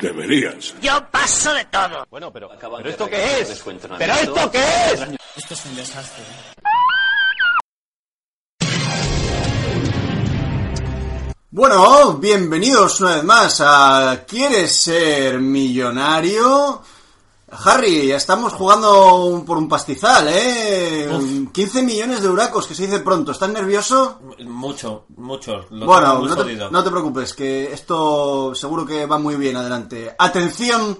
deberías. Yo paso de todo. Bueno, pero, Acaban ¿pero de esto regalar qué es? descuento en ¿Pero Navidad. esto qué es? Esto es un desastre. Bueno, bienvenidos una vez más a ¿Quieres ser millonario? Harry, ya estamos jugando un- por un pastizal, ¿eh? 15 millones de huracos, que se dice pronto. ¿Estás nervioso? Mucho, mucho. Lo tengo bueno, muy no te, jodido. no te preocupes, que esto seguro que va muy bien adelante. Atención,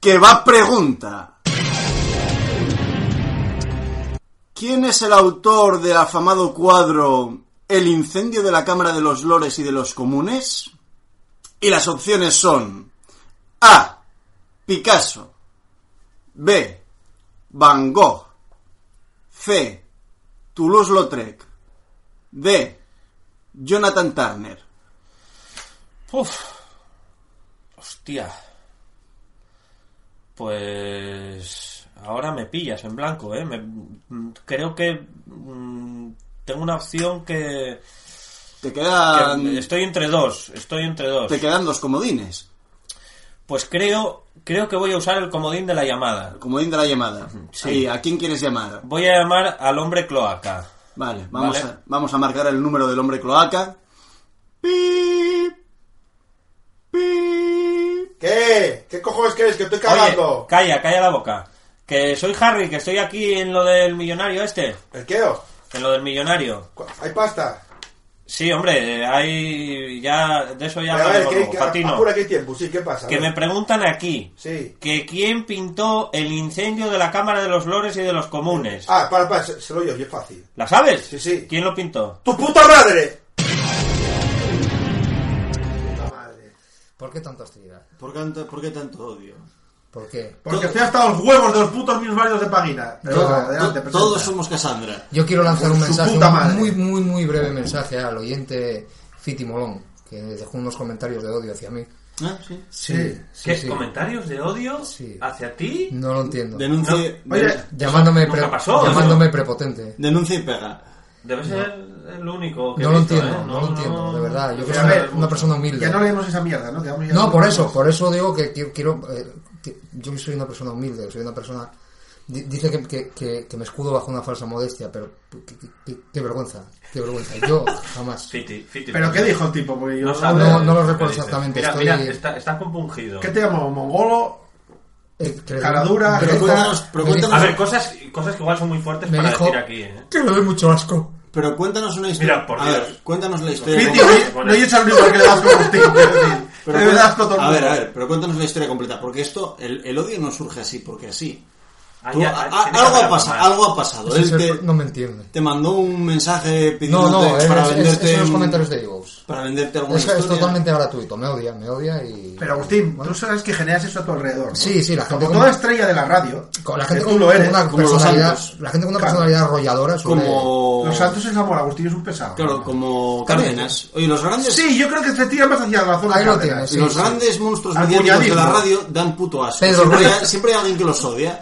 que va pregunta. ¿Quién es el autor del afamado cuadro El incendio de la Cámara de los Lores y de los Comunes? Y las opciones son A. Picasso B. Van Gogh C. Toulouse-Lautrec D. Jonathan Turner. Uf. Hostia. Pues ahora me pillas en blanco, eh. Me- mm, creo que mm, tengo una opción que, Te que quedan, estoy entre dos, estoy entre dos. te quedan dos comodines. Pues creo, creo que voy a usar el comodín de la llamada. El comodín de la llamada. Sí. Sí, ¿a quién quieres llamar? Voy a llamar al hombre cloaca. Vale, vamos, Vale. A, vamos a marcar el número del hombre cloaca. Pip. Pip. ¿Qué? ¿Qué cojones queréis? Que estoy Oye, cagando. calla, calla la boca. Que soy Harry, que estoy aquí en lo del millonario este. ¿El qué? os? En lo del millonario. ¿Cu- ¿Hay pasta? Sí, hombre, eh, hay ya de eso ya Pero a ver, hablaremos que, luego, que- Patino. apura que hay tiempo. Sí, ¿qué pasa? A Que me ver. preguntan aquí Sí. que quién pintó el incendio de la Cámara de los Lores y de los Comunes. Ah, para, para, se, se lo yo, y es fácil. ¿La sabes? Sí, sí. ¿Quién lo pintó? ¡Tu puta madre! ¿Por qué tanta hostilidad? ¿Por, tanto- por qué tanto odio? ¿Por qué? Porque estoy hasta los huevos de los putos millonarios de Pagina. Pero bueno, adelante, To- presenta. todos somos Cassandra. Yo quiero lanzar un Su mensaje, puta un madre. muy, muy, muy breve mensaje al oyente Fiti Molón, que dejó unos comentarios de odio hacia mí. Ah, sí. Sí. sí, sí. ¿Comentarios de odio Sí. hacia ti? No lo entiendo. Denuncie, No. Oye. de- Llamándome, Nunca pre- pasó, ¿no? llamándome prepotente. denuncia y pega. Debe ser el único que No he lo visto, entiendo, ¿eh? no lo entiendo, de verdad. Yo Pero creo a que ver, soy una persona humilde. Que no leemos esa mierda, ¿no? Quedamos ya- No, por eso, por eso digo que qui- quiero... eh, que yo soy una persona humilde, soy una persona... di- Dice que, que- que- que me escudo bajo una falsa modestia, pero qué- qué- qué- qué vergüenza, qué vergüenza. Yo jamás. Fiti, Fiti. ¿Pero qué dijo el tipo? Porque yo- No sabe No, no lo qué recuerdo dice. exactamente, Mira, estoy- mira, está, está compungido. ¿Qué te llamó? ¿Mongolo? Eh, que le- Cara dura, me Pero dijo- cuéntanos, pero me dijo- A cuéntanos, ver, cosas, cosas que igual son muy fuertes me para dijo decir aquí, ¿eh? que me doy mucho asco. pero cuéntanos una historia. Mira, por a Dios. ver, cuéntanos la historia. Fiti, completa. no hay el único al que le das por tío. Pero Le cuenta- das todo el a mundo. ver, a ver, pero cuéntanos la historia completa, porque esto, el, el odio no surge así, porque así. Hay- Tú- hay- a- a- Ah, tiene que algo, ha haber pasado, más. algo ha pasado. Él Ese te, ser- no me entiende. te mandó un mensaje No, pidiéndote no, eh, es, para es- es- venderte. es unos un- comentarios de Evox. Para venderte alguna Es, es historia. totalmente gratuito, me odia, me odia y... Pero Agustín, tú sabes que generas eso a tu alrededor. ¿no? Sí, sí, la gente Como con- toda estrella de la radio. con la gente que con, tú lo con eres. una como los personalidad, santos. la gente con una Claro. personalidad arrolladora suele- Como. Los Santos es amor, Agustín es un pesado. Claro, como También. Cárdenas. Oye, los grandes. Sí, yo creo que se tira más hacia la zona Ahí lo tienes. Cárdenas. sí, los sí. grandes monstruos Al mediáticos de la cuñadismo. radio dan puto asco. Pedro siempre, Ruiz. hay, siempre hay alguien que los odia.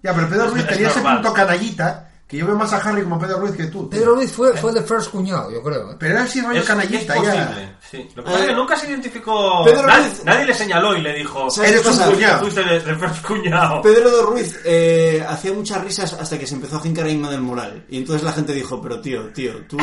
Ya, pero Pedro Ruiz Es tenía ese normal. punto canallita que yo veo más a Harry como Pedro Ruiz que tú. tío. Pedro Ruiz fue, fue el de first cuñado, yo creo. ¿eh? Pero era así rollo Es- canallita es ya. posible, sí. Lo que pasa es que nunca se identificó. Pedro Nad- nadie, Ruiz- le señaló y le dijo. ¿Sabes Eres qué un pasa? cuñado. Tú fuiste el, el first cuñado. Pedro de Ruiz eh, hacía muchas risas hasta que se empezó a fincar a Inma del Moral. Y entonces la gente dijo, pero tío, tío, tú...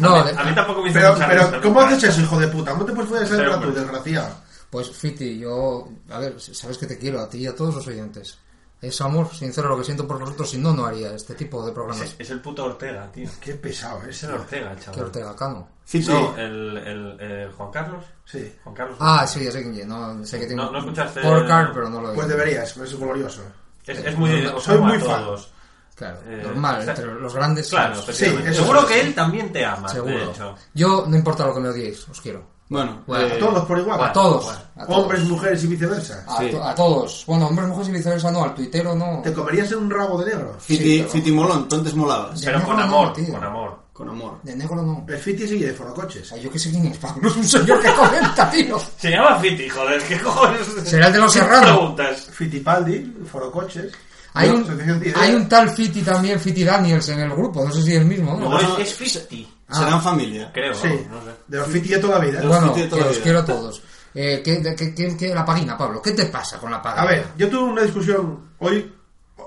No, a de- mí tampoco me hizo Pero, mucha pero risa, ¿cómo nunca. haces eso, hijo de puta? ¿Cómo te puedes poner esa Pero, letra tú, pues. desgraciado? pues Fiti, yo... A ver, sabes que te quiero a ti y a todos los oyentes. Es amor sincero lo que siento por vosotros, si no, no haría este tipo de programas. Es, es el puto Ortega, tío. Qué pesado ¿eh? es Es el Ortega, Que chaval. Ortega Cano. Sí, No, el, el, eh, Juan Carlos. Sí. Juan Carlos. Ah, sí, ya sé quién es. No, sé que tengo No- no escuchaste- por card, pero no lo he Pues deberías, es glorioso. Es, es muy. os Soy amo a muy fan. todos. Claro, Eh, normal, está- entre los grandes. Claro, sí, efectivamente. eso Seguro es. que él también te ama, de seguro. hecho. Eh, Yo, no importa lo que me odiéis, os quiero. Bueno, Bueno, Eh, A todos por igual. A todos. a todos. Ah. Hombres, mujeres y viceversa. A, Sí. to- a todos. Bueno, hombres, mujeres y viceversa no, al tuitero no. ¿Te comerías un rabo de negro? Fiti, pero- Fiti Molón, entonces molabas. Ya. Pero no, con no, amor, tío. con amor. Con amor. De negro no. El Fiti sigue de O forocoches. sea, yo que sé quién es, Pablo. Es un señor que comenta, tío. Se llama Fiti, joder, ¿qué cojones? Será el de los ¿Qué Serrano. preguntas? Fitipaldi, forocoches. Hay ¿no? un, Asociación de hay ideas. un tal Fiti también, Fiti Daniels en el grupo. No sé si es el mismo. ¿no? No, es, es Fiti, Serán familia. creo. Sí, No sé. de los Fiti de toda la vida. Los Bueno, Fiti de que toda la os vida. quiero a todos. Eh, ¿qué, de- qué- qué- qué- la página, Pablo? ¿Qué te pasa con la página? A ver, yo tuve una discusión hoy.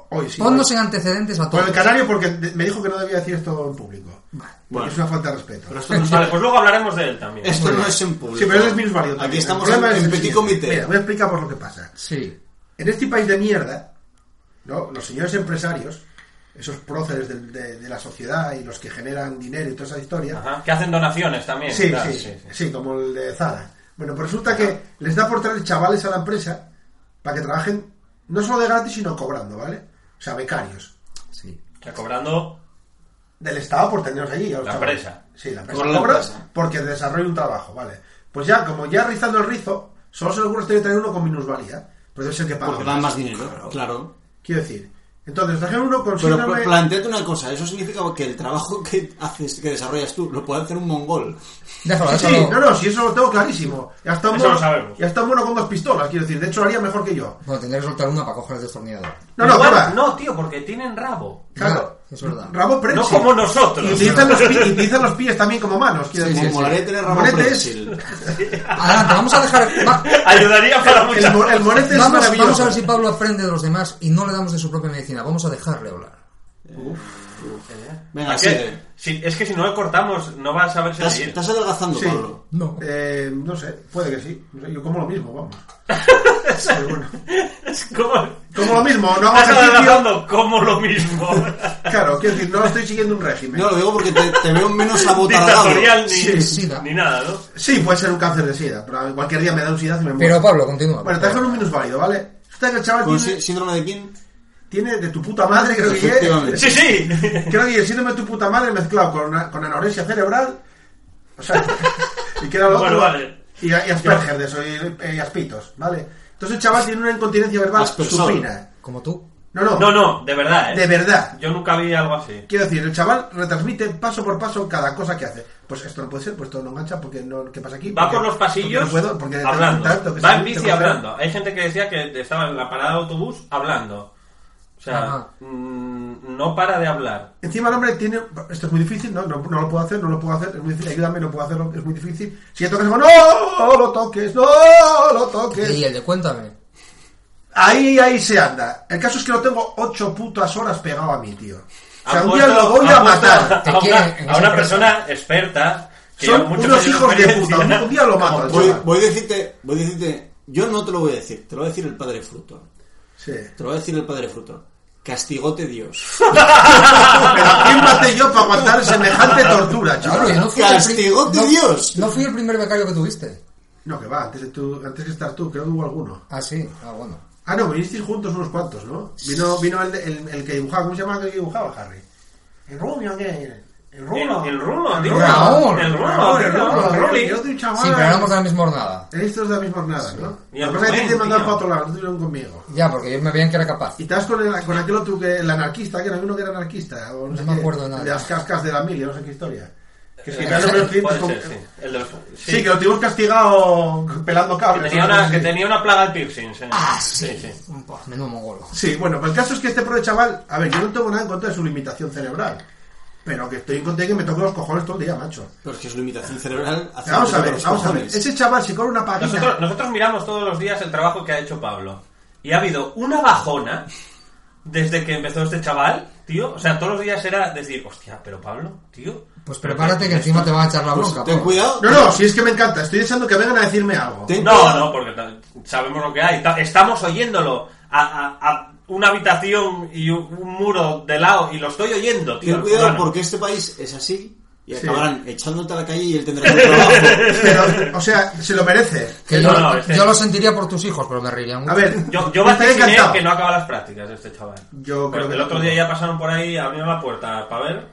Hoy sí. Ponnos hoy. en antecedentes a Con todos. el canario porque de- me dijo que no debía decir esto en público. Porque Bueno. es una falta de respeto. Pero esto no es, Vale, pues luego hablaremos de él también. esto no es en público. Sí, pero él es minusválido. Aquí también. estamos El en, problema es en el petit siguiente. comité. Mira, voy a explicar por lo que pasa. Sí. En este país de mierda, ¿no? los señores empresarios, esos próceres del- de, de la sociedad y los que generan dinero y toda esa historia, Ajá, Que hacen donaciones también. sí, tal, sí, sí, como el de Zara. Bueno, pues resulta que les da por traer chavales a la empresa para que trabajen no solo de gratis, sino cobrando, ¿vale? O sea, becarios. sí. O sea, cobrando. del Estado por tenerlos allí. a los La chavales. empresa. Sí, la empresa Por la cobra empresa. porque desarrolla un trabajo, vale. Pues ya, como ya rizando el rizo, solo se le ocurre tener uno con minusvalía. Pues debe ser que paga Ah, Porque dan más más. dinero, claro. Quiero decir, entonces, trajeron uno con Pero síndrome- pl- planteate una cosa, eso significa que el trabajo que haces, que desarrollas tú, lo puede hacer un mongol. Déjalo, Sí, sí, déjalo. no, no, si eso lo tengo clarísimo. Ya está un Eso lo mono- sabemos. ya está un mono con dos pistolas, quiero decir. De hecho, lo haría mejor que yo. Bueno, tendré que soltar una para coger el destornillador. No, no, Igual- ¿qué va? no, tío, porque tienen rabo. Claro, Ya, es verdad. Rabo Prensil. No como nosotros. Y utilizan los, pi- y utilizan los pies también como manos, quiero Me decir. molaría tener Ramón Monetes. Prensil. Adelante, vamos a dejar. va- Ayudaría para El, muchas mo- el monete es vamos, maravilloso. vamos a ver si Pablo aprende de los demás y no le damos de su propia medicina. Vamos a dejarle hablar. Venga, ¿Qué? sigue. Si- es que si no le cortamos, no va a saber Estás, seguir. estás adelgazando, Sí. Pablo. No. Eh, no sé, puede que sí. No sé, yo como lo mismo, vamos. Pero bueno. Es como. Como lo mismo, no hago Estás ejercicio. adelgazando como lo mismo. Claro, quiero decir, no estoy siguiendo un régimen. No, lo digo porque te, te veo menos abotargado. Dictatorial ni, Sí, sida. ni nada, ¿no? Sí, puede ser un cáncer de sida, pero cualquier día me da un sida y me muero. Pero Pablo, continúa. Bueno, te dejan un minusválido, ¿vale? Usted que el chaval ¿Con tiene, Pues sí- síndrome de quién? tiene de tu puta madre, creo que es. Efectivamente. Sí, sí. Creo que el síndrome de tu puta madre mezclado con, una- con anorexia cerebral. O sea, y queda lo Bueno, otro. vale. Y, y Asperger de eso, y, y aspitos, ¿vale? Entonces el chaval tiene una incontinencia verbal Aspersor. supina. Como tú. No, no, No, no, de verdad, ¿eh? de verdad. Yo nunca vi algo así. Quiero decir, el chaval retransmite paso por paso cada cosa que hace. Pues esto no puede ser, pues esto no engancha, porque no, ¿qué pasa aquí? Va Porque- por los pasillos porque no puedo, porque hablando. tanto que va se- en se bici puede- hablando. Hay gente que decía que estaba en la parada de autobús hablando. O sea, Ajá. mm, no para de hablar. Encima el hombre tiene, esto es muy difícil, no, no, no lo puedo hacer, no lo puedo hacer, es muy difícil, ayúdame, no puedo hacerlo, es muy difícil. Si le tocas, digo, no lo toques, no lo Y toques. el de cuéntame. Ahí, ahí se anda. El caso es que lo tengo ocho putas horas pegado a mí, tío. O sea, Han un día puesto- lo voy han a puesto matar. Te A quieren en una, a esa una empresa. persona experta. que Son lleva muchos unos años hijos de experiencia. puta, un- un día lo mato. al Voy, chaval. voy a decirte, voy a decirte, yo no te lo voy a decir, te lo va a decir el padre fruto. Sí. Te lo va a decir el padre fruto. Castigote Dios. Pero ¿quién maté yo para aguantar semejante tortura, Pablo, chaval? yo no fui el pri- Castigote no- Dios. No fui el primer becario que tuviste. No, que va, antes, de tú, antes que estar tú, creo que hubo alguno. Ah, sí. Ah, bueno. Ah, no, vinisteis juntos unos cuantos, ¿no? Vino, vino el, el, el que dibujaba, ¿cómo se llama el que dibujaba, Harry? El rubio, ¿qué? El rubio. El- el rubio, tío. Raúl. El rubio, Raúl, el tío. rubio, El el rubio. otro chaval. Sí, pero éramos de la misma jornada. Estos de la misma jornada, ¿no? Y el Lo que pasa es que Rubén, te tío. mandaron para otro lado, no estuvieron conmigo. Ya, porque ellos me veían que era capaz. Y te vas con, el- con aquel otro, que, el anarquista, que era uno que era anarquista. O no No sé me qué, acuerdo de nada. De las cascas de la mil, no sé qué historia. Que es que Eh, claro, pero los clientes Puede ser, con- sí. El de los- pues, Sí, sí, que lo tuvimos castigado pelando que cables. tenía, o algo una, así. que tenía una plaga de piercing. Ah, sí. Buah, Menudo mongolo. Sí, bueno, pero el caso es que este pobre chaval, a ver, yo no tengo nada en contra de su limitación cerebral, pero que estoy en contra de que me toque los cojones todo el día, macho. Pero es que su limitación cerebral hace Vamos a que te ver, los vamos a ver. cojones. Ese chaval se con una paguita. Nosotros, nosotros miramos todos los días el trabajo que ha hecho Pablo. Y ha habido una bajona desde que empezó este chaval, tío. O sea, todos los días era decir, hostia, pero Pablo, tío. Pues prepárate que encima te van a echar la Pues bronca. ten Pablo. cuidado. No, no, si es que me encanta, estoy deseando que vengan a decirme algo. Ten No, cuidado. no, porque ta- sabemos lo que hay. Ta- Estamos oyéndolo. A, a- a- una habitación y un, un muro de lado y lo estoy oyendo, tío. Ten al cuidado fulano. porque este país es así y Sí. acabarán echándote a la calle y él tendrá que ir al trabajo. Pero, o sea, se lo merece. Que No, yo, no, este- yo lo sentiría por tus hijos, pero me reiría mucho. A ver, Yo, yo estaría vaticiné encantado. que no acaba las prácticas este chaval. Yo Pero creo que el otro no. día ya pasaron por ahí, abrieron la puerta para ver.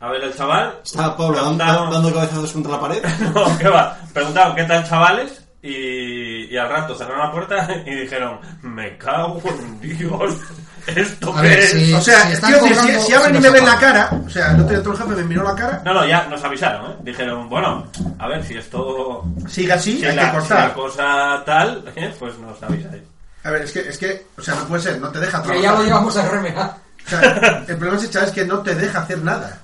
A ver el chaval. Estaba Pablo dan- Preguntaron- dando cabezazos contra la pared. No, ¿qué va? Preguntaron qué tal chavales y, y al rato cerraron la puerta y dijeron, me cago en Dios, ¿esto A qué ver, es? sí. O sea, Si están quiero decir, cobrando, si, si abren se y me nos ven la acaba. cara, o sea, el otro día otro jefe me miró la cara, No, no, ya nos avisaron, ¿eh? Dijeron, bueno, a ver si esto... sigue así, Si hay la, que si la cortar. cosa tal, ¿eh? pues nos avisáis. A ver, es que, es que, o sea, no puede ser, no te deja Que ya lo trabajar. llevamos a RMA. O sea, el problema es, chaval, es que no te deja hacer nada.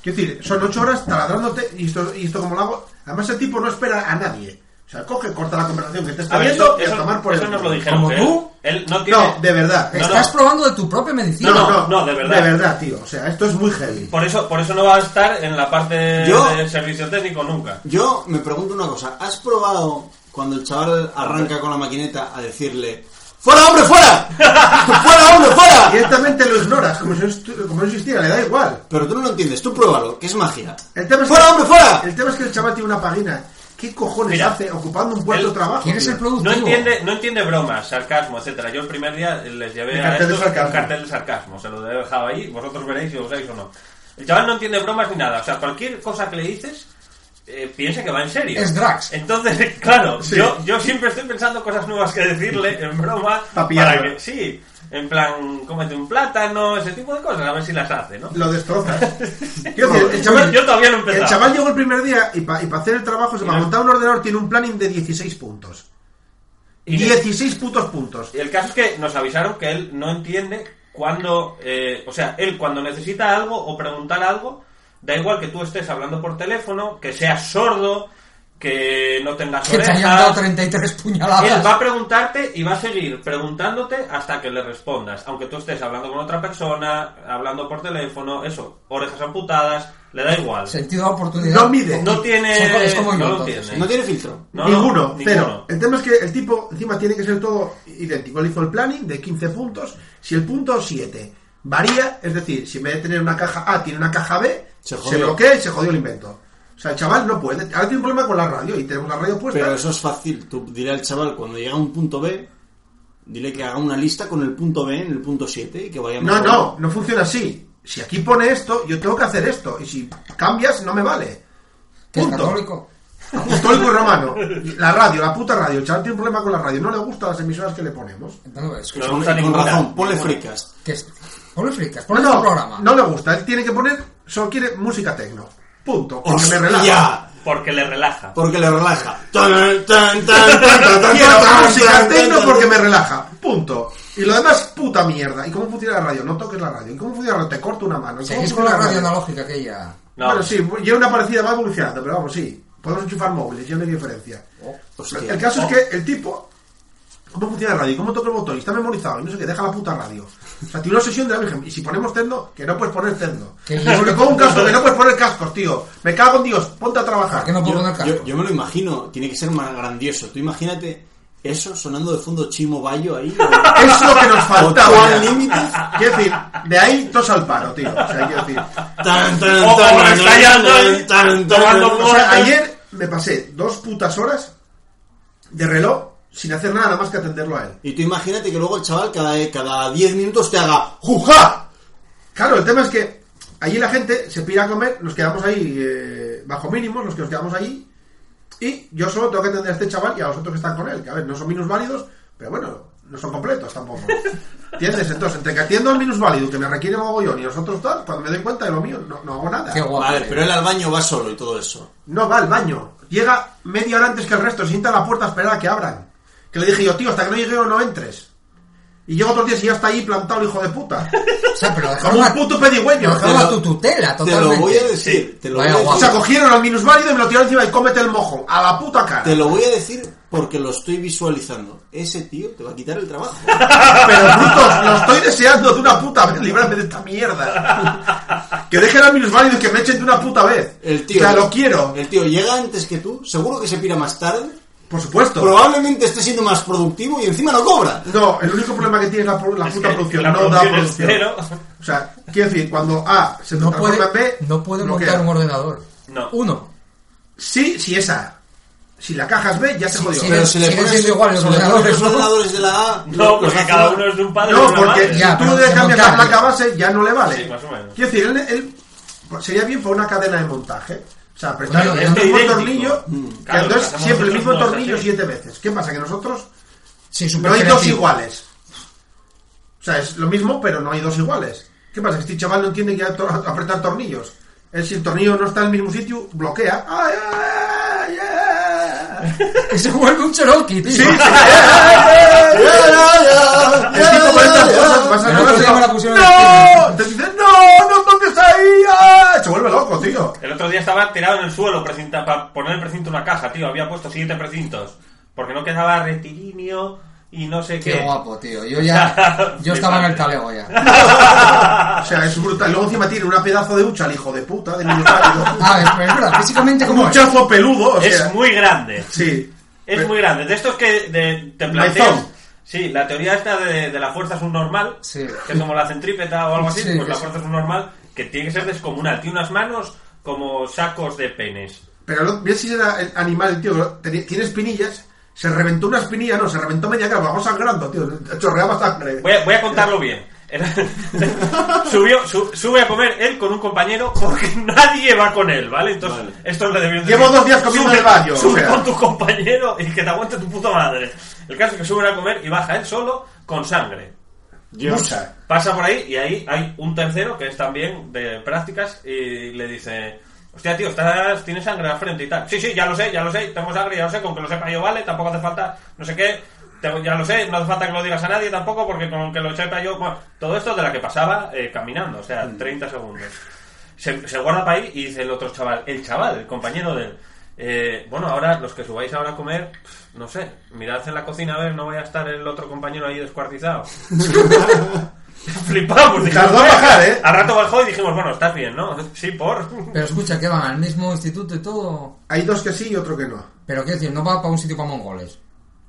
Quiero decir, son ocho horas taladrándote y esto, y esto como lo hago. Además, el tipo no espera a nadie. O sea, coge, corta la conversación que te está A ver, viendo y a eso, tomar por eso el nos lo culo. dijeron. ¿Como que tú? Él, él no tiene... No, de verdad. No, Estás no. probando de tu propia medicina. No, no, no, no, de verdad. De verdad, tío. O sea, esto es muy heavy. Por eso, por eso no va a estar en la parte Yo- de servicio técnico nunca. Yo me pregunto una cosa. ¿Has probado cuando el chaval arranca con la maquineta a decirle ¡Fuera, hombre, fuera! ¡Fuera, hombre, fuera! Directamente lo ignoras, como si, no estu- como no existiera, le da igual. Pero tú no lo entiendes, tú pruébalo, que es magia. El tema es ¡Fuera, que, hombre, fuera! El tema es que el chaval tiene una pagina. ¿Qué cojones Mira, hace ocupando un puesto él- de trabajo? ¿Quieres tío? ser productivo? No entiende, no entiende bromas, sarcasmo, etcétera. Yo el primer día les llevé El a cartel de estos sarcasmo. un cartel de sarcasmo, se lo he dejado ahí, vosotros veréis si lo usáis o no. El chaval no entiende bromas ni nada, o sea, cualquier cosa que le dices eh, piensa que va en serio. Es Drax. Entonces, claro, Sí. yo, yo siempre estoy pensando cosas nuevas que decirle en broma Pa' para pillarlo. que sí, en plan cómete un plátano, ese tipo de cosas, a ver si las hace, ¿no? Lo destrozas. Quiero decir, el chaval, Yo todavía no he empezado. el chaval llegó el primer día y para hacer el trabajo, se- para no. montar un ordenador, tiene un planning de 16 puntos. Y- 16 putos puntos. Y el caso es que nos avisaron que él no entiende cuando, eh, o sea, él cuando necesita algo o preguntar algo, da igual que tú estés hablando por teléfono, que seas sordo, que no tengas Que te hayan dado orejas. 33 Él va puñaladas. a preguntarte y va a seguir preguntándote hasta que le respondas, aunque tú estés hablando con otra persona, hablando por teléfono, eso, orejas amputadas, le da igual. Sentido de oportunidad. No mide. No tiene, Son co- es como yo, no lo entonces. entiende. No tiene filtro. No, no, ninguno, cero. El tema es que el tipo, encima, tiene que ser todo idéntico. Él hizo el planning de 15 puntos. Si el punto 7 varía, es decir, si en vez de tener una caja A tiene una caja B, Se se, jodió. bloquea y se jodió el invento. O sea, el chaval no puede. Ahora tiene un problema con la radio y tenemos la radio puesta. Pero eso es fácil. Tú dile al chaval cuando llega a un punto B, dile que haga una lista con el punto B en el punto 7 y que vaya No, mejor. no, no funciona así. Si aquí pone esto, yo tengo que hacer esto. Y si cambias, no me vale. Que es Punto. católico. Apostólico y romano. La radio, la puta radio. El chaval tiene un problema con la radio. No le gustan las emisoras que le ponemos. No, es que, No. Con- gusta con ninguna, razón, ponle ninguna. fricas. que es- ponle fricas, No, ponle un programa. no le gusta. Él tiene que poner, solo quiere música tecno. Punto. Porque me relaja. ¡Hostia! Porque le relaja. Porque le relaja. Tan, tan, tan, tan, tan, tan, Quiero tan, música tan, tecno tan, porque tan. me relaja. Punto. Y lo demás, puta mierda. ¿Y cómo funciona la radio? No toques la radio. ¿Y cómo funciona la radio? Te corto una mano. ¿Y cómo Seguís con funciona la radio analógica que ya. No. Bueno, sí, ya una parecida va evolucionando, pero vamos, sí. Podemos enchufar móviles, ya no hay diferencia. Hostia. El caso es que el tipo. ¿Cómo funciona la radio? ¿Cómo toca el botón? Y está memorizado y no sé qué, deja la puta radio. O sea, tiene una sesión de la Virgen. Y si ponemos tecno, que no puedes poner tecno. Que Y yo- Sobre todo un casco, que no puedes poner cascos, tío. Me cago en Dios, ponte a trabajar. ¿Por qué no puedo poner Yo, casco? yo- yo me lo imagino, tiene que ser más grandioso. Tú imagínate eso sonando de fondo Chimo Bayo ahí. Es lo que nos faltaba. ¿O tú ya. al límites? Quiero decir, de ahí tos al paro, tío. O sea, quiero decir. Tan, tan, Ojo, tan, me está hallando ahí, tan, tan, tomando tan. O sea, ayer me pasé dos putas horas de reloj sin hacer nada, nada más que atenderlo a él. Y tú imagínate que luego el chaval cada cada 10 minutos te haga ¡Juja! Claro, el tema es que allí la gente se pira a comer, nos quedamos ahí eh, bajo mínimos, los que nos quedamos allí. Y yo solo tengo que entender a este chaval y a los otros que están con él, que a ver, no son minusválidos, pero bueno, no son completos tampoco. ¿Entiendes? Entonces, entre que atiendo al minusválido, que me requiere mogollón, y los otros tal, cuando me doy cuenta de lo mío, no, no hago nada. Qué guapo. Vale, tío. pero él al baño va solo y todo eso. No va al baño. Llega media hora antes que el resto, se sienta a la puerta a esperar a que abran. Que le dije yo, tío, hasta que no llegue yo no entres. Y llego otros días y ya está ahí plantado el hijo de puta. O sea, pero Como dejarlo un a, puto pedigüeño. dejarlo Te a lo- tu tutela, Te totalmente. lo voy a decir, te lo Vaya voy a O guapo. decir. sea, cogieron al minusválido y me lo tiraron encima y cómete el mojo. A la puta cara. Te lo voy a decir porque lo estoy visualizando. Ese tío te va a quitar el trabajo. Pero putos, lo estoy deseando de una puta vez. Líbrame de esta mierda. Que dejen al minusválido y que me echen de una puta vez. El tío. O sea, lo quiero. El tío llega antes que tú, seguro que se pira más tarde Por supuesto. Probablemente esté siendo más productivo y encima no cobra. No, el único problema que tiene es la, pro- la Es puta que producción. la no producción da es producción. cero. O sea, quiero decir, cuando A se No puede, transforma en B, no puede lo montar queda. un ordenador. No. Uno. Sí, si es A. Si la caja es B, ya se jodió. sí, Pero- Pero si le Siguen pones siendo igual los si le pones ordenadores, los ¿no? ordenadores de la A. No, los porque hace cada una- uno es de un padre. No, de una porque madre. Ya, si pero tú le se cambias la montaje. placa base, ya no le vale. Sí, más o menos. Quiero decir, él, él- pues sería bien para una cadena de montaje. O sea, prestar Bueno, el es que mismo idéntico. tornillo, Mm. que Claro, entonces hacemos siempre el mismo nosotros dos tornillo así. siete veces. ¿Qué pasa? Que nosotros Sí, no hay dos supercreativo. iguales. O sea, es lo mismo, pero no hay dos iguales. ¿Qué pasa? Que este chaval no entiende que hay to- apretar tornillos. Él, si el tornillo no está en el mismo sitio, bloquea. ¡Ay, ay, ay, ay! Y se vuelve un Cherokee, tío. Sí, sí. El tipo con estas cosas vas a El otro día me la pusieron en ¡No! el Entonces dice, ¡No! ¡No toques ahí! ¡Ah! Se vuelve loco, tío. El otro día estaba tirado en el suelo precinta- para poner el precinto en una caja, tío. Había puesto siete precintos. Porque no quedaba rectilíneo y no sé qué. Qué guapo, tío. Yo ya. Yo Mi estaba en el padre. talego ya. O sea, es brutal. Luego encima tiene una pedazo de hucha al hijo de puta, de niño pálido. Ah, es verdad. Físicamente, Como como es? un chazo peludo, o sea. Es muy grande. Sí. Es Pero- muy grande. De estos que de- te planteas. Maizón. Sí, la teoría esta de, de la fuerza subnormal, Sí. que es como la centrípeta o algo así, Sí, pues la sí. fuerza subnormal que tiene que ser descomunal. Tiene unas manos como sacos de penes. Pero lo- mira si era el animal, tío. Tenía- Tiene espinillas. Se reventó una espinilla, no, se reventó media cara, vamos sangrando, tío. Chorreaba sangre. Voy a, voy a contarlo bien. Subió, su- sube a comer él con un compañero porque nadie va con él, ¿vale? Entonces, esto le debieron decir. Llevo dos días comiendo Sube- en el baño, Sube o sea. con tu compañero y que te aguante tu puta madre. El caso es que suben a comer y baja él solo con sangre. Mucha. Pasa por ahí y ahí hay un tercero que es también de prácticas y le dice, hostia tío, estás, tienes sangre en la frente y tal. Sí, sí, ya lo sé, ya lo sé, tengo sangre, ya lo sé, con que lo sepa yo vale, tampoco hace falta, no sé qué, te- ya lo sé, no hace falta que lo digas a nadie tampoco porque con que lo sepa yo, bueno, todo esto de la que pasaba eh, caminando, o sea, 30 segundos. Se, se guarda para ahí y dice el otro chaval, el chaval, el compañero de él. eh, bueno, ahora los que subáis ahora a comer, no sé, mirad en la cocina a ver, no voy a estar el otro compañero ahí descuartizado. Flipamos, dijimos. Tardó en bajar, ¿eh? Al rato bajó y dijimos, bueno, estás bien, ¿no? Sí, por. Pero escucha, que van al mismo instituto y todo. Hay dos que sí y otro que no. Pero quiero decir, no va para un sitio para mongoles.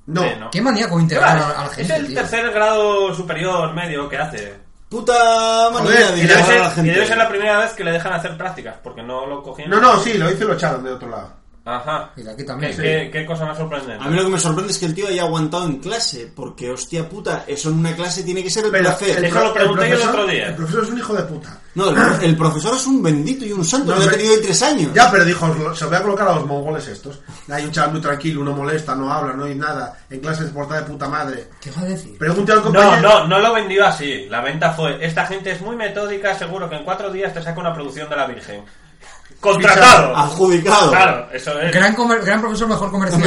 No. Sí, no. Qué maníaco integrar a, a la Es gente, el tío. tercer grado superior medio que hace. Puta manía Joder, de Y debe, llevar a ser, la y debe ser gente. la primera vez que le dejan hacer prácticas, porque no lo cogían. No, no, sí, lo hice y lo echaron de otro lado. Ajá. Y de aquí también. ¿Qué, qué- qué cosa más sorprendente. A mí lo que me sorprende es que el tío haya aguantado en clase, porque hostia puta, eso en una clase tiene que ser el Pero placer. el- Eso lo pregunté yo el otro día. El profesor es un hijo de puta. No, el, el profesor es un bendito y un santo, No, lo ha pero- tenido ahí tres años. Ya, pero dijo, os lo- se lo voy a colocar a los mongoles estos. Hay un chaval muy tranquilo, no molesta, no habla, no hay nada. En clase se porta de puta madre. ¿Qué va a decir? Pregunte al No, compañero. no, no lo vendió así. La venta fue, esta gente es muy metódica, seguro que en cuatro días te saca una producción de la Virgen. ¡Contratado! Adjudicado. Claro, eso es. Gran, comer- gran profesor, mejor comercial.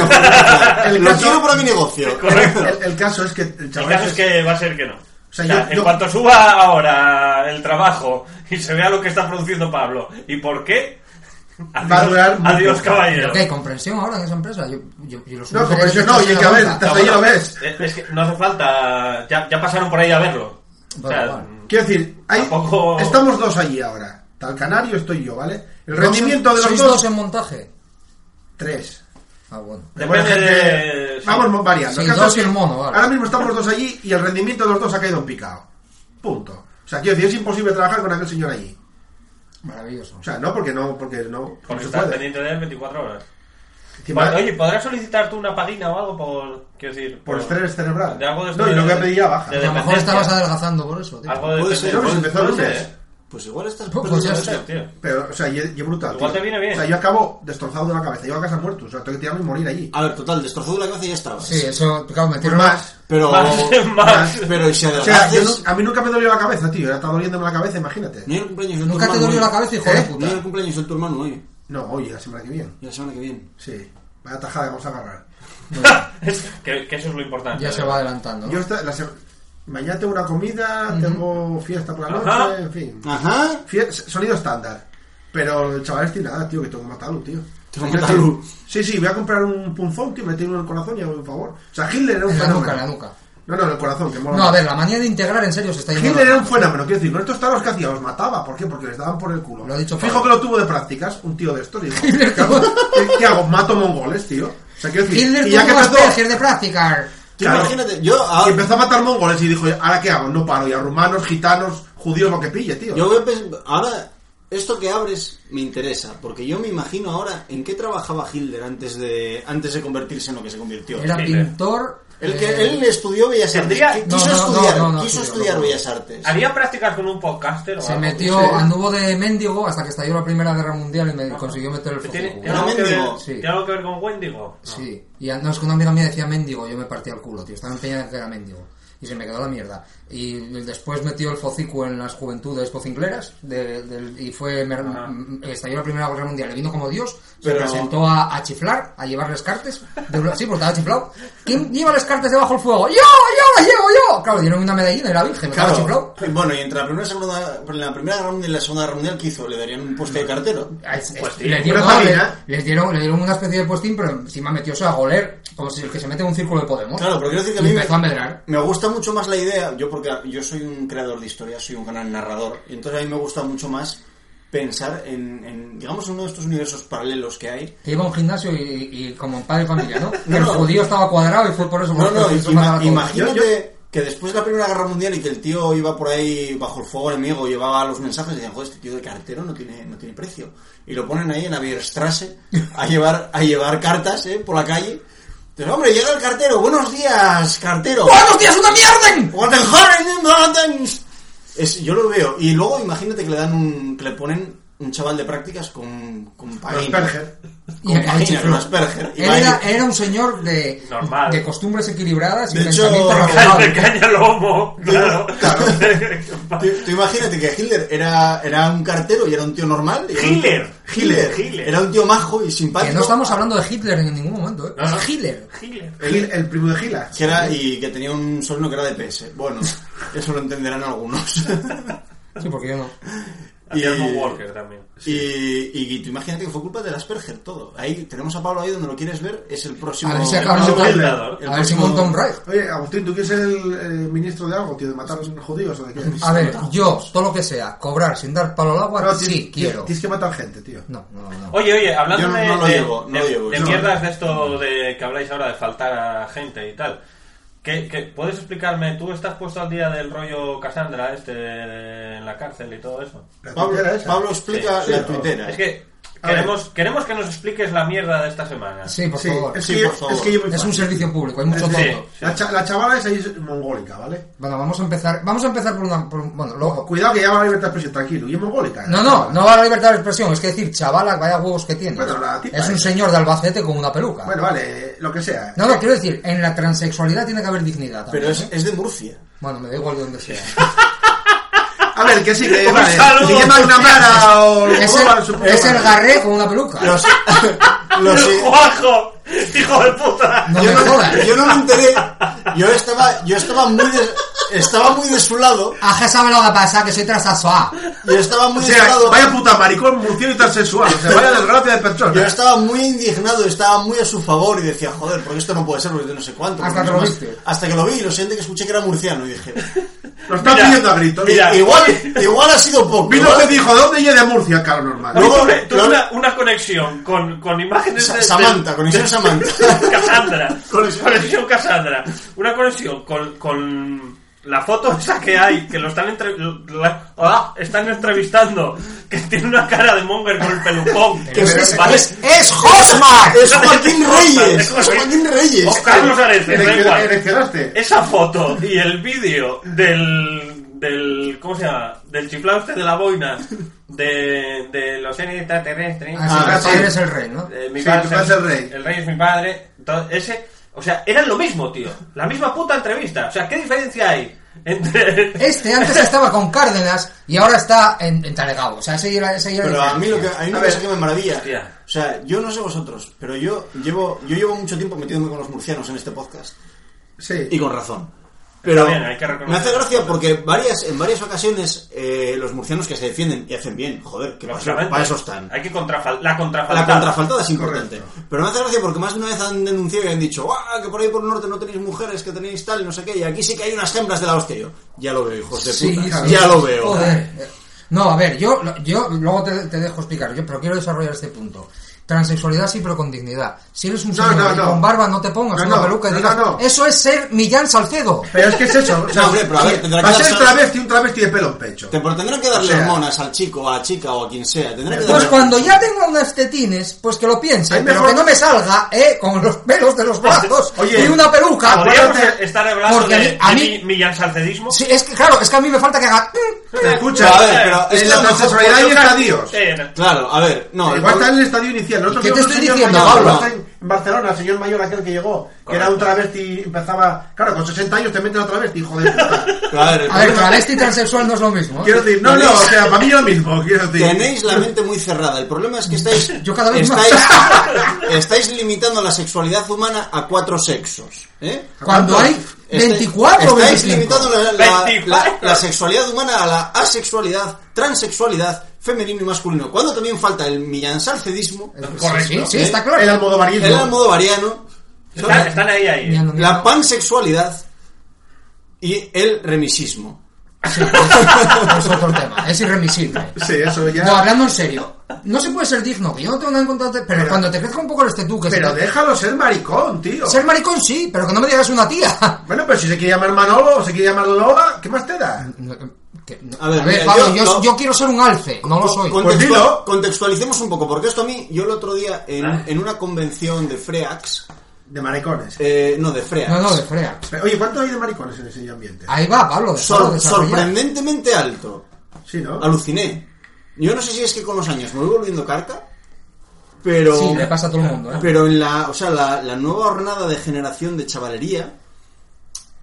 El Lo caso- quiero para mi negocio. Correcto. El, el caso es que el El chaval. caso es que va a ser que no. O sea, sea, yo- en yo- cuanto suba ahora el trabajo y se vea lo que está produciendo Pablo y por qué, adiós, a durar muy adiós poco. caballero. Pero que hay comprensión ahora en esa empresa. Yo, yo, yo lo No, comprensión no, y que a ver, hasta ahí lo ves. Eh, Es que no hace falta, ya, ya pasaron por ahí a verlo. O sea, Vale, vale. Quiero decir, hay- Tampoco- estamos dos allí ahora. Tal canario estoy yo, ¿vale? El rendimiento de los ¿Sois dos. en montaje? Tres. Ah, bueno. depende Bueno, gente, de... sí. Vamos variando. Sí, El caso dos es que y el mono, vale. Ahora mismo estamos los dos allí y el rendimiento de los dos ha caído en picado. Punto. O sea, quiero decir, es imposible trabajar con aquel señor allí. Maravilloso. O sea, no, porque no, porque no, no Porque se estás puede. pendiente de él 24 horas. Encima, Oye, ¿podrás solicitar tú una pagina o algo por... Quiero decir... por estrés cerebral. de algo de no, y lo que pedí ya baja. de- a lo mejor dependencia. estabas adelgazando por eso, tío. Algo de... este Puede ser, Yo dependencia. que se empezó el Puede lunes. ser, ¿eh? Pues igual estás Pues perdiendo ya el está. tiempo. Tío. Pero, o sea, y, y es brutal. Igual tío. te viene bien. O sea, yo acabo destrozado de la cabeza. Yo a casa muerto. O sea, tengo que tirarme y morir allí. Ah, A ver, total, destrozado la cabeza y ya estabas. Sí, eso, claro, Pues metieron más. Pero, Más, más. pero si O sea, yo adelgaces... nu- a mí nunca me dolió la cabeza, tío. Ya está doliéndome la cabeza, imagínate. No era el cumpleaños de tu Nunca te hermano dolió hoy. la cabeza, hijo de ¿Eh? No era el puta. cumpleaños de tu hermano hoy. No, oye, la semana que viene. Y la semana que viene. Sí. Vaya tajada que vamos a agarrar. que, que eso es lo importante. Ya se va adelantando. ¿no? Yo esta, la se- mañana tengo una comida, tengo fiesta por la noche, Ajá. en fin. Ajá. Fie- sonido estándar. Pero el chaval este nada, tío, que tengo que matarlo, tío. Tengo que matarlo. Sí, sí, voy a comprar un punzón, tío, me tiene en el corazón y hago un favor. O sea, Hitler era un En la fenómeno. nuca, en la nuca. No, no, en el corazón, que mola. No, a más. ver, la manía de integrar en serio se está yendo. Hitler loca. era un fenómeno, quiero decir, con estos talos que hacía, los mataba. ¿Por qué? Porque les daban por el culo. Lo ha dicho Fijo Pablo. que lo tuvo de prácticas, un tío de estos. digo, ¿qué, hago? ¿Qué- qué hago? Mato mongoles, tío. O sea, quiero decir, Hitler y ya que tuvo empezó, Asperger de práctica. Tú Claro. imagínate, yo y ahora- empezó a matar mongoles y dijo, ¿ahora qué hago? No paro, y a rumanos, gitanos, judíos, lo que pille, tío. Yo voy a pens- ahora esto que abres me interesa, porque yo me imagino ahora en qué trabajaba Hitler antes de antes de convertirse en lo que se convirtió. Era Hitler. pintor. El que eh, él estudió Bellas Artes, Tendría- qui- No, quiso no, no, estudiar, no, no, quiso sí, estudiar no, no. Bellas Artes. Haría prácticas con un podcaster o Se algo? metió, Sí. anduvo de mendigo hasta que estalló la Primera Guerra Mundial y me consiguió meter el ¿Tiene, foco. tiene algo que ver, mendigo. Sí. ¿Tiene algo que ver con Wendigo? No. Sí, y a- no, es que una amiga mía decía mendigo, yo me partía el culo, tío, estaba empeñada en que era mendigo. Y se me quedó la mierda. Y después metió el focico en las juventudes pocincleras de- del- y fue. mer- Ajá. m- estalló la Primera Guerra Mundial, le vino como Dios, Pero- se presentó a, a chiflar, a llevarles cartes. de bla- sí, porque estaba chiflado. ¿Quién lleva las cartes debajo del fuego? ¡Yo! ¡Yo las llevo yo! Claro, dieron una medallina, era virgen, Claro. estaba chiflado. Y Bueno, y entre la primera, segunda, la primera guerra mundial y la segunda guerra mundial, ¿qué hizo? ¿Le darían un poste de cartero? Ah, es- es- Pues, tío, les, dieron, una no, le- familia. les dieron, le dieron una especie de postín, pero encima metióse a goler, como si el que se mete en un círculo de Podemos. Claro, pero quiero decir que a y mí empezó a me- medrar. Me gusta mucho más la idea, yo porque yo soy un creador de historias, soy un gran narrador, y entonces a mí me gusta mucho más pensar en, en, digamos, en uno de estos universos paralelos que hay. Que iba a un gimnasio y, y como en padre y familia, ¿no? No, el no. judío estaba cuadrado y fue por eso. No, no, por eso ima- mataba a todos. imagínate Yo- que después de la Primera Guerra Mundial y que el tío iba por ahí bajo el fuego enemigo, llevaba los mensajes y decían, joder, este tío de cartero no tiene, no tiene precio. Y lo ponen ahí en la Bierstrasse a llevar, a llevar cartas ¿eh? por la calle. Entonces, hombre, llega el cartero, buenos días, cartero. ¡Buenos días, una mierda! Guatemala, Guatemala. Es, yo lo veo. Y luego imagínate que le dan un. que le ponen un chaval de prácticas con. con pagina. Asperger. Y Con ahí pagina, chifló. con Asperger. Y Él va era, ahí. era un señor de, Normal. de costumbres equilibradas y De hecho, pensamiento De razonable. caña al lomo, claro. Tú, tú imagínate que Hitler era, era un cartero y era un tío normal. y era un- Hitler, Hitler. Hitler, Hitler. Era un tío majo y simpático. Que no estamos hablando de Hitler en ningún momento, ¿eh? No, no. Es Hitler. Hitler. Gil- el primo de Gila. Que era, y que tenía un sobrino que era de PS. Bueno, eso lo entenderán algunos. Sí, porque yo no. Y Herman Walker también. Y, y tú imagínate que fue culpa del Asperger todo. Ahí tenemos a Pablo ahí donde lo quieres ver, es el próximo. A ver si el acaba próximo montando- fundador, el A ver si próximo- monta un raid. Oye, Agustín, ¿tú quieres ser el eh, ministro de algo, tío? ¿De matar a los judíos o de qué? A ver, yo, todo lo que sea, cobrar sin dar palo al agua, No, tienes- sí, tienes- quiero. Tienes que matar gente, tío. No, no, no. Oye, oye, hablando Yo no- de, no lo de- llevo, no de- lo llevo, de yo no. mierdas de esto de que habláis ahora de faltar a gente y tal. ¿Qué, qué- puedes explicarme? ¿Tú estás puesto al día del rollo Cassandra este de- en la cárcel y todo eso? La Pablo, tuitera esa. Pablo explica Sí, la sí, tuitera. Es que A ver. queremos, queremos que nos expliques la mierda de esta semana. Sí, por Sí, favor. es Es, que, Sí, yo- por favor. es que yo me un servicio público, hay mucho Sí. tonto. Sí. La, cha- la chavala esa es mongólica, ¿vale? Bueno, vamos a empezar, vamos a empezar por una... por un- bueno, luego... Cuidado que ya va a libertad de expresión, tranquilo. Y es mongólica. ¿eh? No, no, no va a la libertad de expresión. Es que decir, chavala, vaya huevos que tiene. Bueno, la tipa Es un es. señor de Albacete con una peluca. Bueno, vale, eh, lo que sea. No, no, quiero decir, en la transexualidad tiene que haber dignidad. Pero También, es, ¿eh? es de Murcia. Bueno, me da igual de donde sea. A ver, que sí, que Un vale. saludo. Si llama una mara o lo es, roban, el, supongo. es el garré con una peluca. Los, los- ¡Juanjo! ¡Hijo de puta! No yo, me no, jodas. yo no me enteré. Yo estaba, yo estaba muy de, estaba muy de su lado. Ajá, sabe lo que pasa, que soy Ah, transexual. Yo estaba muy O de su sea, lado. vaya puta maricón, murciano y transexual. O sea, vaya desgracia de persona. Yo estaba muy indignado, estaba muy a su favor y decía, joder, porque esto no puede ser, porque no sé cuánto. Hasta porque que lo no sé más". viste. Hasta que lo vi y lo siguiente que escuché que era murciano y dije, Lo está Mira, pidiendo a gritos. mira. igual, igual ha sido poco. Vino ¿no? que dijo, ¿de dónde llega de Murcia, caro normal? No, Luego- tuve tuve luego- una, una conexión con, con imágenes Sa- de... Samantha, conexión Samantha. Cassandra. Conexión. conexión Cassandra. Una conexión con... con la foto esa que hay, que lo están, entre- la- ah, están entrevistando, que tiene una cara de monger con el pelucón. Que es- Vale. es- ¡Es Ah, Hosmar! Es Joaquín Reyes, es Joaquín O Reyes. Carlos Areces, da Ereccion- igual. Ereccionaste. Esa foto y el vídeo del, del. ¿Cómo se llama? Del chiflado este de la boina de, de Ah, los seres extraterrestres. Ah, sí, Ah, tú sí. eres el rey, ¿no? Eh, mi Sí, padre tu es padre el, es el rey. el rey es mi padre. Entonces, ese, o sea, eran lo mismo, tío. La misma puta entrevista. O sea, ¿qué diferencia hay entre. Este antes estaba con Cárdenas y ahora está en, en Talegao. O sea, ese era, ese era el Pero a rey. mí lo que, a mí una A ver. cosa que me maravilla, Hostia. o sea, yo no sé vosotros, pero yo llevo, yo llevo mucho tiempo metiéndome con los murcianos en este podcast. Sí. Y con razón. Pero bien, hay que reconocer. me hace gracia porque varias, en varias ocasiones eh, los murcianos que se defienden y hacen bien, joder, que para, Lógicamente, pues, para eso están. Hay que contrafal la La contrafaltar. contrafaltada es importante. Pero me hace gracia porque más de una vez han denunciado y han dicho, ¡ah! Que por ahí por el norte no tenéis mujeres, que tenéis tal y no sé qué. Y aquí sí que hay unas hembras de la hostia. Y yo, ya lo veo, hijos de Sí, puta. claro. Ya lo veo. Joder. Eh, No, a ver, yo, yo luego te, te dejo explicar, yo, pero quiero desarrollar este punto. Transexualidad sí, pero con dignidad. Si eres un No, señor no, y no. con barba, no te pongas No, una no, peluca y no, digas, no, no. eso es ser Millán Salcedo. Pero es que es eso. O sea, No, hombre, pero a ver, tendrá va a que ser darse- travesti, un travesti de pelo en pecho. Te, pero tendrán que darle O sea- hormonas al chico, a la chica o a quien sea. Tendrán que Pues darle- cuando ya tenga unas tetines, pues que lo piense, Hay pero mejor- que no me salga, eh, con los pelos de los brazos Oye, y una peluca. Podríamos estar hablando Porque de, a mí- a de mí- mi- Millán Salcedismo. Sí, es que claro, es que a mí me falta que haga... mm. Pero escucha, A ver, pero es en que a la lo mejor- transexualidad hay Yo creo- estadios. Eh, Sí, no. Claro, a ver, no. Igual el- está en el estadio inicial. Nosotros ¿Qué te vimos un estoy señor diciendo, mayor, Pablo? está En en Barcelona, el señor mayor aquel que llegó, que era un travesti, empezaba... Claro, con 60 años te meten otra vez, hijo de puta. pero a ver, el A ver, problema- travesti y transexual no es lo mismo. ¿eh? Quiero decir, no, no, o sea, para mí yo mismo, quiero decir. Tenéis la mente muy cerrada. El problema es que estáis. Yo cada vez más. estáis, estáis limitando la sexualidad humana a cuatro sexos. ¿eh? Cuando hay Estáis- 24 o Estáis 25. limitando la, la- 25. la- la sexualidad humana a la asexualidad, transexualidad, femenino y masculino. Cuando también falta el millansalcedismo, Correcto. Sí, sí, ¿eh? está El claro. almodovarismo. el almodovariano, Están, están ahí, ahí. Mira, no, mira, la pansexualidad y el remisismo. no, es otro tema, es irremisible. Sí, eso ya... No, hablando en serio, no se puede ser digno, que yo no tengo nada en contra de- pero, Pero- cuando te crezca un poco el tú que Pero se- déjalo ser maricón, tío. ser maricón sí, pero que no me digas una tía. Bueno, pero si se quiere llamar Manolo o se quiere llamar Lola, ¿qué más te da? No, que- no. A ver, mira, Pablo, yo- yo, no. yo quiero ser un alce, no lo soy. Pues Contextua- dilo. Contextualicemos un poco, porque esto a mí, yo el otro día en, en una convención de FREAX, De maricones. eh, no, de FREAX, No, no, de frea. Pero, oye, ¿cuánto hay de maricones en ese ambiente? Ahí va, Pablo, déjalo sor- desarrollar. sorprendentemente alto, Sí, ¿no? aluciné. Yo no sé si es que con los años me voy volviendo carca, pero... Sí, le pasa a todo el mundo, ¿eh? Pero en la, o sea, la, la nueva hornada de generación de chavalería,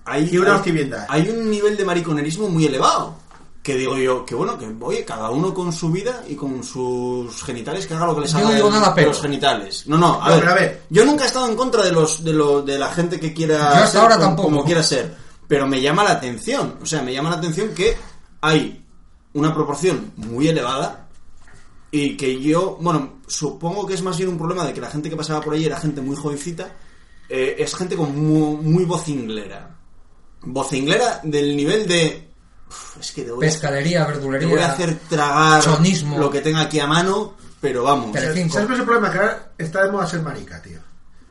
hay, Y una hay- hostilidad. hay un nivel de mariconerismo muy elevado. Que digo yo, que bueno, que oye, cada uno con su vida y con sus genitales, que haga lo que les Yo haga no digo de- nada, de pero- los genitales. No, no, a, No, ver, pero a ver. Yo nunca he estado en contra de los de, lo, de la gente que quiera Yo hasta ser ahora como, tampoco. como quiera ser. Pero me llama la atención. O sea, me llama la atención que hay una proporción muy elevada y que yo, bueno, supongo que es más bien un problema de que la gente que pasaba por ahí era gente muy jovencita, eh, es gente con muy, muy vocinglera. Vocinglera del nivel de... "Uf, Es que te voy, a- Pescadería, te voy a verdulería, hacer tragar chonismo. lo que tenga aquí a mano, pero vamos. Tele- ¿Sabes cinco. cuál es el problema? Que ahora está de moda ser marica, tío.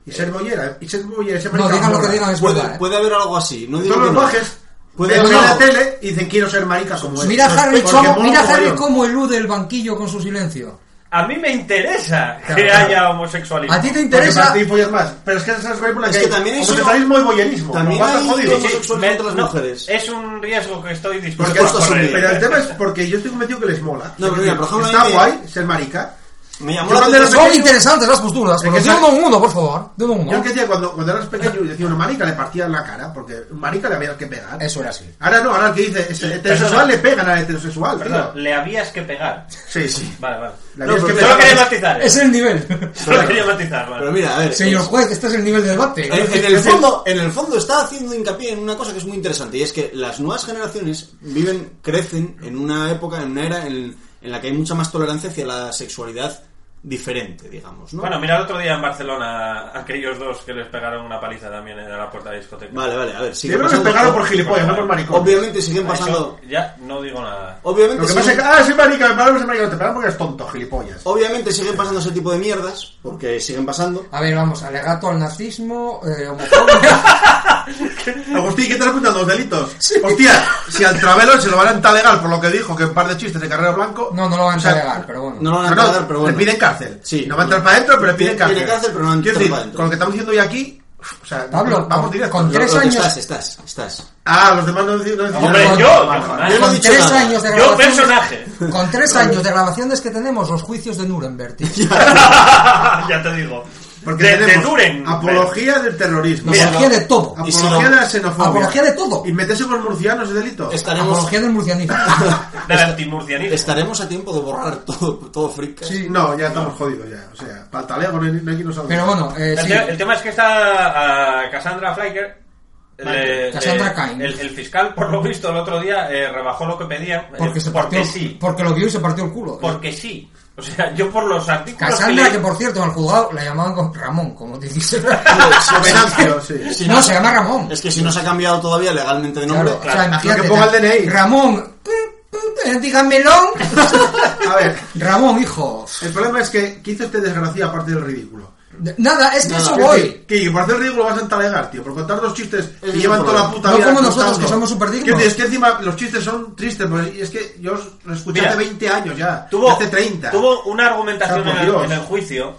Y ser bollera. Y ser bollera y ser No, marica digan lo que mola. digan, es verdad. Puede, ¿eh? puede haber algo así, no digo Todos que los no. bajes Puede ven haber en la algo. tele y dicen quiero ser marica como él. Pues Mira a Harry, Porque cómo, mola mira a Harry mogollón. cómo elude el banquillo con su silencio. A mí me interesa Claro, que claro. haya homosexualidad. ¿A ti te Porque para interesa? ti follas más. Pero es que esas películas Es que también hay homosexualismo y bollerismo. también Lo cual hay está jodido. homosexualismo. homosexuales Me- contra las no, mujeres. Es un riesgo que estoy dispuesto Porque a esto es un Pues correr. Pero el tema es porque yo estoy convencido que les mola. No, pero mira, por ejemplo, a está mí me- guay ser marica. Me llamó Yo la cuando era atención. Son interesantes las posturas, Es porque que de sa- uno en uno, por favor. De uno en Yo el uno. que decía cuando, cuando eras pequeño y decía una marica le partían la cara, porque un marica le había que pegar. Eso era así. Ahora no, ahora el que dice es Perdona. heterosexual le pegan al heterosexual, Perdón, tío. le habías que pegar. Sí, sí. Vale, vale. La No, vida es pero que Solo me- quería matizar. eh. Es el nivel. Solo quería matizar, vale. Pero mira, a ver. Señor es- juez, este es el nivel de debate. En, en el fondo, en el fondo está haciendo hincapié en una cosa que es muy interesante y es que las nuevas generaciones viven, crecen en una época, en una era en, en la que hay mucha más tolerancia hacia la sexualidad diferente, digamos, ¿no? Bueno, mira el otro día en Barcelona aquellos dos que les pegaron una paliza también en la puerta de la discoteca. Vale, vale, a ver. Yo sigue creo que les pasando- pegaron por gilipollas, no por maricón. Obviamente siguen Ah, pasando. Oh, eso Ya no digo nada. Obviamente Lo que siguen- pasa es que, ah, soy marica, me pararon, soy marica, no te pararon porque eres tonto, gilipollas. Obviamente siguen pasando ese tipo de mierdas, porque siguen pasando. A ver, vamos, alegato al nazismo, eh, homofobia. Agustín, ¿qué te apuntan los delitos? Hostia, si al Travelo se lo van a entalegar por lo que dijo, que un par de chistes de Carrero Blanco... No, no lo van a o sea, entregar, pero bueno. No lo van a No, no, entregar, pero bueno. Le piden cárcel. Sí. No va a entrar para adentro, pero le piden Tiene- cárcel. tiene cárcel, pero no va a Quiero entrar decir, para adentro. Con lo que estamos diciendo hoy aquí, o sea, Pablo, vamos con- directo. con ¿no? tres Lo que años. Estás, estás, estás. Ah, los demás no deciden... No deciden- Hombre, no, yo, no, no, no, no. yo no he con dicho tres nada. años de Yo grabaciones. personaje. Con tres años de grabaciones que tenemos, los juicios de Nuremberg, tío. ya te digo. Porque de, de tenemos Duren. apología del terrorismo. Mira, Apología de todo. Y si no- Apología de la xenofobia. Apología de todo. Y meterse con murcianos es delito. Estaremos, Apología del murcianismo. Del antimurcianismo. estaremos a tiempo de borrar todo, todo frica. Sí, no, ya estamos jodidos ya. O sea, pataleo con el no hay quien nos salga. Pero bueno, eh, El, sí. ah, te- el tema es que está a Cassandra Flyker eh, le- Cassandra le- Cain. el, el fiscal, por lo visto, el otro día eh, rebajó lo que pedía. eh, Porque, se porque partió, sí. porque lo vio y se partió el culo. Porque sí. O sea, yo por los artículos. Cassandra, que que le- por cierto, en el jugado la llamaban con Ramón, como te dice. Venancio, sí. Si no, se llama Ramón. Es que si no se ha cambiado todavía legalmente de nombre. Claro, o sea, imagínate, que ponga el DNI. Ramón, eh, dígamelo. A ver, Ramón, hijo. el problema es que, ¿qué hizo este desgraciado aparte del ridículo? Nada, es que eso Que voy. sí, Que por hacer el ridículo vas a entalegar, tío. Por contar dos chistes que es el llevan toda la problema. puta No vida. como nosotros, contando. que somos superdignos. Que, tío, es que encima los chistes son tristes. Pues, y es que yo os lo escuché Mira, hace 20 años ya. tuvo, Este hace 30. tuvo una argumentación O sea, por en, el, Dios. en el juicio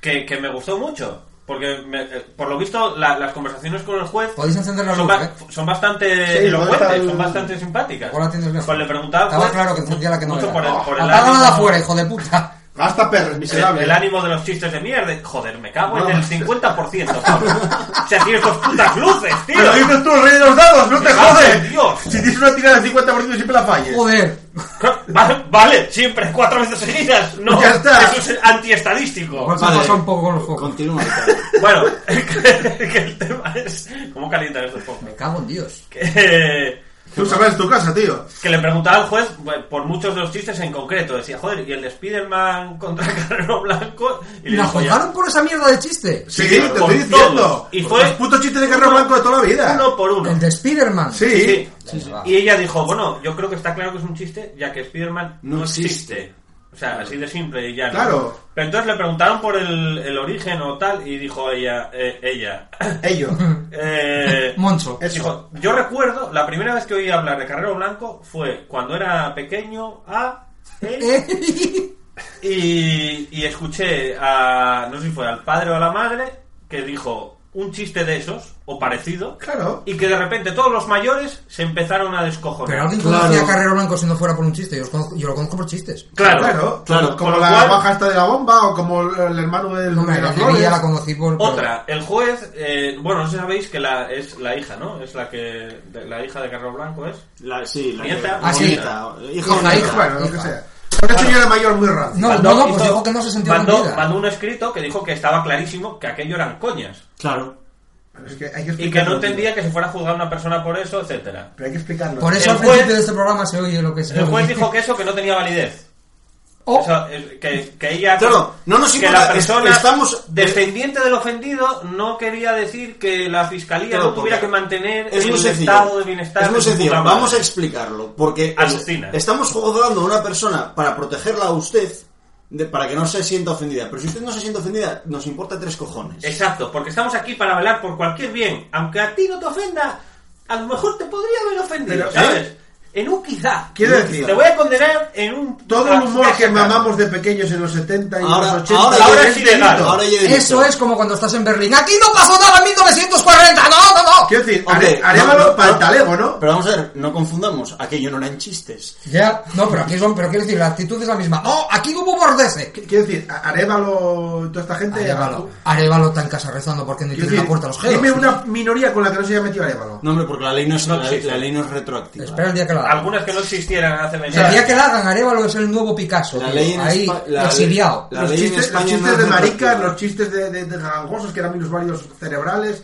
que, que me gustó mucho. Porque, me- eh, por lo visto, la- las conversaciones con el juez Podéis encender la son, luz, ba- ¿eh? son bastante Sí, lo que elocuentes, está el- son bastante simpáticas. Ahora tienes lejos. Pues le preguntaba al Estaba juez claro que encendía la que no mucho era. Ah, por el- por el Apaga la de ánimo- afuera, hijo de puta. Basta perros, el, miserable. el ánimo de los chistes de mierda. Joder, me cago en No. el 50%. Pablo. o sea, tienes dos putas luces, tío. Pero dices tú, el rey de los dados, no te Me cago en jodes. Dios. Si tienes una tirada del 50% siempre la falles. Joder. Vale, vale, siempre, cuatro veces seguidas. No, Ya está. eso es antiestadístico. Pues se pasa un poco con los juegos. Continúa. Ricardo. Bueno, que, que el tema es. ¿Cómo calientan estos pocos? Me cago en Dios. Que, Tú sabrás tu casa, tío. que le preguntaba al juez bueno, por muchos de los chistes en concreto. Decía, joder, y el de Spider-Man contra Carrero Blanco. Y le ¿La dijo, ya, juzgaron por esa mierda de chiste? Sí, claro, te con estoy diciendo. todos. Y fue- Los putos chistes de carro uno- blanco de toda la vida. uno por uno. El de Spiderman. Sí. Sí. Sí, sí. Y ella dijo, bueno, yo creo que está claro que es un chiste, ya que Spider-Man no, No existe. existe. O sea, así de simple y ya. ¿no? Claro. Pero entonces le preguntaron por el, el origen o tal, y dijo ella, eh, ella, Ellos. eh, Moncho. Eso. dijo, yo recuerdo, la primera vez que oí hablar de Carrero Blanco fue cuando era pequeño a... E, Eh, y, y escuché a, no sé si fue al padre o a la madre, que dijo un chiste de esos, o parecido, Claro. y que de repente todos los mayores se empezaron a descojonar. Pero alguien Claro. conocía a Carrero Blanco si no fuera por un chiste. Yo, los conozco- yo lo conozco por chistes. Claro, Claro, claro. como, como Con lo la cual- baja esta de la bomba o como el, el hermano del No me de la las flores. ya la conocí por... por- Otra, el juez, eh, bueno, no sé si sabéis que la, es la hija, ¿no? Es la que, de- la hija de Carlos Blanco es. La, sí, la Nieta. que- Ah, sí. bonita, Hija Hija, bonita. hija. Bueno, lo que Hija. sea. Una señora mayor muy rara. No, no, no, pues dijo que no se sentía mandó, ofendida. mandó un escrito que dijo que estaba clarísimo que aquello eran coñas. Claro. Pero es que hay que Y que explicarlo. no tío. entendía que se fuera a juzgar una persona por eso, etcétera. Pero hay que explicarlo. Por eso El al principio juez- de este programa se oye lo que se El juez oye. dijo que eso que no tenía validez. Oh, O sea, eh, que, que ella... Claro, no nos que importa, la persona es- estamos- descendiente del ofendido no quería decir que la fiscalía Claro, no tuviera que porque mantener es el muy sencillo. estado de bienestar. Es muy de su sencillo. puta madre. Vamos a explicarlo. Porque es- Alucina. estamos juzgando a una persona para protegerla a usted de- para que no se sienta ofendida. Pero si usted no se siente ofendida, nos importa tres cojones. Exacto, porque estamos aquí para velar por cualquier bien. Aunque a ti no te ofenda, a lo mejor te podría haber ofendido, Pero, ¿eh? ¿sabes? En un quizá. Quiero En un decir- quizá. Te voy a condenar en un... Todo el humor que casca. mamamos de pequeños en los 70 y Ahora- los 80 ahora- ahora es sí legal, delito. Ahora yo digo- Eso es como cuando estás en Berlín. ¡Aquí no pasó nada en 1940! ¡No, no, no! Quiero decir, Hombre, Are- no, Arevalo no, para el no. talego, ¿no? Pero vamos a ver, no confundamos. Aquello no eran chistes. Ya, no, pero aquí son... Pero quiero decir, la actitud es la misma. ¡No, aquí hubo bordece! Quiero decir, a- Arevalo, toda esta gente. Arevalo. Arevalo está en casa rezando porque no Quiero tiene la decir, puerta a los geos. dime una minoría con la que no se haya metido Arevalo. No, hombre, porque la ley no es, No la, existe. la ley no es retroactiva. Espera el día que la hagan. Algunas que no existieran hace menos. El día que la hagan, Arevalo es el nuevo Picasso. La tío. ley en Ahí, Espa- la- exiliado. la- los, ley en chistes, los España chistes no es de retroactiva. maricas, los chistes de, de, de gangosos que eran minusválidos cerebrales,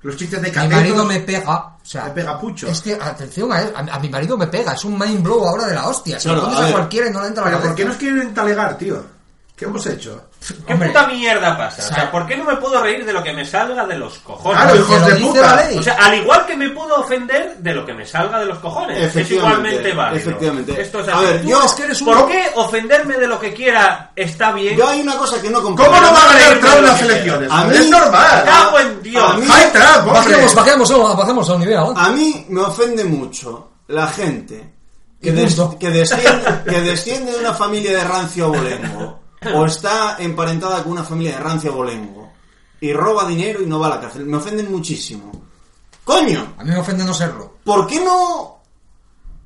los chistes de Mi catetos. marido me pega. O sea, Me pega pucho. Es que, atención a él, a, a mi marido me pega. Es un mind blow ahora de la hostia. Si Claro, lo pones a a, ver. cualquiera y no le entra la Pero ¿por qué nos cabeza. quieren talegar, tío? ¿Qué hemos hecho? ¿Qué Hombre. puta mierda pasa? O Sabe. sea, ¿por qué no me puedo reír de lo que me salga de los cojones? Claro, Porque hijos lo de dice puta. la ley. O sea, al igual que me puedo ofender de lo que me salga de los cojones. Es Efectivamente, igualmente válido. efectivamente. Esto es A así. ver, Tú, yo- es que eres un- ¿Por qué ofenderme de lo que quiera está bien? Yo hay una cosa que no comprendo. ¿Cómo no va a ganar Pero Trump no las quiero. elecciones? A mí- pues, es normal. Ah, ¡Cago en Dios! A mí- ¡Ay, Trump, hombre! Bajemos, bajemos, oh, bajemos a un nivel. ¿no? A mí me ofende mucho la gente que, Y des- punto. que, desciende, que desciende de una familia de rancio abolengo o está emparentada con una familia de rancio abolengo y roba dinero y no va a la cárcel. Me ofenden muchísimo. Coño, A mí me ofende no serlo. ¿por qué no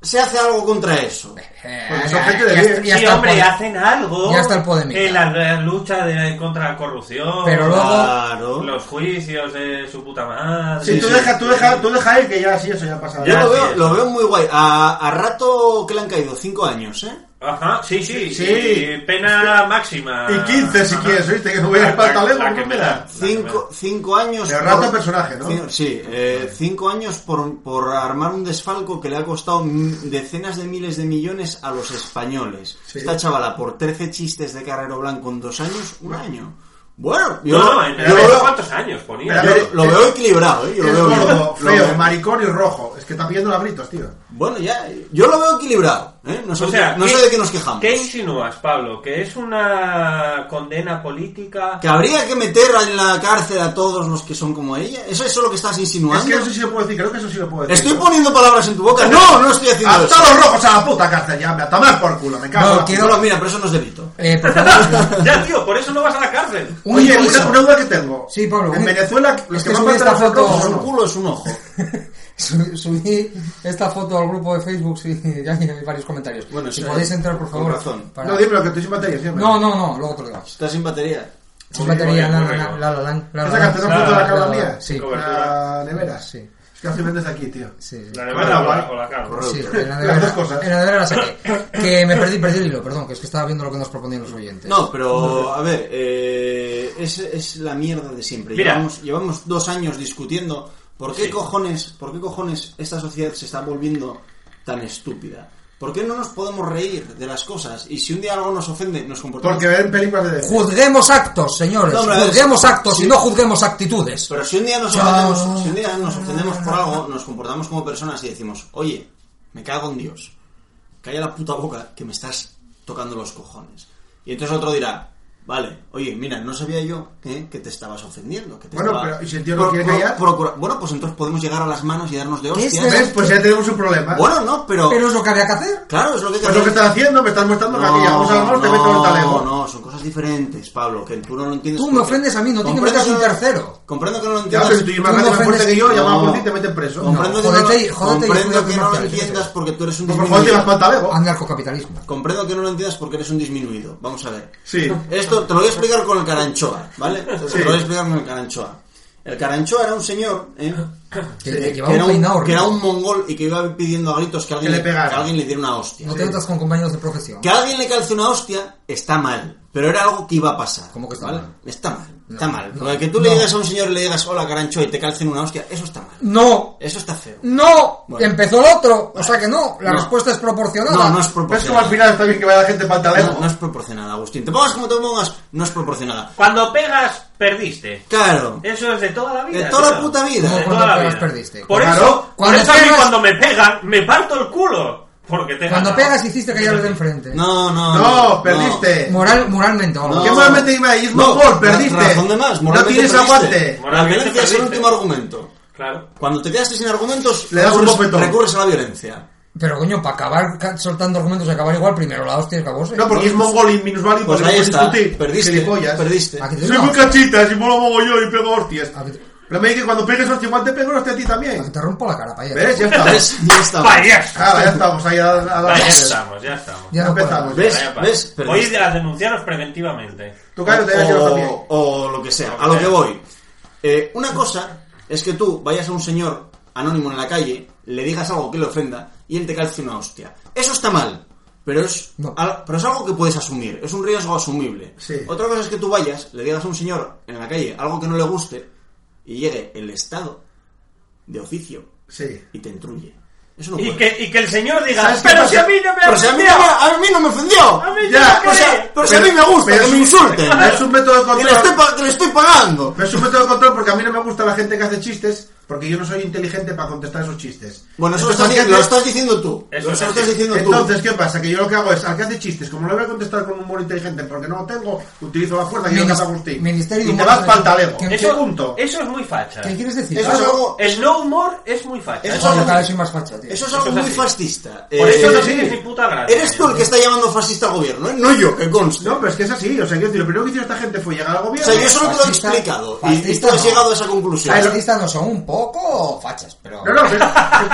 se hace algo contra eso? Eh, Porque Pues son gente de ya bien. está- ya Sí, está el hombre, poder. hacen algo Ya está el polémica. en la re- lucha de, contra la corrupción, Pero luego- Claro. los juicios de su puta madre. Sí, tú sí, deja, tú deja, tú deja ahí que ya sí, eso ya pasa. Yo lo Así veo, es. lo veo muy guay. A, a rato que le han caído 5 años, ¿eh? Ajá, sí, sí, Sí. y pena máxima. Y 15 si Ajá. quieres, oíste, que no voy a ir para el La- talego, la no que me me da. da. la que me da. Cinco, cinco años. Pero rato personaje, ¿no? cin- sí, eh, cinco años por, por armar un desfalco que le ha costado m- decenas de miles de millones a los españoles. Sí. Esta chavala por 13 chistes de Carrero Blanco en dos años, un año. Bueno, yo, no, no, lo- en yo realidad, lo, veo- ¿cuántos años ponía? Pero- yo lo veo equilibrado, ¿eh? Yo lo Es veo bien. gordo, Lo feo, veo- maricón y rojo. Es que está pidiendo labritos, tío. Bueno, ya, yo lo veo equilibrado, ¿eh? No sé, O sea, no ¿qué- sé de qué nos quejamos. ¿Qué insinúas, Pablo? ¿Que es una condena política? Que habría que meter en la cárcel a todos los que son como ella. ¿Es eso lo que estás insinuando? Es que eso sí lo puedo decir, creo que eso sí lo puedo decir. Estoy ¿no? poniendo palabras en tu boca. No, Ah, no estoy haciendo ¡Hasta eso. los rojos a la puta cárcel! Ya, me a tomar por culo, me cago. en No, la quiero- No, no, mira, pero eso no es delito. Eh, por favor, ya, tío, por eso no vas a la cárcel. puta. Oye, impulso. una, una duda que tengo. Sí, Pablo, En un- Venezuela, los es que que más subí matan esta a los foto- rojos son Un los culos. culo es un ojo. Su- subí esta foto al grupo de Facebook, sí, ya hay varios comentarios. Bueno, si sí, podéis entrar, por con favor. razón. para- No, dime lo que estoy sin batería siempre. no, no, no, luego te lo digo. Está sin batería. Sin Muy batería, bien, la, muy la, la, bien. la, la, la, la, ¿Esa canción la- foto de la la- cara la- mía? Sí, Como- La nevera. Sí. Es que así vendes aquí, tío. sí, sí. La nevera o la, o la cárcel. Sí, Correcto. en la Las nevera, dos cosas. en la nevera la saqué. Que me perdí, perdí el hilo, perdón, que es que estaba viendo lo que nos proponían los oyentes. No, pero a ver, eh, es, es la mierda de siempre. Mira. Llevamos, llevamos dos años discutiendo por qué Sí. cojones, por qué cojones esta sociedad se está volviendo tan estúpida. ¿Por qué no nos podemos reír de las cosas? Y si un día algo nos ofende, nos comportamos. Porque ven películas de DC. Juzguemos actos, señores. No, hombre, a ver, juzguemos sí. actos Sí. y no juzguemos actitudes. Pero si un día nos Chao. ofendemos, si un día nos ofendemos por algo, nos comportamos como personas y decimos, oye, me cago en Dios, calla la puta boca que me estás tocando los cojones. Y entonces otro dirá, vale, oye, mira, no sabía yo eh, que te estabas ofendiendo. Que te Bueno, estaba- pero ¿y si el tío no quiere callar? procura- Bueno, pues entonces podemos llegar a las manos y darnos de ¿Qué es hostias. de- ¿Ves? Pues ya tenemos un problema. Bueno, no, pero... Pero es lo que había que hacer. Claro, es lo que... Pues lo que estás haciendo, me estás mostrando que aquí llegamos al amor, te meto en el talego. No, no, son cosas diferentes, Pablo, que tú no lo entiendes. Tú me porque- ofendes a mí, no tiene que Comprendo meterse un no- tercero. Comprendo que no lo Ya, entiendas. pero si tú llevas Tú la me más fuerte que ofendes- yo, llamaba por No. ti y te meten preso. No, Comprendo, que, jódete y- no, jódete y comprendo estudia que no lo comercial, entiendas fíjate. porque tú eres un Pues por favor, te vas disminuido. para el talego. Ah, Anarcocapitalismo. Comprendo que no lo entiendas porque eres un disminuido. Vamos a ver. Sí. Esto te lo voy a explicar con el caranchoa, ¿vale? Te Sí. lo voy a explicar con el caranchoa. El caranchoa era un señor, ¿eh? Que Eh, llevaba un era peinado que era un horrible. mongol y que iba pidiendo a gritos que alguien, Que le pegara. que alguien le diera una hostia. No te metas con compañeros de profesión. Que a alguien le calce una hostia está mal, pero era algo que iba a pasar. ¿Cómo que está mal? Está mal, está mal. no, Porque que tú le no. digas a un señor y le digas hola caranchoa y te calcen una hostia, eso está mal. No, Eso está feo. no, Bueno. empezó el otro. O sea que no, la No. respuesta es proporcionada. No, no es ¿Ves como Pues al proporcional. final está bien que vaya la gente para el talego? No, no es proporcionada, Agustín. Te pongas como te pongas, no es proporcionada. Cuando pegas, perdiste. Claro. Eso es de toda la vida. De toda la tío. puta De vida. Como cuando toda la pegas, vida. perdiste. Por Claro. eso, por Cuando eso a mí pegas- cuando me pegan, me parto el culo. Porque te he Cuando ganado. pegas hiciste callar al de enfrente. No, no. No, perdiste. Moral, moralmente, vamos. No. ¿Qué moralmente iba ahí? Es No, gol, ra- perdiste. razón de más, No moralmente tienes perdiste. aguante. La Moralmente violencia es el perdiste. último argumento. Claro. Cuando te quedaste sin argumentos, Le das un recurres- bofetón. recurres a la violencia. Pero coño, para acabar ca- soltando argumentos y acabar igual, primero la hostia y acabóse. No, porque es mongol y minusválido Pues porque ahí no puedes está. discutir. Perdiste. Gilipollas. Perdiste. ¿A que te doy Soy una muy hostia? cachita, si molo mogo yo y pego hostias. A que te- Pero me dice que cuando pegues hostias igual te pego una hostia a ti a que también. te rompo la cara, paya. ¿Ves? Ya estamos. ¿Ves? Ya está. Vaya, ya está. Ahora Ah, ya estamos ahí a, a Vaya, ya las estamos, ya estamos. Ya Ya no puedo. empezamos. ¿Ves? Vaya, pa- ¿Ves? Perdiste. Hoy de las denunciaros preventivamente. Tú cállate, ya llevas también. o, o lo que sea, a lo que voy. Eh, una cosa es que tú vayas a un señor anónimo en la calle, le digas algo que le ofenda y él te calce una hostia. Eso está mal, pero es, No. al- pero es algo que puedes asumir, es un riesgo asumible. Sí. Otra cosa es que tú vayas, le digas a un señor en la calle algo que no le guste y llegue el Estado de oficio Sí. y te entruye. Eso no pues. Y puede. que, y que el señor diga, ¿Sabes qué pero pasa? si a mí no me Pero si a mí, no me- a mí no me ofendió. A mí no Ya, me O sea, cree. pero si a mí me gusta pero que es me un- insulten. Es un método de Que le estoy, control. pa- que le estoy pagando. Pero es un método de control porque a mí no me gusta la gente que hace chistes porque yo no soy inteligente para contestar esos chistes. Bueno, eso lo Entonces, estás, al que di- lo hace- estás diciendo tú. Eso Eso lo es estás así. diciendo tú. Entonces, ¿qué pasa? Que yo lo que hago es, al que hace chistes, como lo voy a contestar con humor inteligente porque no lo tengo, utilizo la fuerza que yo Minis- me Agustín. Ministerio de y te Humor- vas para el talego. ¿Qué- Ese punto. eso es muy facha. ¿Qué quieres decir? eso es eh, algo, El no humor es muy facha. Eso Joder, es algo- cada vez soy más facha, tío. eso es algo eso es muy así. fascista. Por Eh, eso no sí. tienes ni puta gracia. Eres tú el que está llamando fascista al gobierno, ¿eh? no yo, que conste. No, pero es que es así. O sea, quiero decir, lo primero que hizo esta gente fue llegar al o gobierno. sea, yo solo te lo he Fascista- explicado. Y- Y, fascista tú has no. llegado a esa conclusión. Ah, Fascistas no son un poco fachas, pero... No, no, pero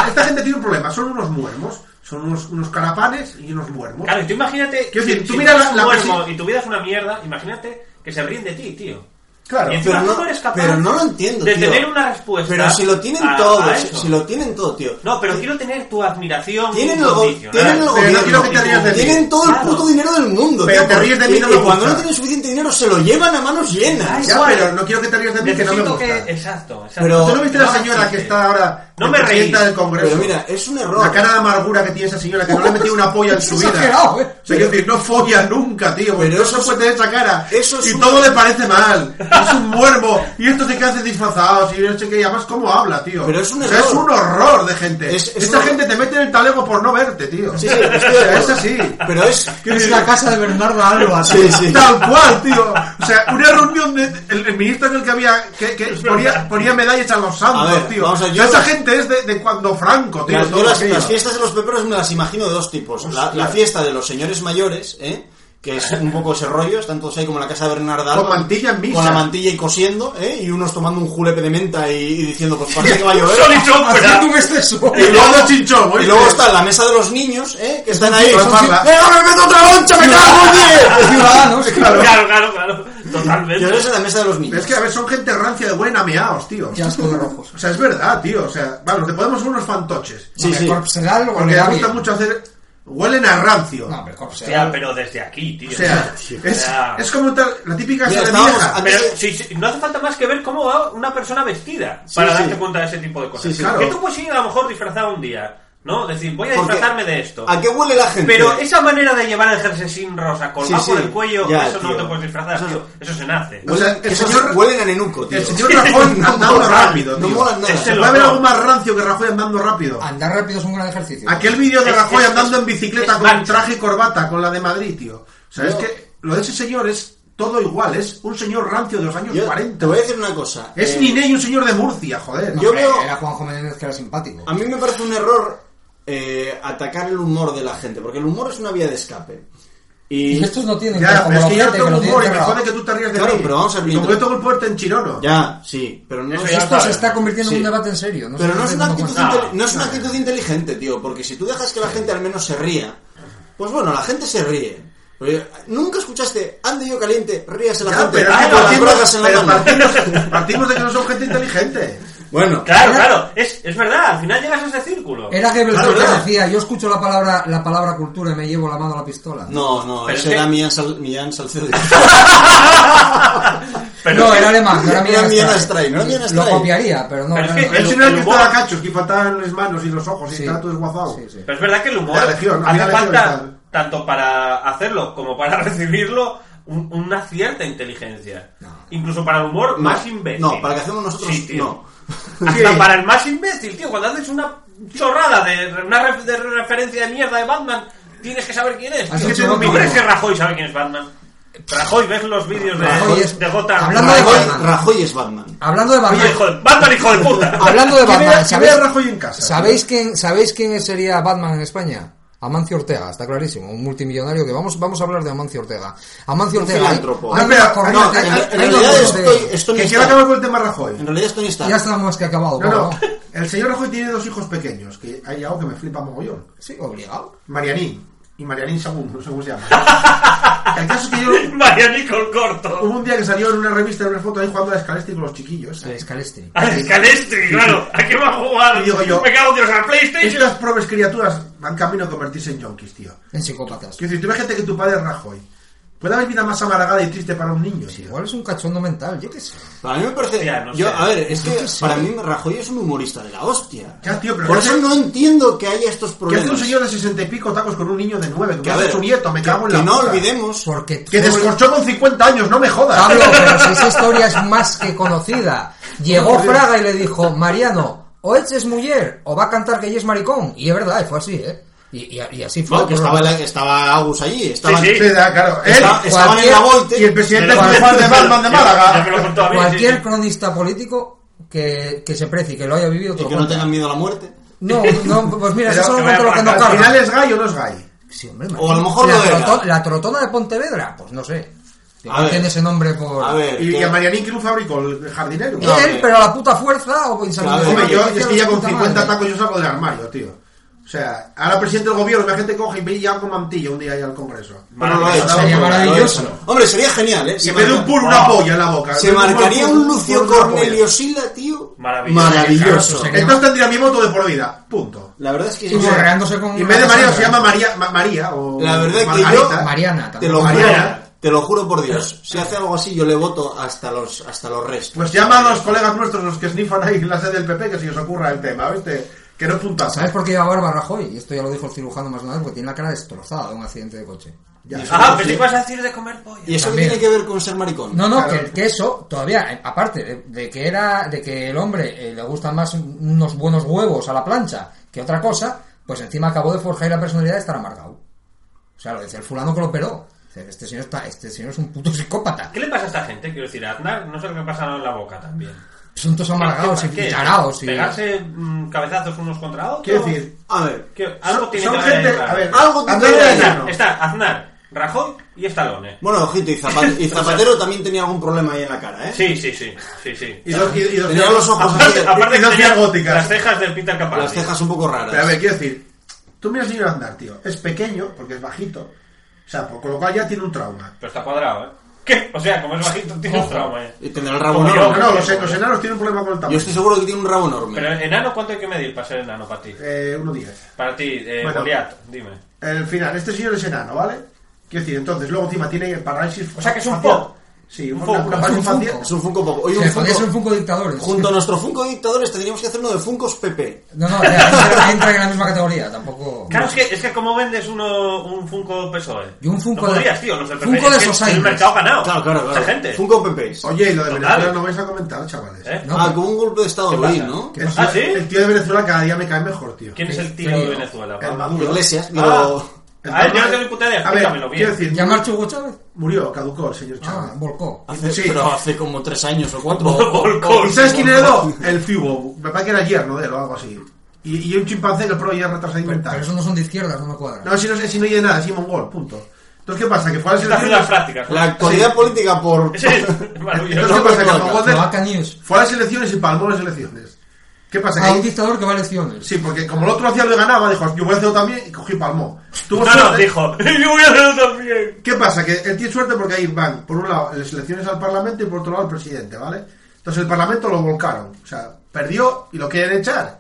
esta gente tiene un problema, son unos muermos. son unos, unos carapanes y unos muermos. Claro, y tú imagínate. Quiero decir, tú tú mira eres la- la un muermo presi- y tu vida es una mierda, imagínate que se ríen de ti, tío. Claro, y encima pero tú no- no eres capaz pero no lo entiendo, de tío. tener una respuesta. Pero si lo tienen a- todo, a si, eso. si lo tienen todo, tío. No, pero quiero tener tu admiración. Tienen tu el, go- condicional. tienen el Pero no gobierno, quiero que te rías de mí. tienen todo el Claro. puto dinero del mundo. Pero tío, te ríes de mí, y- no y me cuando gusta. no tienen suficiente dinero se lo llevan a manos llenas. Ya, igual. pero no quiero que te rías de mí, que no me Necesito gusta. que. Exacto, exacto. Pero- ¿Tú no viste a la me señora que existe. está ahora No de me reí. presidenta del Congreso? Pero mira, es un error. La cara de amargura que tiene esa señora que no le ha metido una polla en su vida. Exagerado, ¿eh? O sea, quiero decir, no folla nunca, tío. Pero eso Pero eso es- puede tener esa cara. eso es y un- todo le parece mal. Es un muermo. Y esto se quedan disfrazados. Y no sé qué. Y además, ¿cómo habla, tío? Pero es un O sea, error. es un horror de gente. Es- es Esta un- gente te mete en el talego por no verte, tío. Sí, sí, estoy de O sea, es acuerdo. así. Pero es. Quiero Es decir, la casa de Bernarda Alba. Sí, sí. Tal cual, tío. O sea, una reunión de. El, el ministro en el que había. que, que ponía, ponía medallas a los santos, A ver, tío. vamos a- O sea, yo- esa gente es de, de cuando Franco, tío. Las, yo todo las- aquello. las fiestas de los peperos me las imagino de dos tipos. La, la fiesta de los señores mayores, ¿eh? que es un poco ese rollo, están todos ahí como en la casa de Bernarda. Con Alba, mantilla en misa. Con la mantilla y cosiendo, ¿eh? y unos tomando un julepe de menta y, y diciendo, pues parece que va a llover. Sol y sombra. Haciendo un exceso. Y luego chinchón, Y luego está la mesa de los niños, ¿eh? que están ahí. sí, con- son- ¡Eh, ahora me meto otra loncha, me cago en diez! Ciudadanos, claro. Claro, claro, claro. Totalmente. Yo no sé la mesa de los niños. Es que, a ver, son gente rancia de buena meados, tío. Ya asco de rojos. O sea, es verdad, tío. O sea, vale, los que podemos son unos fantoches. Sí, sí. Corpseral o Porque les gusta algo. mucho hacer. Huelen a rancio. No, pero Hostia, corpseral. pero desde aquí, tío. o sea, es, Ya. es como tal- la típica Mira, esa de estábamos vieja. antes- Pero sí, sí, no hace falta más que ver cómo va una persona vestida para sí. darte cuenta de ese tipo de cosas. Sí, sí. Claro. Que tú puedes ir a lo mejor disfrazado un día, ¿no? Decir, voy a Porque- disfrazarme de esto. ¿A qué huele la gente? Pero esa manera de llevar el jersey sin rosa colgado Sí, sí. por el cuello, Ya, eso tío. no te puedes disfrazar, Eso- Pues tío. Eso se nace. O sea, el Esos señor- huelen a nenuco, tío. El señor Rajoy No andando mola, rápido, no tío. mola nada. Ah, Es ¿Se el puede haber horror. algo más rancio que Rajoy andando rápido? Andar rápido es un gran ejercicio. Aquel vídeo de Es- Rajoy es- andando es- en bicicleta es con marcha. traje y corbata, con la de Madrid, tío. O sea, es que lo de ese señor es todo igual. Es un señor rancio de los años Yo 40. te voy a decir una cosa. Es eh, Niney un señor de Murcia, joder. Yo Hombre, veo- Era Juan Jiménez que era simpático. A mí me parece un error eh, atacar el humor de la gente, porque el humor es una vía de escape. Y, Y estos no tienen Ya, como pero es que la yo gente tengo lo tiene humor y me cerrado. jode que tú te rías de Claro, mí. pero vamos a ver, Y Como mientras- yo tengo el puerto en Chirono. Ya, sí, pero no Eso es... ya Esto se sabes. está convirtiendo en Sí. un debate en serio. No Pero se no es, está una tomando actitud cuenta. inte- no es una actitud inteligente, tío, porque si tú dejas que la gente al menos se ría, pues bueno, la gente se ríe. Porque Nunca escuchaste, ande yo caliente, ríase la Ya, gente, pero es que ah, con las bragas partimos, en la pero mano. partimos- partimos de que no son gente inteligente. Bueno, Claro, claro. Es, es verdad, al final llegas a ese círculo. Era Goebbels Claro, el que claro. decía, yo escucho la palabra, la palabra cultura y me llevo la mano a la pistola. no, no, Pero ese es que- era Millán, Sal- Millán Salcedo. Pero No, es que- era alemán, no era Era Mian Mian Astray. Astray, no era Mian Lo Astray. copiaría, pero no. Pero es no, que no. El El- señor el que humor- estaba cachos, que faltaban las manos y los ojos y Sí. estaba todo desguazado. Sí, sí. Pero es verdad que el humor La legión, a mí hace la legión falta, está- tanto para hacerlo como para recibirlo, un- una cierta inteligencia. Incluso para el humor más imbécil. No, para que hacemos nosotros, Sí, tío. no. Hasta Sí. para el más imbécil, tío. Cuando haces una chorrada de una ref- de referencia de mierda de Batman, tienes que saber quién es. Has tío. hecho ¿Tú un crees código. que Rajoy sabe quién es Batman? Rajoy, ves los vídeos de, Rajoy es- de Gotham. Hablando de Rajoy, Batman. Rajoy es Batman. Hablando de Oye, Batman. hijo de- Batman, hijo de puta. Hablando de ¿Quién era- Batman, quién era ¿sabéis, Rajoy en casa? ¿sabéis, quién, ¿sabéis quién sería Batman en España? Amancio Ortega, está clarísimo, un multimillonario que vamos, vamos a hablar de Amancio Ortega. Amancio Un Ortega. filántropo. hay- hay No, pero- una corriente- no, en- hay- en hay realidad dos modos estoy- de- estoy- Que quiero acabar con el tema Rajoy. En realidad esto ni está. Ya estamos que acabado. No, no. bueno. El señor Rajoy tiene dos hijos pequeños, que hay algo que me flipa mogollón. Sí, obligado. Marianín y Marianín II, no sé cómo se llama. El caso es que yo María Nicole Corto. hubo un día que salió en una revista en una foto ahí jugando a Scalestri con los chiquillos. El Scalestri. Ah. Al Scalestri, claro. ¿A qué va a jugar? Y digo yo, Me cago en Dios, al PlayStation. Estas pobres criaturas van camino a convertirse en yonkis, tío. En psicópatas. Quiero decir, tú imagínate que tu padre es Rajoy. ¿Puede haber vida más amargada y triste para un niño? tío? Igual es un cachondo mental, yo qué sé. Para mí me parece. Ya, no yo, sé. a ver, es que Yo qué sé. para mí Rajoy es un humorista de la hostia. Ya, tío, pero Por ¿qué eso hace- no entiendo que haya estos ¿Qué problemas. hace un señor de sesenta y pico tacos con un niño de nueve? Que, Que a hace ver, su nieto, me que- cago en la Que no puta. olvidemos. Porque Que todo el- descorchó con 50 años, no me jodas. Pablo, pero si esa historia es más que conocida. Llegó Fraga y le dijo, Mariano, o eches mujer, o va a cantar que ella es maricón. Y es verdad, y fue así, ¿eh? Y, y- y así fue. Bueno, que estaba, la- estaba Agus allí. Estaban, Sí, Sí, da, claro. Él esta- estaban en la Volte. y el presidente Pero- municipal Este de Batman Ya de me lo Málaga. contó a mí, sí, Cualquier sí. cronista político que, que se precie, que lo haya vivido, te Y lo que no cuenta. tengan miedo a la muerte. no, no, pues mira, Pero- eso solo que vaya cuento lo que no para Al final carga. es gay o no es gay. Sí, hombre, O a lo mejor la, lo era. troto- la trotona de Pontevedra, pues no sé. A Igual ver. tiene ese nombre por... A ver. Y, y que- a Marianín que era un fabricó, el jardinero. No, Él, hombre. pero a la puta fuerza o con Claro, Hombre, insatisfacción. yo, es que ya con Puta 50 madre. tacos yo salgo del armario, tío. O sea, ahora presidente del gobierno, la gente coge y ve ya con mantilla un día ahí al Congreso. Pero lo ha hecho. Sería Lo ha hecho. maravilloso. Hombre, sería genial, ¿eh? Y Se en vez de un marca- puro, una polla en la boca. Se En vez de marcaría puro, un Lucio puro, una polla. Cornelio Sila, tío. Maravilloso. Maravilloso. Claro, Entonces tendría mi voto de por vida. Punto. La verdad es que Y borreándose con. Y en vez de una María se sangre. llama María, Ma- María o La verdad que Margarita. yo- Mariana. te también. lo juro, Mariana. te lo juro por Dios. Si hace algo así, yo le voto hasta los, hasta los restos. Pues llama a los colegas nuestros, los que snifan ahí en la sede del PP, que si os ocurra el tema, ¿viste? Que no puntas. ¿Sabes por qué lleva barba Rajoy? Y esto ya lo dijo el cirujano más de una vez, porque tiene la cara destrozada de un accidente de coche. Ah, pensé que ibas a decir de comer polla. ¿Y eso qué También. tiene que ver con ser maricón? No, no, Claro. que, que eso todavía, eh, aparte de, de que era, de que el hombre eh, le gustan más un- unos buenos huevos a la plancha que otra cosa, pues encima acabó de forjar la personalidad de estar amargado. O sea, lo decía el fulano que lo operó. Dice, Este señor está, este señor es un puto psicópata. ¿Qué le pasa a esta gente? Quiero decir, a Aznar no sé lo que pasa en la boca también. Son todos amargados y ¿Qué? picharados y ¿Pegarse mm, cabezazos unos contra otros? Quiero decir, A ver, ¿Qué? Algo son- tiene son que haber ahí gente- raro. a ver, Algo tiene Andrés que haber Galeano. Está, está Aznar, Rajoy y Estalone. Bueno, ojito, y, Zapa- y Zapatero también tenía algún problema ahí en la cara, ¿eh? Sí, sí, sí. sí, sí. Y dos, y, y dos- Tenía los ojos así, Aparte, aparte y dos que tenía góticas. las cejas del Peter Capaldi. las cejas un poco raras. Pero a ver, quiero decir, tú miras señor Andar, tío. Es pequeño, porque es bajito. O sea, por- con lo cual ya tiene un trauma. Pero está cuadrado, ¿eh? ¿Qué? O sea, como es bajito, tiene un trauma, ¿eh? Y tendrá el rabo Como yo. No, enorme. no, los, los enanos tienen un problema con el Yo tamaño. estoy seguro que tiene un rabo enorme. Pero enano, ¿cuánto hay que medir para ser enano para ti? Eh, uno diez. Para ti, eh, Bueno. Goliat, dime. El final, este señor es enano, ¿vale? Quiero decir, entonces, luego encima tiene parálisis. O sea, que es un facial. pop. Sí, Un un Funko, una es un parálisis Funko. facial. Es un Funko Pop. Oye, Se un le podía ser Funko... un Funko dictadores. Junto a nuestro Funko de dictadores tendríamos que hacerlo de Funkos PP. No, no, ya, entra, entra en la misma categoría, tampoco. Claro, es que, es que como vendes uno, un Funko PSOE. Y un Funko E? no de- podrías, tío, los del PP. Funko de Es que esos El años. mercado ganado. Claro, claro, claro. Esa gente. Funko PP. Oye, y lo de Total. Venezuela no vais a comentar, chavales. ¿Eh? No, ah, pero- como un golpe de estado ¿Qué Luis, pasa? ¿no? El, ¿Ah, tío- sí? el tío de Venezuela cada día me cae mejor, tío. ¿Quién es el tío Sí, de no. Venezuela? El Pablo? Maduro. Iglesias, Ah. pero... El Ah, yo no Maduro- tengo ni puta idea, A ver, explícamelo bien. quiero decir, ¿Llamar Chugo Chávez? murió, caducó el señor Chávez. Ah, volcó. Hace, Sí. Pero hace como tres años o cuatro. Volcó. ¿Y sabes quién heredó? El Fibo. Me parece que era yerno de él o algo así. Y, y un chimpancé que el pro ya retrasado Pero mental. esos no son de izquierdas, no me cuadra. No, si no, si no oye nada, si mongol, punto. Entonces, ¿qué pasa? Que fue a las Está haciendo las elecciones. prácticas. ¿no? La actualidad política por... Ese es Entonces, maravilloso. ¿qué pasa? Que No, Mongol de- Vaca News. fue a las elecciones y palmó las elecciones. ¿Qué pasa? Que A un Pues, ahí- dictador que va a elecciones. Sí, porque como el otro hacía lo y ganaba, dijo, yo voy a hacerlo también y cogí y palmó. No, Tuvo no, suerte- dijo. Yo voy a hacerlo también. ¿Qué pasa? Que él tiene suerte porque ahí van, por un lado, las elecciones al Parlamento y por otro lado al presidente, ¿vale? Entonces el Parlamento lo volcaron. O sea, perdió y lo quieren echar.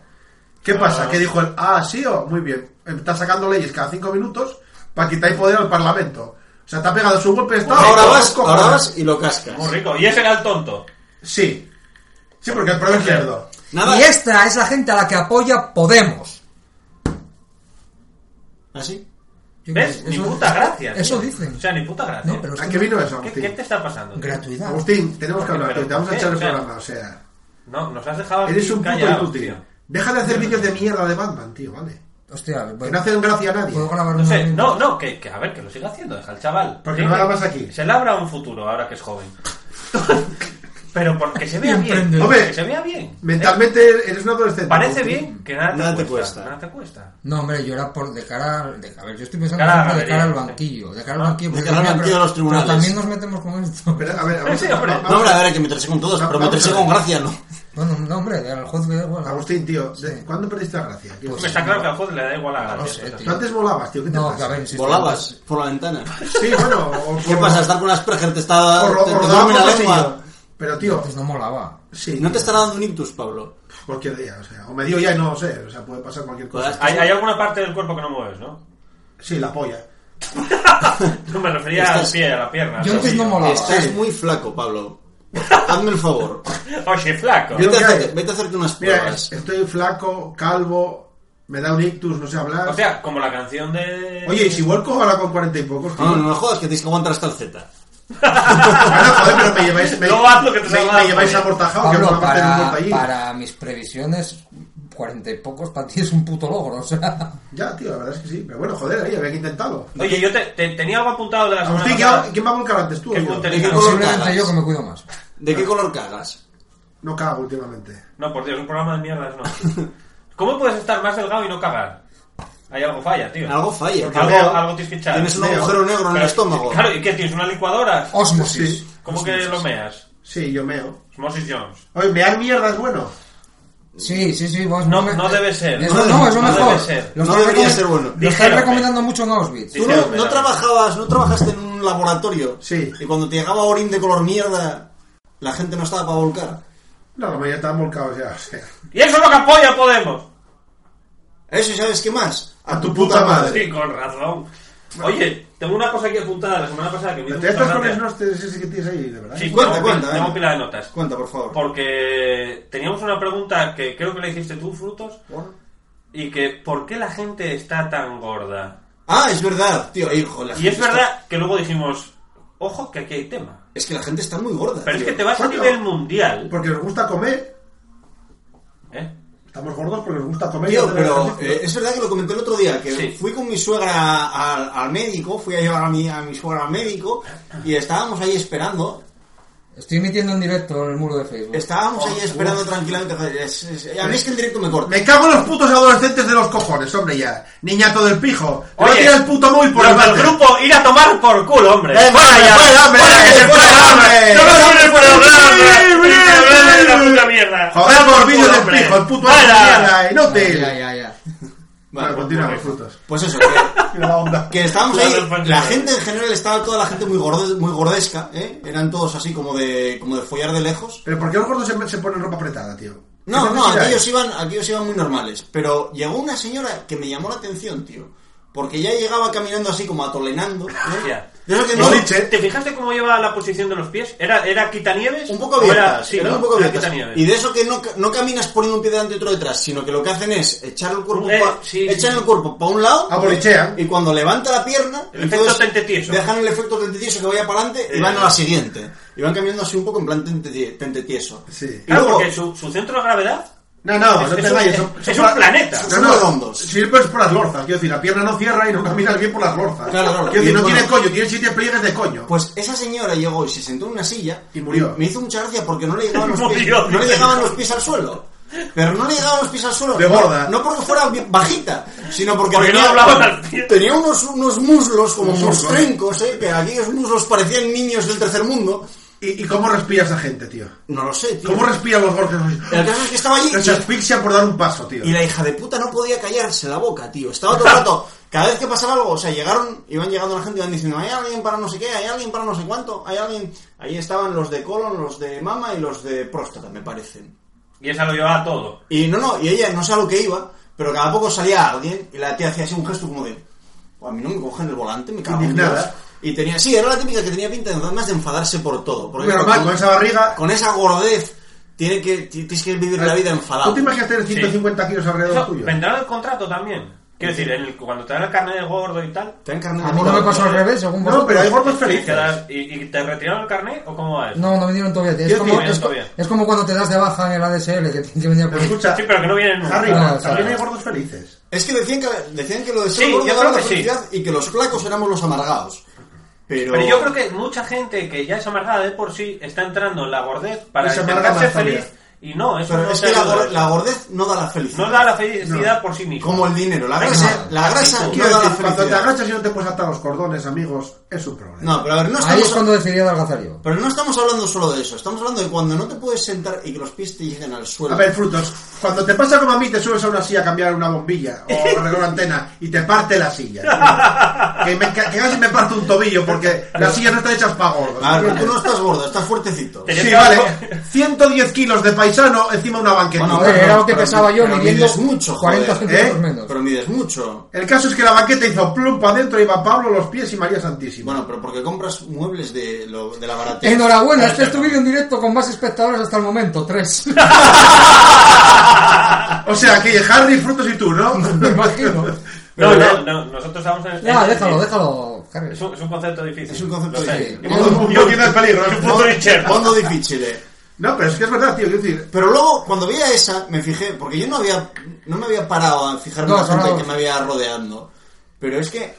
¿Qué pasa? Que dijo él, ah, sí, oh, muy bien. Está sacando leyes cada cinco minutos para quitar poder al Parlamento. O sea, te ha pegado su golpe de Estado. Ahora Por vas, los cojones. ahora vas y lo cascas. Muy rico. Y ese era el tonto. Sí. Sí, porque el problema es izquierdo. Nada. Y esta es la gente a la que apoya Podemos. ¿Así? Yo ¿Ves? creo que ni eso- puta gracia. tío. Eso dicen. O sea, ni puta gracia. No, pero ¿A qué Ah, vino eso, ¿Qué, Agustín? qué te está pasando? tío? Gratuidad. Agustín, tenemos que Pero, hablar. tío, Te vamos a ¿qué? echar el O sea, programa, o sea... No, nos has dejado aquí Eres un puto callados, inútil. tío. Deja de hacer vídeos de mierda de Batman, tío, ¿vale? Hostia, Pues, Que bueno, no hacen gracia a nadie. puedo grabar No una sé, vez? no, no, que, que a ver, que lo siga haciendo, deja al chaval. Porque Tiene- no haga más aquí. Se labra un futuro ahora que es joven. Pero porque se vea Y bien. emprende. Hombre. que se vea bien. ¿Eh? Mentalmente eres un adolescente. Parece Agustín. bien que nada te, Nada te cuesta, cuesta. Nada te cuesta. No, hombre, yo era por de cara al- de, A ver, yo estoy pensando Cara a la siempre de cara al galería, banquillo. De cara al Ah, banquillo. de porque cara al también- banquillo de los pero tribunales. también nos metemos con esto. Pero, a ver, Agustín, Sí, hombre. vamos- No, hombre, a ver, hay que meterse con todos, pero Vamos a meterse ver. con gracia, ¿no? Bueno, no, hombre, al juez me da igual. Agustín, tío, ¿de- ¿cuándo perdiste la gracia? Quiero Me decir, está claro que al juez le da igual a la No gracia, ¿eh? sé, eh, entonces. Tú tío. antes volabas, tío, ¿qué te No, que pasa? a ver, si Volabas por la ventana. Sí, bueno, o ¿Qué por- pasa? Estar con las Asperger te está... por Te, lo- te por rodar duerme por la pasillo. lengua. Pero, tío, Pues no molaba. sí. No te tío, estará dando un ictus, Pablo. Cualquier día, o sea, o me dio ya y no sé, o sea, puede pasar cualquier cosa. Joder. Hay, hay alguna parte del cuerpo que no mueves, ¿no? Sí, la polla. No me refería al Estás- pie, a la pierna. Yo al antes no tobillo. molaba. Estás sí. muy flaco, Pablo. Hazme el favor. Oye, flaco. Yo- Vete a, que hacerte, hay. vete a hacerte unas Mira, pruebas. estoy flaco, calvo, me da un ictus, no sé hablar. O sea, como la canción de. Oye, y si vuelco ahora con cuarenta y pocos, tío. No, no, no jodas, que tienes que aguantar hasta el Z. Bueno, joder, pero me lleváis, me, No haz lo que te me- salga, me lleváis joder. amortajado, que Pablo, por parte de un para, corte allí. para mis previsiones, cuarenta y pocos para ti es un puto logro, o sea. Ya, tío, la verdad es que sí. Pero bueno, joder, ahí había que intentarlo. Oye, yo te, te- tenía algo apuntado de la semana Agustín, ¿quién pasada. va, quién va a volcar antes, tú o Qué yo? puntería. No, Posiblemente cagas. Pues yo que me cuido más. ¿De qué color cagas? No cago últimamente. No, por Dios, un programa de mierda es no. ¿Cómo puedes estar más delgado y no cagar? Hay algo falla, tío. Algo falla. Porque algo, veo- algo tienes que echar. Tienes un Veo. agujero negro en el Pero- estómago. Claro, ¿y qué tienes? ¿Una licuadora? Oh, Osmosis. Sí, ¿Cómo que lo meas? sí, yo meo. Moses Jones. Oye, mear mierda es bueno. Sí, sí, sí, vos No- me- no debe ser. Es- No, No, es lo no mejor. debe ser. eh. Lo No estás debería recomen- ser bueno. Lo estás Dijérame. recomendando mucho en Auschwitz. ¿Tú Sí, no, hombre, no la trabajabas, no trabajaste en un laboratorio? Sí. Y cuando te llegaba orín de color mierda, la gente no estaba para volcar. No, la mayoría estaban volcados ya, o sea. Y eso es lo que apoya Podemos. Eso, ¿y ¿sabes qué más? A tu puta madre. Sí, con razón. Oye, tengo una cosa aquí apuntada la semana pasada que me hizo Te estas mucha con gracia. no te ese que tienes ahí, de verdad. Sí, Cuenta, tengo, cuenta, tengo venga. pila de notas. Cuenta, por favor. Porque teníamos una pregunta que creo que le hiciste tú, Frutos, y que ¿por qué la gente está tan gorda? Ah, es verdad, tío. Hijo, la Y gente es está- verdad que luego dijimos, ojo que aquí hay tema. Es que la gente está muy gorda. Pero es tío. que te vas a coño. nivel mundial. Porque nos gusta comer. ¿eh? Estamos gordos porque nos gusta comer. Tío, No pero tenemos eh, ejercicio. es verdad que lo comenté el otro día, que Sí. fui con mi suegra al, al médico, fui a llevar a mi, a mi suegra al médico y estábamos ahí esperando, Estoy emitiendo en directo en el muro de Facebook. estábamos Oh, ahí esperando tranquilamente. joder, es- es- a mí es que el directo me corta. Me cago en los putos adolescentes de los cojones, hombre, ya. Niñato del pijo. Te Oye, va a tirar el puto móvil por Los delante. del grupo ir a tomar por culo, hombre. Eh, Fuera pues, ya. fuera, hombre, Fuera, que se fuera, fuera el hambre. hombre. No me suene fuera el hambre. Sí, bien, Fuera de la bien. puta mierda. Joder, Fuera por por culo, vídeo del hombre. pijo, el puto Fuera. mierda, Ya, inútil. ya, ya, ya. Bueno, continuamos, frutos. Pues eso, que, Mira la onda. que estábamos Claro, ahí, pues, la claro. gente en general estaba toda la gente muy, gordes- muy gordesca, ¿eh? eran todos así como de, como de follar de lejos. Pero ¿por qué los gordos se, se ponen ropa apretada, tío? No, ¿Qué no, necesidad aquellos hay? iban, aquellos iban muy normales. Pero llegó una señora que me llamó la atención, tío. Porque ya llegaba caminando así como atolenando. ¿eh? Hostia. De eso que Lo no, dicho. ¿Te fijaste cómo lleva la posición de los pies? ¿Era, era quitanieves? un poco ¿O abiertas. Era, sí, eran ¿no? un poco Era abiertas. quitanieves. Y de eso que no, ca- no caminas poniendo un pie delante y otro detrás, sino que lo que hacen es echar el cuerpo, Eh, pa- sí, echan sí. el cuerpo para un lado. ¿eh? Abolichean. Y cuando levanta la pierna, El entonces efecto tentetieso. Dejan el efecto tentetieso que vaya para adelante y Eh. van a la siguiente. Y van caminando así un poco en plan tente- tentetieso. Sí. Y Claro, luego- porque su, su centro de gravedad No, no, Es- no te es un- vayas. es- es un planeta. Son redondos. Sirves por las lorzas, quiero decir, la pierna no cierra y no caminas bien por las lorzas. Claro, claro. Quiero Y decir, no bueno. tienes coño, tienes siete pliegues de coño. Pues esa señora llegó y se sentó en una silla Y murió. Me hizo mucha gracia porque no le llegaban los pies, Murió, no le dice. llegaban los pies al suelo. Pero no le llegaban los pies al suelo. De no, gorda. No porque fuera bi- bajita, sino porque, Porque no tenía, hablaban al pie. tenía unos, unos muslos como Unos muslos. mostrencos, ¿eh? que aquellos muslos parecían niños del tercer mundo. ¿Y, y cómo respira esa gente, tío? No lo sé, tío. ¿Cómo respiran los gordos? El caso es que estaba allí Se asfixian por dar un paso, tío. y la hija de puta no podía callarse la boca, tío. Estaba todo el rato. Cada vez que pasaba algo, o sea, llegaron, iban llegando la gente y iban diciendo, hay alguien para no sé qué, hay alguien para no sé cuánto, hay alguien. Ahí estaban los de colon, los de mama y los de próstata, me parecen. y esa lo llevaba todo. Y no, no, y ella no sé a lo que iba, pero cada poco salía alguien y la tía hacía así un gesto como de, "Buah, a mí no me cogen el volante, me cago en Indignada. Dios". Y tenía, sí, era la típica que tenía pinta de, además de enfadarse por todo. Porque Pero, con, man, con esa barriga... con esa gordez tiene que, ti- tienes que vivir la vida enfadado. Ah, ¿Tú te imaginas tener 150 kilos alrededor Eso tuyo? vendrá en el contrato también. Quiero decir, en el- cuando te dan el carnet de gordo y tal, Te dan carne de A mí no mierda. me pasó al revés, según No, pero hay vosotros. gordos tienes que felices. dar- y, y te retiraron el carnet o cómo va eso? No, no me dieron todavía. tío. Es Yo como, también, es, co- todavía. es como cuando te das de baja en el ADSL que tiene que venir a Pero por escucha, Sí, pero que no vienen nunca. Harry, Ah, también claro. hay gordos felices. Es que decían que, decían que lo de ser Sí, gordo yo daba creo la que sí. felicidad y que los flacos éramos los amargados. Pero, Pero yo creo que mucha gente que ya es amargada de por sí está entrando en la gordez para Y se amarga intentar ser más todavía. feliz y no, eso pero no es te que la, ayuda. gor- la gordez no da la felicidad. No da la felicidad por sí mismo. Como el dinero. La grasa, No. la grasa Actitud. no Quiero da la decir, cuando te felicidad. agachas y no te puedes atar los cordones, amigos, es un problema. No, pero a ver, no Ahí es estamos, cuando decidí adelgazar yo. pero no estamos hablando solo de eso. Estamos hablando de cuando no te puedes sentar y que los pies te lleguen al suelo. A ver, frutos, cuando te pasa como a mí, te subes a una silla a cambiar una bombilla o a arreglar una antena y te parte la silla. tío. Que, me, que casi me parto un tobillo porque la silla no está hecha para gordos. Pues A ver, pero tú ¿entiendes? no estás gordo, estás fuertecito. Te- Sí, vale. 110 kilos de paisano encima de una banqueta. Bueno, a Joder, ver, era no, lo que pero- pesaba yo pero midiendo mides mucho, 40 joder, centímetros ¿eh? menos. Pero mides mucho. El caso es que la banqueta hizo plum para adentro y va Pablo los pies y María Santísima. Bueno, pero porque compras muebles de, lo- de la baratilla. Enhorabuena, este es tu vídeo en directo con más espectadores hasta el momento, tres. O sea, que Harry, frutos y tú, ¿no? Me imagino. No, no, no, nosotros estamos en el... Ya, déjalo, déjalo, Harry. Es un, es un concepto difícil. Es un concepto lo sé. difícil. Es un- Yo tiene el peligro. es un punto de cherno. Fondo difícil, eh. No, pero es que es verdad, tío. Quiero decir, Pero luego, cuando veía esa, me fijé, porque yo no había no me había parado a fijarme en No, la gente no, no. que me había rodeando. Pero es que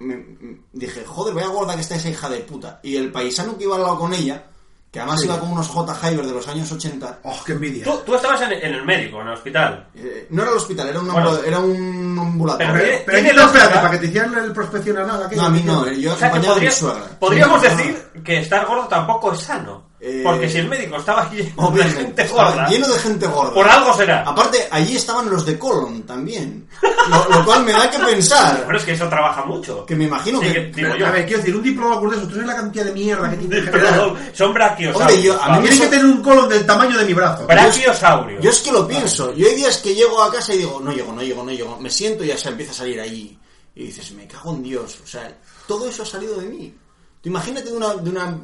me- me- dije, joder, vaya gorda que está esa hija de puta. Y el paisano que iba al lado con ella, que además iba con unos J. Hyber de los años 80, oh, qué envidia. Tú, tú estabas en, en el médico, en el hospital. eh, no era el hospital, era un, Bueno. ambu- era un ambulatorio. Pero Pero, pero tiene no, espérate, lógica. para que te hicieran el prospección a nada. no, a mí no, yo O sea que acompañaba a mi podrías- suegra. podríamos Sí, no, decir que estar gordo tampoco es sano. Eh, Porque si el médico estaba lleno de obviamente, gente estaba gorda, lleno de gente gorda. por algo será. Aparte, allí estaban los de Colon también. Lo, lo cual me da que pensar. Bueno, es que eso trabaja mucho. Que me imagino Sí, que. que- digo yo. A ver, quiero decir, un diplodocus de esos, tú sabes la cantidad de mierda que tiene que generar. Perdón, son brachiosaurios. Hombre, yo- a mí vamos. me- Tienes que tener un colon del tamaño de mi brazo. Brachiosaurios. Yo es que lo pienso. Yo hay días que llego a casa y digo, no llego, no llego, no llego. Me siento y ya se empieza a salir allí. Y dices, me cago en Dios. O sea, todo eso ha salido de mí. Tú imagínate de una, de una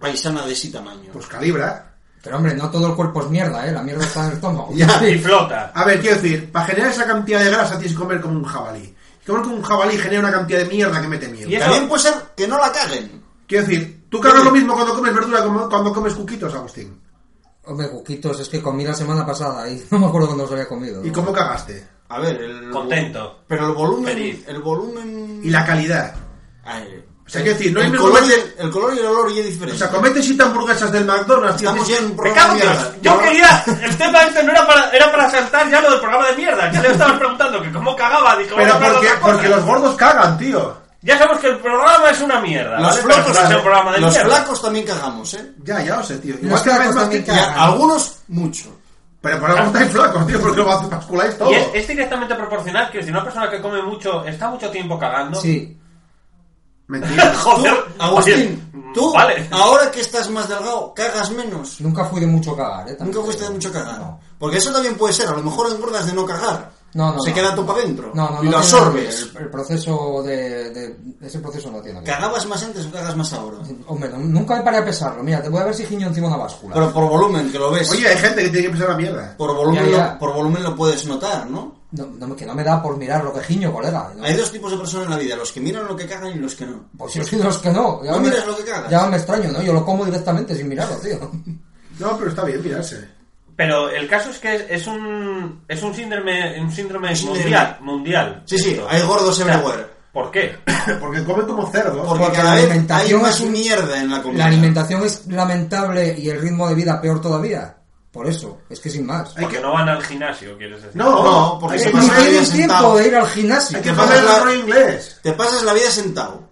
paisana de ese tamaño. Pues calibra. Pero hombre, no todo el cuerpo es mierda, ¿eh? La mierda está en el estómago. Ya. Y flota. A ver, quiero decir, para generar esa cantidad de grasa tienes que comer como un jabalí. Comer como un jabalí genera una cantidad de mierda que mete miedo. Y eso- También puede ser que no la caguen. Quiero decir, tú cargas lo mismo cuando comes verdura como cuando comes cuquitos, Agustín. Hombre, cuquitos, es que comí la semana pasada y no me acuerdo cuándo los había comido. ¿Y cómo cagaste? A ver, el... Contento. Pero el volumen... Feliz. El volumen... Y la calidad. Ay, O sea, quiero decir, no hay el, mismo color y que- el, el color y el olor ya es O diferente. sea, comete siete hamburguesas del McDonald's, tío. Estamos ya en un Me programa cago de en mierda. Dios. Yo quería. El tema este no era para, era para saltar ya lo del programa de mierda. Ya le estabas preguntando que cómo cagaba. Dijo, Pero "Vamos a hablar porque, de otra cosa". porque los gordos cagan, tío. Ya sabemos que el programa es una mierda. Los, ¿vale? Pero flacos, no es un programa de los mierda. flacos también cagamos, ¿eh? Ya, ya lo sé, tío. Los Igual cada vez flacos más también que Y a- cagan. cagan. algunos, mucho. Pero por algo estáis flacos, tío, porque lo basculáis todo. Y es, es directamente proporcional. Que si una persona que come mucho está mucho tiempo cagando. Sí. Mentira. Joder, Tú, Agustín, oye, tú, Vale. ahora que estás más delgado, cagas menos. Nunca fui de mucho cagar, ¿eh? También Nunca fuiste te de digo. mucho cagar. No. Porque eso también puede ser. A lo mejor engordas de no cagar. No, no, Se no. queda todo para adentro. No, no, y no lo tiene absorbes. nada que ver. El, proceso de, de- Ese proceso no tiene. nada que ver. ¿Cagabas más antes o cagas más ahora? Hombre, no- nunca me paré a pesarlo. Mira, te voy a ver si giño encima una báscula. Pero por volumen, que lo ves. Oye, hay gente que tiene que empezar la mierda. por volumen, Ya, ya. Lo, por volumen lo puedes notar, ¿no? No, no, que no me da por mirar lo que giño, colega. No- Hay dos tipos de personas en la vida, los que miran lo que cagan y los que no. Pues yo soy de los que no. Ya No me, miras lo que cagas. Ya me extraño, ¿no? Yo lo como directamente sin mirarlo, tío. No, pero está bien mirarse. Pero el caso es que es, es un es un síndrome un síndrome Un síndrome. mundial mundial. Sí, sí, Esto. hay gordos O sea, everywhere. ¿Por qué? Porque comen como cerdos. Porque, porque cada la vez hay alimentación más es un- mierda en la comida. La alimentación es lamentable y el ritmo de vida peor todavía. Por eso, es que sin más. Hay Porque que- no van al gimnasio, quieres decir. No, No, porque hay se que- Ni pasa la vida tienen tiempo sentado. de ir al gimnasio. Hay que Te poner el pasas la- arroz inglés. Te pasas la vida sentado.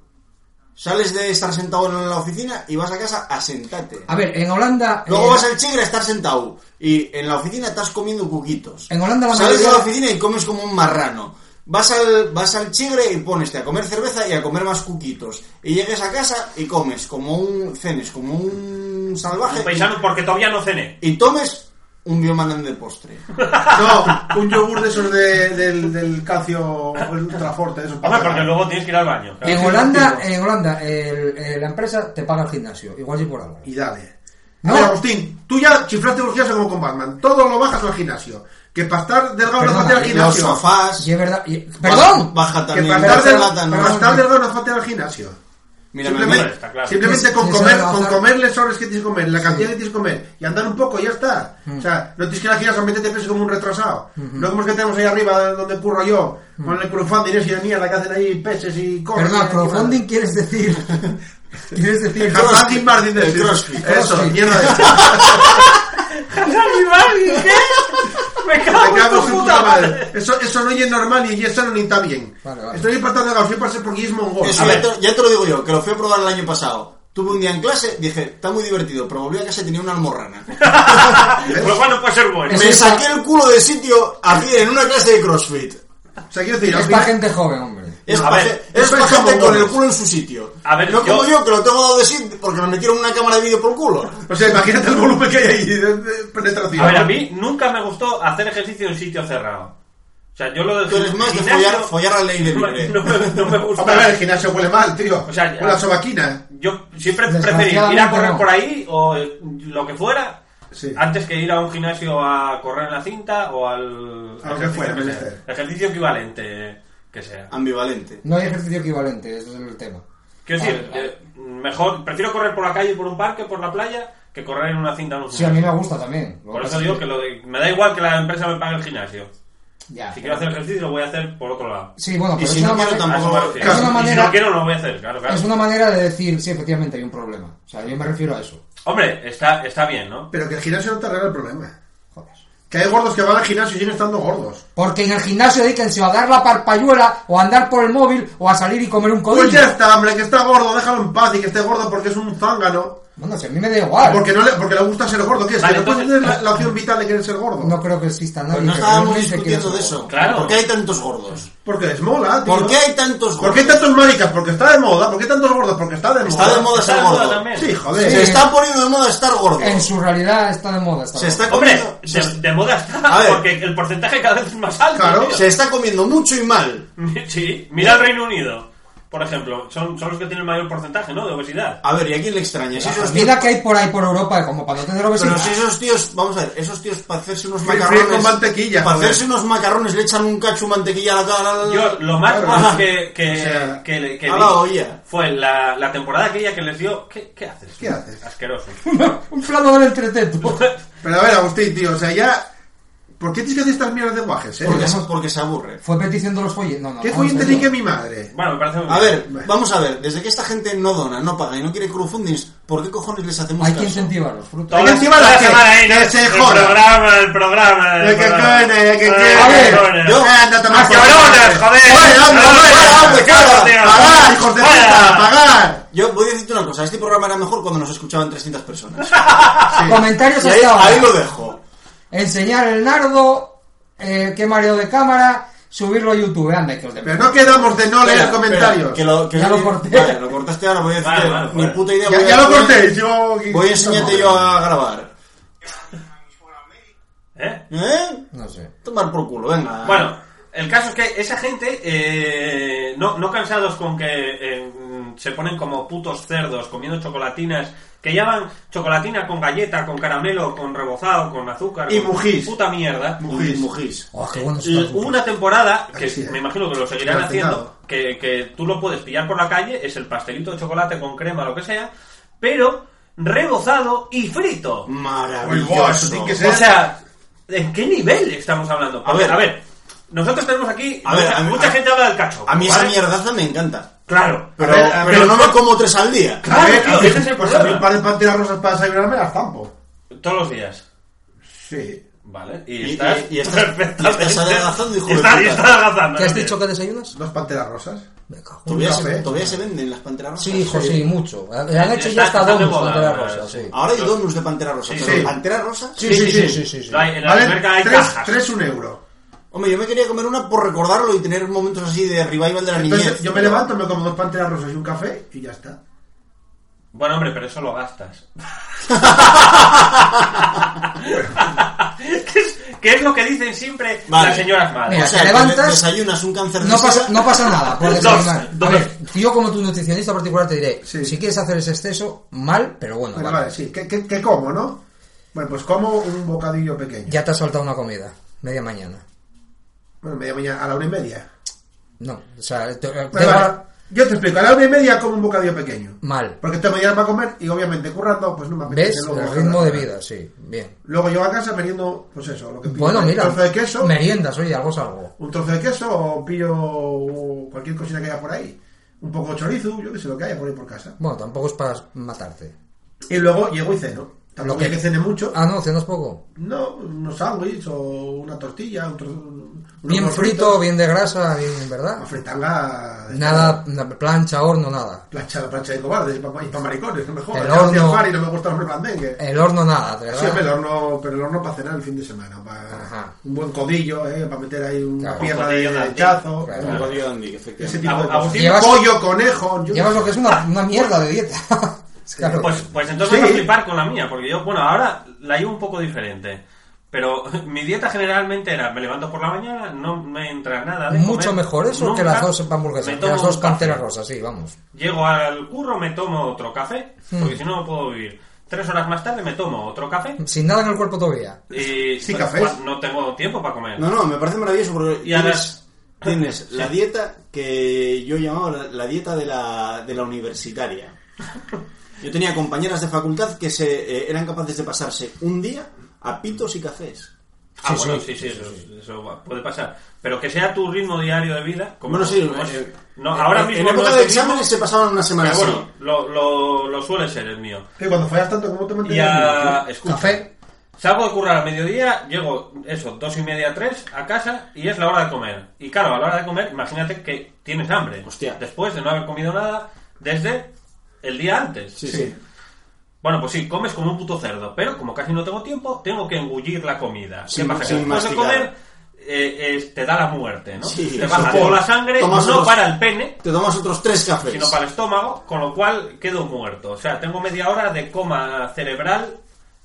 Sales de estar sentado en la oficina y vas a casa a sentarte. A ver, en Holanda... Luego eh, vas al chigre a estar sentado. Y en la oficina estás comiendo cuquitos. En Holanda la Sales de mayoría- la oficina y comes como un marrano. Vas al, vas al chigre y poneste a comer cerveza y a comer más cuquitos. Y llegues a casa y comes como un... Cenes como un salvaje. Un paisano porque todavía no cené. y tomes un biomanán de postre. No, un yogur de esos de- del, del calcio ultraforte. de esos. Hombre, porque luego tienes que ir al baño. claro. En Holanda, en Holanda el- eh, la empresa te paga el gimnasio, igual si por algo. Y dale. No. A ver, Agustín, tú ya chiflaste urgencia como con Batman. Todo lo bajas al gimnasio. Que para estar delgado no Perdona, hace al y Los gimnasio. sofás... Y es verdad. y- ¡Perdón! Baja Que también. para la estar, del- plátano. para estar delgado no hace falta ir al gimnasio. Mírame a mí. Simplemente, está claro. simplemente Sí, con, sí, comer, sí, con sí. comer los sobres que tienes que comer, la cantidad que tienes que comer y andar un poco, ya está. Mm. O sea, no tienes que ir al gimnasio a meterte peso como un retrasado. No como es que tenemos ahí arriba donde curro yo, Mm. con el crowdfunding ese de mierda que hacen ahí peces y cosas. Perdón, crowdfunding quieres decir. quieres decir. Crowdfunding Martin El crossfit. Eso, Crossfit. mierda de Me Me cago en cago tu en tu puta madre. Eso, eso no es normal y eso no ni está bien. Vale, vale. Estoy partando de Garfield para ser porque es mongol. Eso A ya ver. te, ya te lo digo yo, que lo fui a probar el año pasado. Tuve un día en clase, dije, está muy divertido, pero volví a casa y tenía una almorrana. Pues bueno, puede ser bueno. Es- Me saqué el culo de sitio así en una clase de CrossFit. O sea, quiero decir, al Es para final, gente joven, hombre. Es A para ver, ge- es yo pa' pensé gente como con el vos. culo en su sitio. A ver, no como yo- yo que lo tengo dado de sí porque me metieron una cámara de vídeo por el culo. o sea, imagínate el volumen que hay ahí de, de penetración. A ver, a mí nunca me gustó hacer ejercicio en sitio cerrado. O sea, yo lo del Tú eres más de gimnasio- follar, follar al aire No, libre. no me, no me gusta. Hombre, a ver, el gimnasio huele mal, tío. O sea, ya. Con la sobaquina. eh. Yo siempre preferí Desgraciadamente ir a correr no. por ahí o eh, lo que fuera Sí. antes que ir a un gimnasio a correr en la cinta o al A lo que fuera, sea. menester. ejercicio equivalente que sea. Ah. Ambivalente. No hay ejercicio equivalente, ese es el tema. Quiero Vale, decir, vale. eh, mejor prefiero correr por la calle, por un parque, por la playa que correr en una cinta en un Sí, a gimnasio. mí me gusta también. Lo Por que eso pasa es digo que lo de- me da igual que la empresa me pague el gimnasio. Ya. Si quiero hacer ejercicio lo voy a hacer por otro lado. Sí, bueno, Y pero si es, no una quiero manera, tampoco... A eso me refiero. es una Y si manera- no quiero no lo voy a hacer, claro, claro. es una manera de decir, sí, efectivamente hay un problema. O sea, yo me refiero a eso. Hombre, está, está bien, ¿no? Pero que el gimnasio no te arregla el problema. Joder. Que hay gordos que van al gimnasio y siguen estando gordos. Porque en el gimnasio dediquense o a dar la parpayuela, o a andar por el móvil, o a salir y comer un Pues codillo. ya está, hombre, que está gordo, déjalo en paz y que esté gordo porque es un zángano. Bueno, si a mí me da Ah, igual. Ah, Porque, no le, porque le gusta ser gordo, ¿qué es? Vale, que no puedes entonces- tener la, la opción vital de querer ser gordo. No creo que exista nadie. Pues no que estábamos realmente discutiendo quiera de ser eso. gordo. Claro. ¿Por qué hay tantos gordos? Porque desmola, tío. ¿Por qué hay tantos gordos? ¿Por qué hay tantos maricas? Porque está de moda. ¿Por qué tantos gordos? Porque está de moda. Está de moda Está ser de moda gordo. también. Sí, joder. Se está poniendo de moda estar gordo. En su realidad está de moda. Está Se de está Hombre, comiendo... se, de, de moda está, A ver. porque el porcentaje cada vez es más alto. Claro. tío. se está comiendo mucho y mal. Sí, mira el Reino Unido, por ejemplo, son, son los que tienen el mayor porcentaje, ¿no? De obesidad. A ver, ¿y a quién le extraña? Si moda. esos tíos... Mira que hay por ahí por Europa, como para no tener obesidad. Pero si esos tíos, vamos a ver, esos tíos para hacerse unos Fri- fri- macarrones... con mantequilla, Para joder. hacerse unos macarrones le echan un cacho de mantequilla a la cara... Yo, lo más Claro. guapo que, que, O sea, que le- que a vi la olla. fue la, la temporada aquella que les dio... ¿Qué, qué haces? ¿Qué haces? Asqueroso. Un plano del entreteto. Pero a ver, Agustín, tío, o sea, ya. ¿Por qué tienes que hacer estas mierdas de guajes, eh? Porque, se- porque se aburre. Fue petición de los folletos. No, no, ¿Qué no, joyente no, ni no. que mi madre? bueno, me parece muy A bien. ver, vamos a ver, desde que esta gente no dona, no paga y no quiere crowdfundings, ¿por qué cojones les hacemos Hay que caso? incentivarlos. fruto. Toda, que encima toda la que- semana ahí, que ¿no? se el joda. programa, el programa. El que programa. cone, el que Eh, cone. A ver, cone. yo- Ah, Eh, anda a tomar por ¡Cabrones, culo. joder! Fuera, hombre, fuera, hombre, fuera. tío! ¡Pagar, hijos de Fuera. puta! ¡Pagar! Yo voy a decirte una cosa, este programa era mejor cuando nos escuchaban 300 personas. Comentarios Ah, Y ahí, hasta ahora. ahí lo dejo. Enseñar el nardo, eh, qué mareo de cámara, subirlo a YouTube. Anda, que os de... Pero no quedamos de no leer Espera, comentarios. espera, que lo, que Ya voy- lo corté. Vale, lo cortaste ahora, voy a decirte Vale, vale, mi vale. puta idea. Ya, voy a- ya lo voy a- corté, yo. Voy a enseñarte yo a grabar. ¿Eh? ¿Eh? No sé. Tomar por culo, venga. Bueno, el caso es que esa gente, eh, no, no cansados con que eh, se ponen como putos cerdos comiendo chocolatinas, que ya van chocolatina con galleta, con caramelo, con rebozado, con azúcar, Y con mujís. puta mierda. Mujis. Mujis. Oh, qué bueno está L- el Hubo fútbol. una temporada que sí, eh. me imagino que lo seguirán Lo hacen haciendo, que, que tú lo puedes pillar por la calle, es el pastelito de chocolate con crema, lo que sea, pero rebozado y frito. Uy, eso Maravilloso. tiene que ser- O sea, ¿en qué nivel estamos hablando? A a ver, ver. a ver. Nosotros tenemos aquí. A ver, mucha, a mí- mucha a- gente habla del cacho. A mí esa ¿vale? mierdaza me encanta. Claro. Pero, ver, a ver. pero no me como tres al día. Claro, A ver, tío, a mí- ese es el pues a mí problema. un par de panteras rosas para desayunarme las tampo. Todos los días. Sí. Vale. Y- Y, y- estás. y estás- perfectamente- y estás adelgazando, hijo y de estás- puta. y estás adelgazando. ¿Qué has tío. dicho que desayunas? Dos panteras rosas. Me cago en- Todavía, café. se, todavía se venden las panteras rosas. Sí, hijo, sí, mucho. Le han hecho Está- ya hasta está de donos moda, de la ahora, rosa, sí. sí. Ah, Ahora hay donuts de pantera rosa. Sí, pero sí. ¿Pantera rosa? Sí, sí, sí, sí, sí, sí. No hay- en la Vale, alberca hay tres, cajas. tres un euro. Hombre, yo me quería comer una por recordarlo y tener momentos así de revival de la niñez. Entonces yo me levanto, me como dos panteras rosas y un café y ya está. Bueno, hombre, pero eso lo gastas. ¿Qué, es, qué es lo que dicen siempre Vale. las señoras madres? O Mira, sea, te que levantas- de- desayunas un cáncer de No sida. pasa, no pasa nada. por Dos, desayunar. dos. A ver, yo como tu nutricionista particular te diré, Sí. si quieres hacer ese exceso, mal, pero bueno, Bueno, Ah, vale. vale, sí. ¿Qué, qué, qué como, no? Bueno, pues como un bocadillo pequeño. Ya te has saltado una comida, media mañana. Bueno, media mañana, a la una y media. No, o sea, te- te- Vale, vale. Yo te explico, a la una y media como un bocadillo pequeño. mal. Porque tengo media hora para comer y obviamente currando, pues no me apetece. ¿Ves? luego El hacer ritmo de nada. vida, sí, bien. Luego llego a casa perdiendo, pues eso, lo que pillo. Bueno, un mira, trozo de queso, meriendas, oye, algo es algo. un trozo de queso o pillo cualquier cosita que haya por ahí. Un poco de chorizo, yo que sé lo que haya por ahí por casa. Bueno, tampoco es para matarte. Y luego llego y ceno. Tampoco Lo es que- que cene mucho. Ah, no, cenas poco. No, unos sándwiches o una tortilla, un trozo, un- Bien unos frito, fritos. bien de grasa, bien, ¿verdad? Una fritanga. de- Nada, na- plancha, horno, nada. Plancha, plancha de cobardes y para maricones, no me jodas. El Yo hacía horno. par y no me gusta el blandengue. El horno, nada, ¿verdad? Sí, hombre, el horno, pero el horno para cenar el fin de semana. Para Ajá. un buen codillo, ¿eh? para meter ahí una Claro. pierna Un de codillo de hachazo. Claro. Un Claro. bocadillo de Andy, Ese efectivamente. tipo de Agustín, cosas. llevas- Pollo, conejo. yo- Llevas lo que es una, una mierda de dieta. Claro. Pues, pues entonces Sí. voy a flipar con la mía, porque yo, bueno, ahora la llevo un poco diferente. Pero mi dieta generalmente era, me levanto por la mañana, no me entra nada de Mucho comer, mejor eso nunca que las dos hamburguesas, me que tomo las dos un café. panteras rosas, sí, vamos. Llego al curro, me tomo otro café, Hmm. porque si no, no puedo vivir. Tres horas más tarde me tomo otro café Sin nada en el cuerpo todavía. y Sí, pues, cafés. cua- no tengo tiempo para comer. No, no, me parece maravilloso porque Y a tienes, las- tienes Sí. la dieta que yo llamaba la, la dieta de la, de la universitaria. Yo tenía compañeras de facultad que se eh, eran capaces de pasarse un día a pitos y cafés. Ah, bueno, sí, sí, eso, eso va- puede pasar. Pero que sea tu ritmo diario de vida. Como, Bueno, sí, como es- eh, no, eh, ahora en- mismo en no época es de el mismo, exámenes se pasaban una semana pero así. bueno, lo, lo, lo suele ser el mío. Que cuando fallas tanto, ¿cómo te Y mantienes? a... escucha, Café. Salgo de currar a mediodía, llego, eso, dos y media, tres, a casa y es la hora de comer. Y claro, a la hora de comer, imagínate que tienes hambre. Hostia. Después de no haber comido nada desde el día antes. Sí, sí. Bueno, pues sí, comes como un puto cerdo, pero como casi no tengo tiempo, tengo que engullir la comida. Sin- ¿Qué pasa? sin Que después de masticar. comer eh, eh, te da la muerte, ¿no? Sí, te baja supongo. toda la sangre, Tomas pues. no unos- para el pene, Te tomas otros tres cafés. sino para el estómago, con lo cual quedo muerto. O sea, tengo media hora de coma cerebral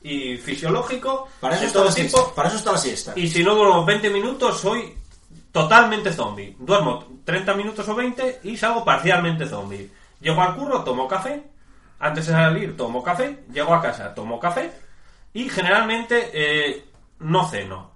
y fisiológico Para eso, de está todo la tipo. siesta. Para eso está la siesta. Y si no duermo 20 minutos, soy totalmente zombie. Duermo 30 minutos o 20 y salgo parcialmente zombie. Llego al curro, tomo café. Antes de salir, tomo café. Llego a casa, tomo café. Y generalmente eh, no ceno.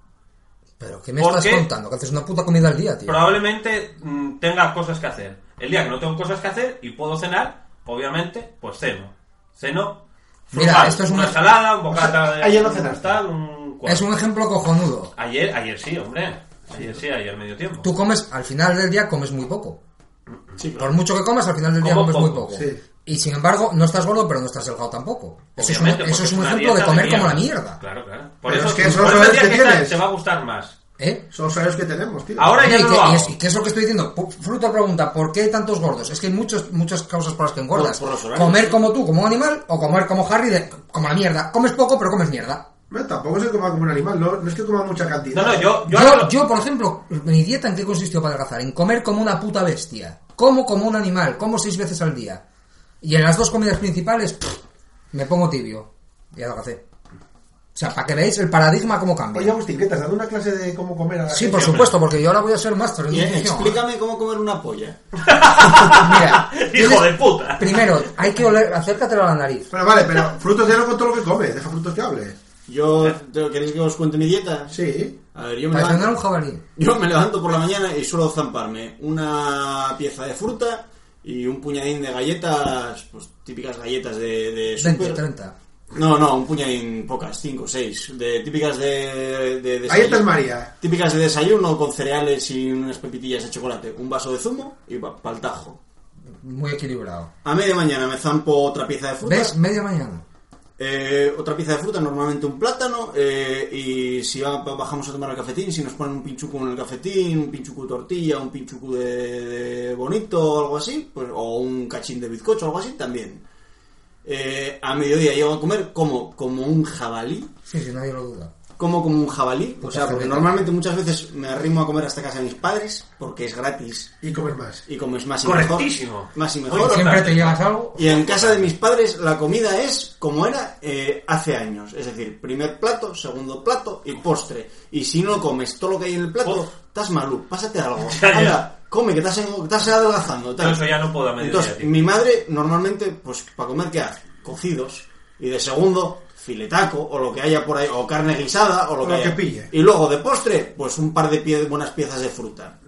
Pero ¿qué me ¿Por estás qué? contando? Que haces una puta comida al día, tío. Probablemente mm, tenga cosas que hacer. El día que no tengo cosas que hacer y puedo cenar, obviamente, pues ceno. Ceno. Mira, frugal, esto es una una- ensalada, un bocata sea, de. ayer no un cenaste. tal, un cual. es un ejemplo cojonudo. Ayer, ayer sí, hombre. Ayer sí, ayer medio tiempo. Tú comes, al final del día comes muy poco. Sí, claro. Por mucho que comas, al final del día Como comes muy poco, poco. sí. Y sin embargo, no estás gordo, pero no estás delgado tampoco. Eso es un, eso Obviamente, porque es un una ejemplo de dieta comer como la mierda. mierda. Claro, claro. Por Pero eso, es que eso por es eso lo decía que que esta tienes. te va a gustar más. ¿Eh? Son los horarios que tenemos, tío. Ahora Oye, ya ¿y, no qué, lo y hago. es, y qué es lo que estoy diciendo? Pu- Fruta pregunta, ¿por qué hay tantos gordos? Es que hay muchos, muchas causas por las que engordas. Por- por los horarios. comer como tú, como un animal, o comer como Harry, de, como la mierda. Comes poco, pero comes mierda. No, tampoco es que coma como un animal, no, no es que coma mucha cantidad. No, no, yo... Yo, Yo, hablo- yo, por ejemplo, mi dieta en qué consistió para adelgazar? En comer como una puta bestia. Como como un animal, como seis veces al día. Y en las dos comidas principales, pff, me pongo tibio. Y adelgacé. O sea, para que veáis el paradigma cómo cambia. Oye, Agustín, ¿qué te has dado una clase de cómo comer a la Sí, gente? por supuesto, porque yo ahora voy a ser máster en Y, eh, nutrición. explícame cómo comer una polla. Mira, ¡Hijo de tienes- puta! Primero, hay que oler, acércatelo a la nariz. Pero vale, pero frutos ya no con todo lo que comes, deja frutos que hable. Yo, ¿te- ¿queréis que os cuente mi dieta? Sí. A ver, yo me, Para sonar un levanto, jabalí. yo me levanto por la mañana y suelo zamparme una pieza de fruta y un puñadín de galletas, pues típicas galletas de, de 20, súper. 30. No, no, un puñadín pocas, 5, 6, de típicas de, de Ahí está el desayuno. María. Típicas de desayuno con cereales y unas pepitillas de chocolate, un vaso de zumo y pa'l tajo. Muy equilibrado. A media mañana me zampo otra pieza de fruta. ¿Ves? Media mañana. Eh, otra pieza de fruta, normalmente un plátano, eh, y si va- bajamos a tomar el cafetín, si nos ponen un pinchuco en el cafetín, un pinchuco de tortilla, un pinchuco de, de bonito o algo así, pues, o un cachín de bizcocho o algo así, también. Eh, a mediodía llego a comer como, como un jabalí, Sí, sí, nadie lo duda. como como un jabalí, o Puta sea, porque jabalí. normalmente muchas veces me arrimo a comer hasta casa de mis padres, porque es gratis, Y comer más. y comes más y Correctísimo. mejor. Más y Muy mejor. Siempre te llevas algo. Y en casa de mis padres la comida es como era eh, hace años. Es decir, primer plato, segundo plato y postre. Y si no comes todo lo que hay en el plato, Uf. estás malú, pásate algo. Ya, ya. Anda, come, que estás, en- estás adelgazando. tal. Yo eso ya no puedo a mediodía, Entonces, tío. mi madre normalmente, pues para comer, ¿qué hace? Cocidos. Y de segundo, filetaco o lo que haya por ahí, o carne guisada o lo, O que, lo haya. que pille. Y luego de postre, pues un par de pie- buenas piezas de fruta.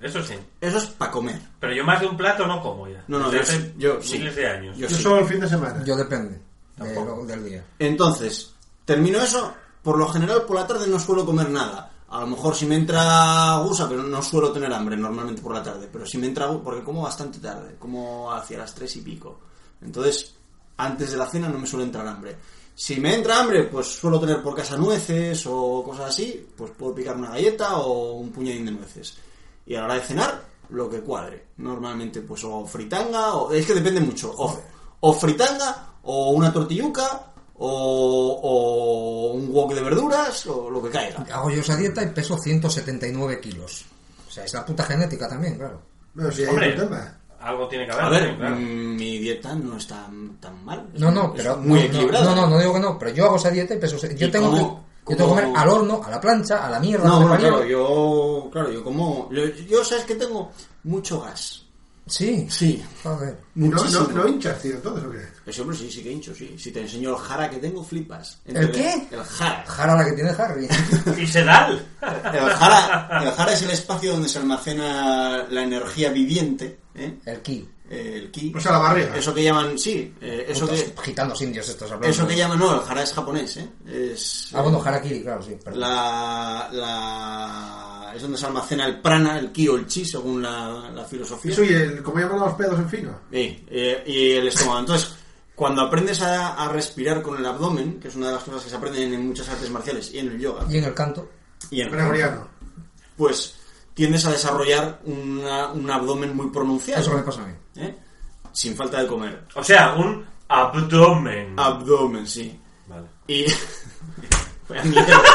Eso sí. Eso es para comer. Pero yo más de un plato no como ya. No, no, Desde yo hace sí, yo sí. miles de años. Yo Yo sí. solo el fin de semana. Yo depende de Tampoco. lo- del día. Entonces, termino eso. Por lo general, por la tarde no suelo comer nada. A lo mejor si me entra gusa, pero no suelo tener hambre normalmente por la tarde. Pero si me entra gu- porque como bastante tarde, como hacia las tres y pico. Entonces, antes de la cena no me suele entrar hambre. Si me entra hambre, pues suelo tener por casa nueces o cosas así. Pues puedo picar una galleta o un puñadín de nueces. Y a la hora de cenar, lo que cuadre. Normalmente, pues o fritanga, o. Es que depende mucho. O, o fritanga, o una tortilluca, o, o un wok de verduras, o lo que caiga. Hago yo esa dieta y peso 179 kilos. O sea, es la puta genética también, claro. Bueno, sí, hay Hombre, un tema. algo tiene que haber. A ver, sí, claro. mm, mi dieta no está tan mal. No, no, Es pero... Muy no, no, equilibrada. No, no, no digo que no, pero yo hago esa dieta y peso... se- Yo ¿Y tengo, cómo- que, yo tengo que cómo- comer al horno, a la plancha, a la mierda. No, al bueno, hervir. claro, yo. Claro, yo como. Yo, yo, sabes que tengo mucho gas. Sí, Sí. joder. No, Muchísimo. no, no hinchas, tío, entonces, ¿o qué? Pues hombre, sí, sí que hincho, sí. Si te enseño el jara que tengo, flipas. ¿El Entre- qué? El jara. Jara la que tiene Harry. mm. Y sedal. El jara, el jara es el espacio donde se almacena la energía viviente, ¿eh? El ki. Eh, el ki. O sea, la barriga. Eso que llaman, sí, eh, eso Putos que gitanos indios estos hablando. eso que llaman, no, el jara es japonés, ¿eh? Es Ah, bueno, harakiri, claro, sí. perdón. la, la es donde se almacena el prana, el ki o el chi según la, la filosofía. Eso y el, como llaman a los pedos en fino. Sí, eh, y el estómago. Entonces, cuando aprendes a, a respirar con el abdomen, que es una de las cosas que se aprenden en muchas artes marciales y en el yoga Y en el canto. y en Gregoriano. pues tiendes a desarrollar una- un abdomen muy pronunciado. Eso me pasa a mí. ¿eh? Sin falta de comer. O sea, un Abdomen. Abdomen, sí. Vale. Y. Voy a mierda.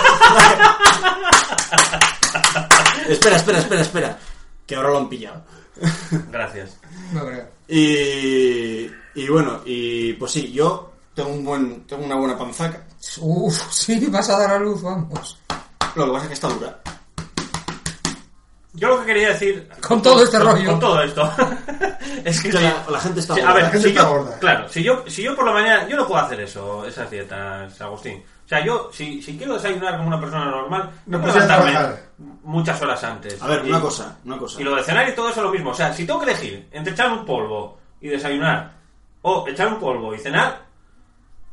espera, espera, espera, espera. Que ahora lo han pillado. Gracias. No creo. Y, y bueno, y pues sí, yo tengo, un buen, tengo una buena panzaca. Uf, sí, vas a dar a luz, vamos. Lo que pasa es que está dura. Yo lo que quería decir. Con todo este con- rollo. Con todo esto. es que. Que sí. la, la gente está Sí, dura. a ver, la gente si está yo, gorda. claro, si yo, si yo por la mañana, yo no puedo hacer eso, esas dietas, Agustín. O sea, yo, si, si quiero desayunar como una persona normal, no No puedo puedes levantarme trabajar. muchas horas antes. A ver, Y- una cosa, una cosa. Y lo de cenar y todo eso es lo mismo. O sea, si tengo que elegir entre echar un polvo y desayunar, o echar un polvo y cenar,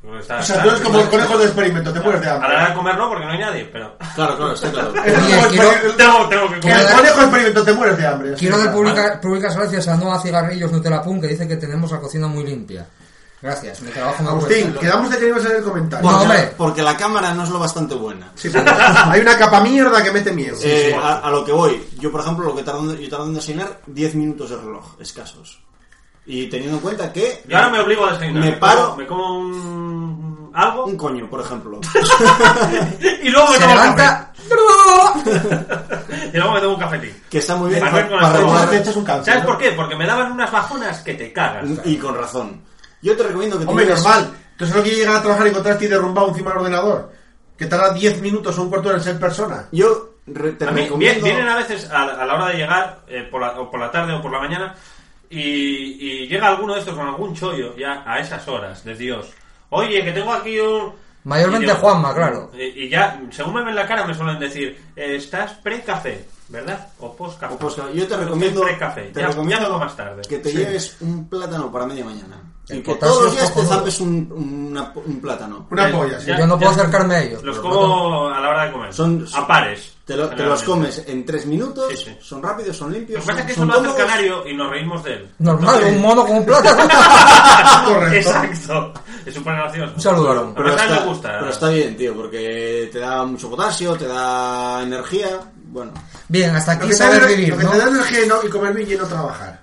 yo creo que está- O sea, está- tú eres como el conejo del experimento, te mueres de hambre. Ahora a comer no, porque no hay nadie, pero. Claro, claro, está claro. Eres como el Oye, quiero- experimento- Tengo, tengo que comer. El conejo del experimento, te mueres de hambre. Quiero dar público pública- públicas gracias a Noa Cigarrillos Nutella Pum, que dice que tenemos la cocina muy limpia. Gracias, mi Ah, trabajo me Agustín, cuesta. quedamos de que ibas a hacer el comentario. Bueno, Porque, hombre. porque la cámara no es lo bastante buena. Sí, porque hay una capa mierda que mete miedo. Eh, a, a lo que voy, yo por ejemplo, lo que tardo, en- yo tardo en desayunar 10 minutos de reloj, escasos. Y teniendo en cuenta que. Yo ahora me obligo a desayunar. Me como- paro. Me como un. algo. Un coño, por ejemplo. Y luego me Se tomo levanta. un café. Y luego me tomo un cafetín. Que está muy bien Para para, ver con las para cosas. regular- te echas un cáncer, ¿Sabes ¿no? por qué? Porque me daban unas bajonas que te cagas. Y con razón. Yo te recomiendo que te Hombre, lleves- normal. Entonces no quiere llegar a trabajar y encontrarte y derrumbado encima del ordenador. Que tarda 10 minutos o un cuarto de hora en ser persona. Yo re- te A mí, recomiendo. vie- vienen a veces a, la- a la hora de llegar, eh, por la, o por la tarde o por la mañana, y, y llega alguno de estos con algún chollo ya a esas horas, de Dios. Oye, que tengo aquí un... Mayormente Y digo- Juanma, claro. Y, y ya, según me ven la cara, me suelen decir, eh, estás pre-café, ¿verdad? O post-café. o posca- yo te recomiendo. Pre-café. te Ya, ya recomiendo vengo más tarde. Que te lleves un plátano para media mañana. El y que potasio todos los está días te cojonudo. zampes un, una- un plátano. Una Eh, polla, sí. ya- Yo no puedo ya- acercarme a ellos. Los pero como a la hora de comer. Son- a pares. Te, lo- te los generalmente. comes en 3 minutos, Sí, sí. son rápidos, son Lo limpios. que pasa es que eso son- lo son hace el cómodos. canario y nos reímos de él. Normal, un mono con un plátano. Correcto. Exacto. Es súper gracioso. un saludo, Aaron. Pero a mí me gusta. pero está bien, tío, porque te da mucho potasio, te da energía. Bueno, Bien, hasta Lo aquí que, te da, saber lo vivir, que ¿no? te da energía y, no- y comer bien y no trabajar.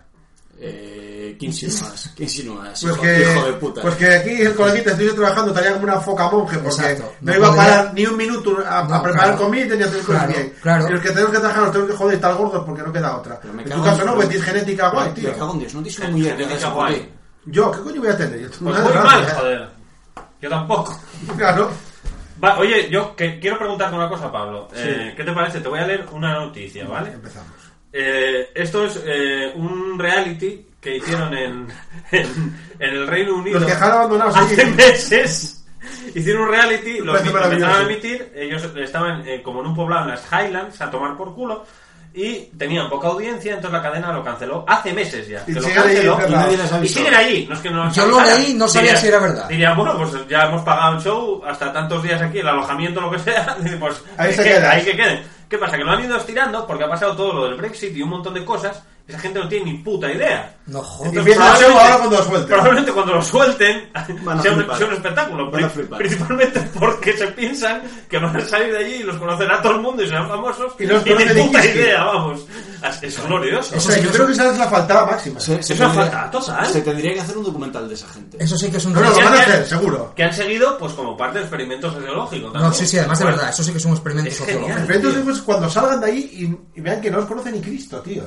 eh, ¿qué insinúas? ¿Qué insinúas? Pues hijo, que, hijo de puta. pues que aquí el coleguita estuviese trabajando estaría como una foca monje porque Exacto. no, No iba a podía- parar ni un minuto a, a No, preparar claro. comida ni a hacer cosas Claro, bien. claro. Y los que tenemos que trabajar nos tenemos que joder y estar gordos porque no queda otra. Pero me en cago tu caso en- no, pues tienes genética guay, me, tío. me cago en Dios, no tienes una mujer que haga Genética eso, guay. ¿por qué? Yo, ¿qué coño voy a tener? Yo tengo Pues una muy desgracia, mal, ¿eh? joder. Yo tampoco. Claro. Va, oye, yo que- quiero preguntarte una cosa, Pablo. Eh, ¿Qué te parece? Te voy a leer una noticia, ¿vale? Empezamos. Eh, esto es eh, un reality que hicieron en, en, en el Reino Unido. Los que dejaron abandonados hace allí. meses. Hicieron un reality, lo parece empezaron a maravilloso. emitir. Ellos estaban eh, como en un poblado en las Highlands a tomar por culo. Y tenían poca audiencia, entonces la cadena lo canceló hace meses ya. Y que lo siguen ahí, canceló. ¿verdad? Y nadie las ha Y visto. siguen allí, no es que no nos Yo lo avisaran. leí, no sabía si era verdad. Diría, bueno, pues ya hemos pagado el show hasta tantos días aquí, el alojamiento, lo que sea, y pues Ahí se que, queda. ahí que queden. ¿Qué pasa? Que lo han ido estirando porque ha pasado todo lo del Brexit y un montón de cosas. Esa gente no tiene ni puta idea. No jodas. Entonces, Empieza el show probablemente- ahora cuando lo suelten. Probablemente cuando lo suelten Van a sea, un, flipar. sea un espectáculo. Van a Pri- flipar. Principalmente porque se piensan que van a salir de allí y los conocerá todo el mundo y serán famosos. Y los y ni conoce ni puta Cristo. idea, vamos. Es glorioso. O sea, yo creo que esa es la faltada máxima. Se, Es una tendría- falta total. Se tendría que hacer un documental de esa gente. Eso sí que es un No, no, lo Ya, van a ya. hacer, seguro. que han seguido pues como parte del experimento sociológico No, sí, sí, además de Bueno, verdad, eso sí que es un experimento es sociológico. genial. Pero entonces pues, cuando salgan de ahí y, y vean que no os conoce ni Cristo, tío.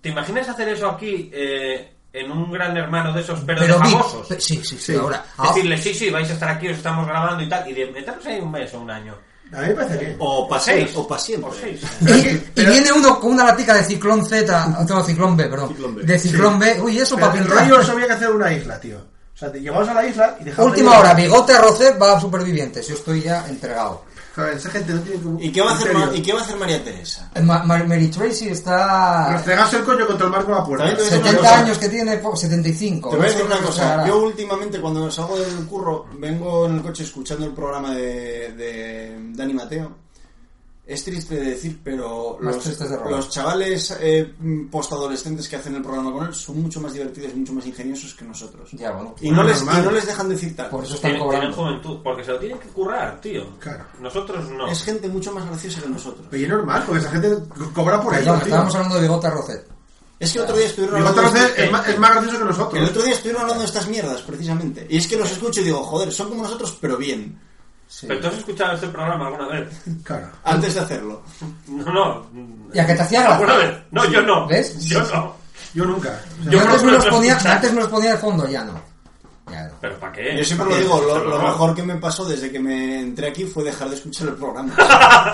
¿Te imaginas hacer eso aquí eh, en un gran hermano de esos, pero, Pero de vi- famosos? pe- sí, sí, sí, Sí. ahora. Ah, Decirle, sí, sí, vais a estar aquí, os estamos grabando y tal, y de meteros ahí un mes o un año. A mí me parece bien. O para Seis. o para siempre. O seis. Ah, Y, Pero es que- y pero- viene uno con una latica de ciclón Z, o no, ciclón B, perdón. Ciclón B. De ciclón B, uy, eso Pero para el pintar. rollo eso había que hacer una isla, tío. O sea, te llevamos a la isla y dejamos. Última hora, bigote Rocet va a supervivientes. Yo estoy ya entregado. Joder, esa gente no tiene que. ¿Y qué va a hacer, en serio. Ma- ¿Y qué va a hacer María Teresa? Eh, Ma- Ma- Mary Tracy Nos está. fregase el coño contra el marco de la puerta. También te voy a decir una 70 cosa. años que tiene, po- 75. Te voy a no decir sé una qué cosa. hará. Yo últimamente cuando salgo del curro vengo en el coche escuchando el programa de, de Dani Mateo. Es triste de decir, pero Más los, tristes de robar. los chavales eh, postadolescentes que hacen el programa con él son mucho más divertidos y mucho más ingeniosos que nosotros. Ya, bueno. Y, no les, y normal. no les dejan decir tal. Por eso están Tienen, tienen cobrando. juventud, porque se lo tienen que currar, tío. Claro. Nosotros no. Es gente mucho más graciosa que nosotros. Oye, normal, porque esa gente co- cobra por ello. Perdón, tío. estábamos hablando de bigote Rocet. Es que el otro día estuvieron Digo, hablando. otra de vez esto- es más, es más gracioso que nosotros. El otro día estuvieron hablando de estas mierdas, precisamente. Y es que los escucho y digo, joder, son como nosotros, pero bien. ¿Pero tú has escuchado este programa alguna vez? Claro. Antes de hacerlo. No, no. Y a que te hacía gracia. ¿Alguna vez? No, yo no. ¿Ves? Yo no. Yo nunca. O sea, Yo Yo antes creo me, que los lo ponía, escuchas. antes me los ponía de fondo, ya no. Ya no. ¿Pero para qué? Yo siempre lo ¿Para qué? digo, lo, Pero lo no. mejor que me pasó desde que me entré aquí fue dejar de escuchar el programa.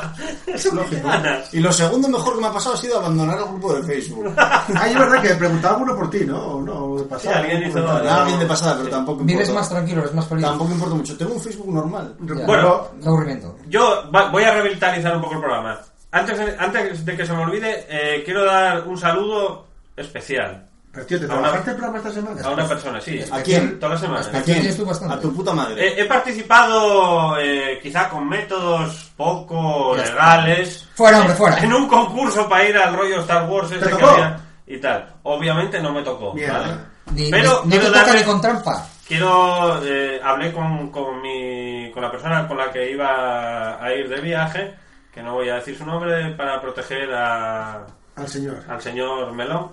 Es lógico. Y lo segundo mejor que me ha pasado ha sido abandonar el grupo de Facebook. Ah, y es verdad que preguntaba uno por ti, ¿no? O no, de pasada. Sí, alguien hizo- Nada. Nada bien de pasada, pero tampoco Vives más importa. tranquilo, eres más feliz. Tampoco importa mucho. Tengo un Facebook normal. Ya, Bueno. de aburrimiento. Yo va- voy a revitalizar un poco el programa. Antes de, antes de que se me olvide, eh, quiero dar un saludo especial Pero tío, ¿te A una- trabajaste el programa esta semana? a una persona, sí. ¿A quién? Todas las ¿A semanas. Eh, quién? Tienes tú bastante. A tu puta madre. He, he participado, eh, quizá con métodos poco Ya está. legales, Fuera, hombre, fuera. en un concurso para ir al rollo Star Wars ese ¿Te que tocó? había y tal. Obviamente no me tocó, Mierda. ¿vale? Ni- Pero no te quiero toca darle- ni con trampa. Quiero. eh, hablé con, con, mi, con la persona con la que iba a ir de viaje, que no voy a decir su nombre, para proteger a, Al señor. al señor Melón.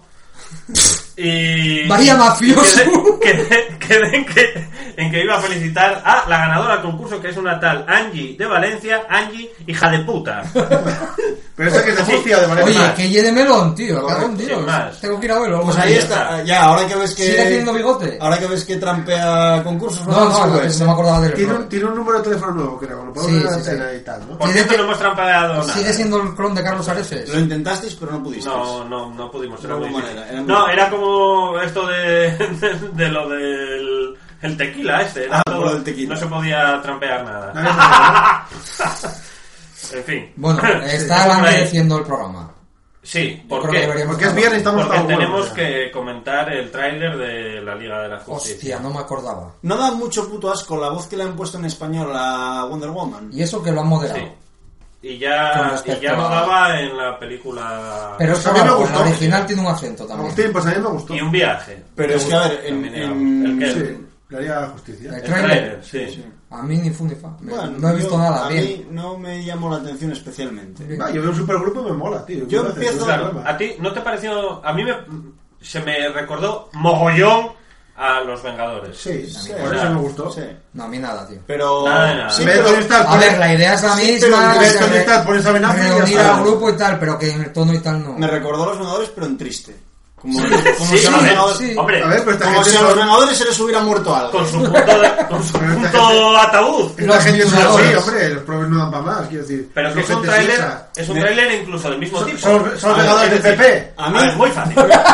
Y. Vaya mafioso. y Quedé, quedé- quedé en, que, en que iba a felicitar a la ganadora del concurso, que es una tal Angie de Valencia. Angie, hija de puta. Pero ese que es de Murcia, de Oye, Valencia. que llene melón, tío. Correcto, Cago en Dios. sin más. Tengo que ir a verlo. Pues algún ahí día. está. Ya, ahora que ves que. Sigue haciendo bigote. Ahora que ves que trampea concursos, pues, No, no, no, subes. no me acordaba de Tiene él. un, tiene un número de teléfono nuevo, creo. Lo podemos Sí, ver en la sí, sí. antena y tal, ¿no? Por Tiene cierto, que- no hemos trampeado nada. Sigue siendo el clon de Carlos Areces. Lo intentasteis, pero no pudisteis. No, no, no pudimos. Era No muy hubo difícil. manera, era muy no, difícil. era como esto de, de, de lo del el tequila este. era Ah, todo- lo del tequila. No se podía trampear Ah. nada. en fin. Bueno, Sí, está por ahí. agradeciendo el programa. Sí, ¿por creo qué? que deberíamos- Porque es bien, estamos Porque tan tenemos buenos, ya. que comentar el tráiler de la Liga de la Justicia. Hostia, no me acordaba. No da mucho puto asco la voz que le han puesto en español a Wonder Woman. Y eso que lo han moderado. Sí. Y Con ya, respecto y ya lo a- daba en la película... Pero Pues eso a mí me claro, pues la gustó. original tiene un acento también. Agustín, pues a mí me gustó. Y un viaje. Pero es que, a ver, en- También era- en- ¿El qué? Sí, le haría justicia. El El tráiler. tráiler, sí. A mí ni fu ni fa. Me- no he visto yo- nada. A Bien. mí no me llamó la atención especialmente. Va, yo veo un supergrupo y me mola, tío. Yo Me hace empiezo- un Claro, programa. a ti no te pareció... A mí me, se me recordó mogollón a Los Vengadores. Sí, Sí, por o eso sea, me gustó. Sí. No, a mí nada, tío. Pero. Nada de nada. Sí, En vez de pero- estar- A ver, la idea es la Sí, misma. pero en se vez de re- estar por esa amenaza y ya Reunir está. al grupo y tal, pero que en el tono y tal no. Me recordó a los Vengadores, pero en triste. Como, como Sí, si a los hombre, Vengadores- sí. hombre, A ver, pero esta como gente si a son- los Vengadores se les hubiera muerto algo. con su punto, de- con su Pero esta punto gente- ataúd. Esta Los gente es así, entrenadores. hombre. Los probes no dan para más, quiero decir. Pero que Son es un gente tráiler, sisa. es un Me- tráiler incluso del mismo tipo. son- son A ver, regadores es de decir, PP. A mí es muy fácil.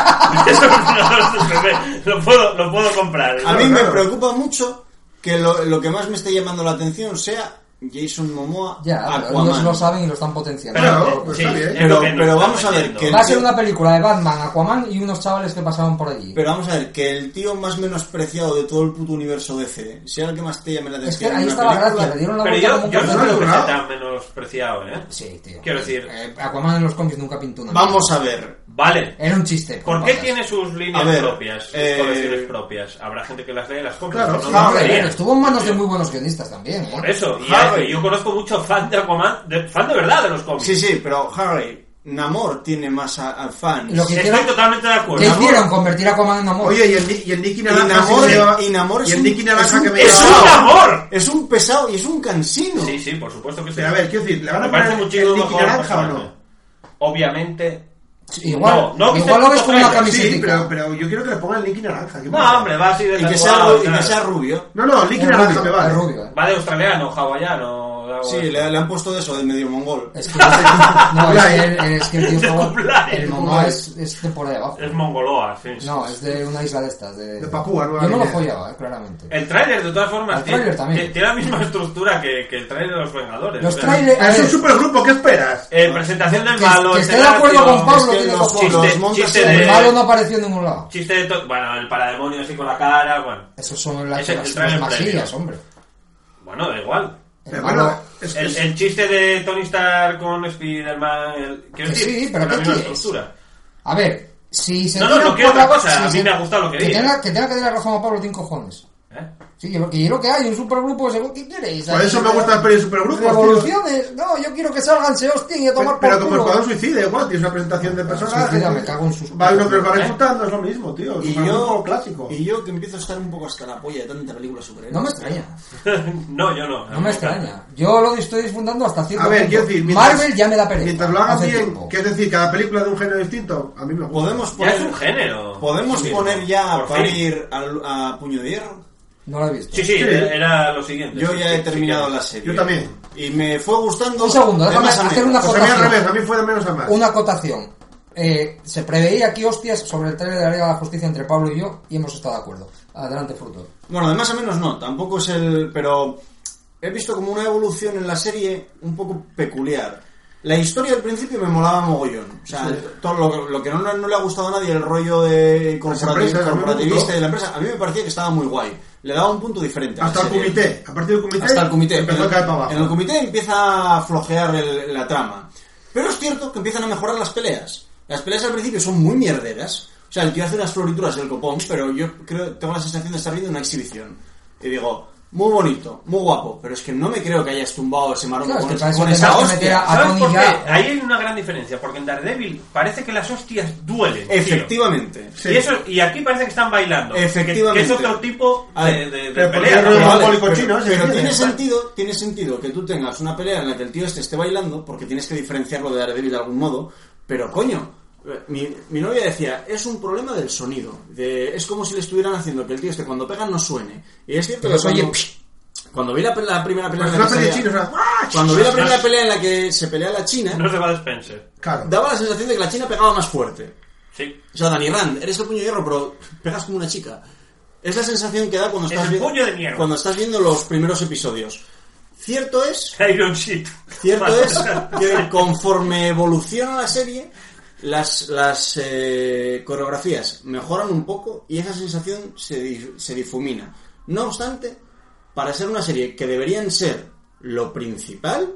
Son regadores de PP. Lo puedo, lo puedo comprar. A mí Claro, me claro. preocupa mucho que lo, lo que más me esté llamando la atención sea Jason Momoa Ya, pero Aquaman. ellos lo saben y lo están potenciando. Claro, pues está bien. es lo Pero- eh, que nos pero están vamos a ver, vendiendo. que- Va a ser una película de Batman, Aquaman y unos chavales que pasaban por allí. Pero vamos a ver, que el tío más menospreciado de todo el puto universo DC sea el que más te llame la es atención. que ahí en está una la gracia, le película. dieron la Pero vuelta yo, como yo un no personaje, creo que sea ¿no? tan menospreciado, ¿eh? Sí, tío. Quiero decir- Eh, Aquaman en los cómics nunca pintó una. Vamos a ver. Vale. Era un chiste. con ¿Por qué patas. tiene sus líneas A ver, propias, sus eh, colecciones propias? Habrá gente que las lee y las compra. Claro, no, sí, No, no hombre, leerían. estuvo en manos de muy buenos guionistas también. ¿eh? Por eso, y Harry. y yo conozco muchos fans de Aquaman, de- fan de verdad de los cómics. Sí, sí, pero Harry, Namor tiene más a, a fans. Lo que- Estoy hicieron- totalmente de ¿Qué acuerdo. hicieron? Convertir a Aquaman en amor. Oye, y el, Ni- y el Nicky Naranja. Namor- sí me llevaba- y Namor es y el un- Nicky es Naranja un- que me ¡Es llevaba- un amor! Es un pesado y es un cansino. Sí, sí, por supuesto que sí. Pero a ver, quiero decir, ¿le van a Me parece poner un chico el Nicky mejor Naranja o no? personaje. Obviamente. Igual, no, no viste igual lo el ves puto con una trailer. camiseta. Sí, pero, pero yo quiero que le pongan el Nicky Naranja. ¿qué pasa? No, hombre, va así de Y que, tatuado, sea, ru- y tal. que sea rubio. No, no, el Nicky Es Naranja me rubio, vale. es rubio, ¿eh? Va de australiano, hawaiano. de algo Sí, así. le, le han puesto de eso, de medio mongol. Es que, no, es que, el- es que el De tío Kublai. el Momoa es, es de por ahí abajo. Es mongoloa, sí. No, es de una isla de estas. De, De Papúa Nueva Yo no lo Guinea. follaba, eh, claramente. El tráiler, de todas formas, El tiene, tráiler también. tiene- tiene la misma estructura que, que el tráiler de los Vengadores. Los O sea, tráiler- a Eh, Es un ver, supergrupo, ¿qué esperas? eh, presentación del Que- malo. que esté de escenario, acuerdo con Pablo, Es que tiene los- razón. los Chiste- montas chiste en- de- El malo no apareció en ningún lado. Chiste de to- Bueno, el parademonio así con la cara, bueno. Esos son las, Ese- el las, trailer las masillas, previo. hombre. Bueno, da igual. El Pero malo- bueno, es que El, es- el chiste de Tony Stark con Spider-Man. el- quiero Que decir, sí, pero la ¿qué misma quieres? estructura. A ver, si se No, no, tiran no quiero por la- otra cosa, a mí se- me ha gustado lo que vi, tenga- eh. que tenga que darle la razón a Pablo, tiene cojones. ¿Eh? Sí, y lo que hay, un supergrupo según qué quieres. Por Ahí eso me hay gustan las pelis de supergrupos, Revoluciones. No, yo quiero que salgan Sebastián y a tomar Pero, pero por como culo. Escuadrón Suicida, igual, tienes una presentación de personajes. Suicida, me cago en sus- Va uno que los va ¿Eh? refutando, es lo mismo, tío. Es Y un yo, juego clásico. y yo que empiezo a estar un poco hasta la polla de tanta película superhéroe. No me extraña. no, yo no. No me extraña. Yo lo estoy disfrutando hasta cierto A ver, punto. quiero decir, Marvel ya me da pereza. Mientras lo hagan hace bien, tiempo. que es decir, cada película de un género distinto, a mí me gusta. Podemos Ya es poner, un género. podemos Sí, poner ya a por fin. parir al- a puño de hierro. No lo he visto. Sí, sí, Sí. era lo siguiente. Yo Sí, ya sí, he sí, terminado ya. la serie. Yo también. Y me fue gustando. Un segundo, de déjame más a hacer menos. una Pues a mí al acotación. revés, a mí fue de menos a más. Una acotación. Eh, se preveía aquí hostias sobre el trailer de la Liga de la Justicia entre Pablo y yo y hemos estado de acuerdo. Adelante, Fruto. Eh, Bueno, de más a menos no, tampoco es el. Pero he visto como una evolución en la serie un poco peculiar. La historia al principio me molaba mogollón. O sea, todo lo, lo que no, no le ha gustado a nadie, el rollo de corporati- empresas, a mí me corporativista gustó. y la empresa, a mí me parecía que estaba muy guay. Le daba un punto diferente. a la Hasta el serie. comité. A partir del comité. Hasta el comité. Empezó En a el- caer para abajo. En el comité empieza a flojear el- la trama. Pero es cierto que empiezan a mejorar las peleas. Las peleas al principio son muy mierderas. O sea, el tío hace unas florituras del copón, pero yo creo, tengo la sensación de estar viendo una exhibición. Y digo, muy bonito, muy guapo, pero es que no me creo que hayas tumbado ese marrón Claro, es con, que es- para eso con esa tendrás que meter hostia. a- ¿Sabes por qué? Atonilla. Ahí hay una gran diferencia, porque en Daredevil parece que las hostias duelen. tío. Efectivamente. Y, eso, y aquí parece que están bailando. Efectivamente. Que, que es otro tipo A de, ver, de- de pero porque pelea. es ¿no? un Vale, Vale, alcohólico chino, ese pero que tiene tiene. sentido, tiene sentido que tú tengas una pelea en la que el tío este esté bailando, porque tienes que diferenciarlo de Daredevil de algún modo, pero coño, eh, mi, mi novia decía, es un problema del sonido, de- es como si le estuvieran haciendo que el tío este cuando pega no suene. Y es cierto Pero que se oye, cuando, cuando vi la, pe- la primera pelea Pues en la una que peli salía- china, o sea, ¡ah! cuando vi la primera pelea en la que se pelea la China, No se va a Spencer. Claro. daba la sensación de que la China pegaba más fuerte. Sí. O sea, Dani Rand, eres el puño de hierro, pero pegas como una chica. Es la sensación que da cuando Es estás, el vi- puño de hierro. cuando estás viendo los primeros episodios. Cierto es, Iron Sheet. cierto es que conforme evoluciona la serie, las, las eh, coreografías mejoran un poco y esa sensación se, di- se difumina. No obstante, para ser una serie que deberían ser lo principal,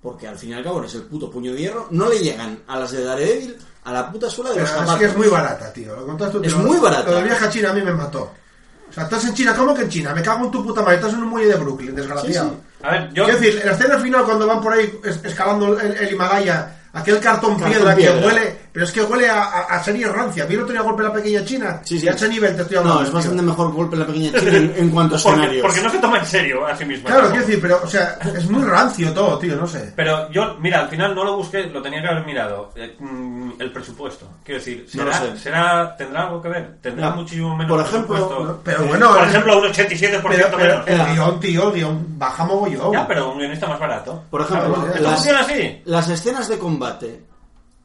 porque al fin y al cabo es el puto puño de hierro, no le llegan a las de Daredevil a la puta suela de los Pero zapatos. es que es muy barata, tío. Lo contaste tú. Es tío. muy barata. Lo del viaje a China a mí me mató. O sea, estás en China, ¿cómo que en China? Me cago en tu puta madre, estás en un muelle de Brooklyn, desgraciado. Sí, sí. A ver, yo. Quiero decir, la escena final cuando van por ahí es- escalando el, el Himalaya, aquel cartón, Cartón piedra, piedra. que huele, pero es que huele a, a, a serie rancia. Vi el otro día golpe a la pequeña China Sí, sí. y a ese nivel te estoy hablando. No, es tío. bastante mejor golpe en la pequeña China en, en cuanto a Porque, escenarios. porque no se toma en serio a sí mismo. Claro, quiero decir, pero, o sea, es muy rancio todo, tío, no sé. Pero yo, mira, al final no lo busqué, lo tenía que haber mirado. Eh, mm, el presupuesto. Quiero decir, No ¿será, lo sé. ¿será, ¿tendrá algo que ver? ¿Tendrá No. muchísimo menos Por ejemplo, presupuesto? no, pero bueno, Por eh, es- ejemplo, un 87% Pero, pero menos. el guión, tío, el guión, baja mogollón. Ya, pero un guionista más barato. Por ejemplo, Claro, las- ¿esto funciona así? Las escenas de combate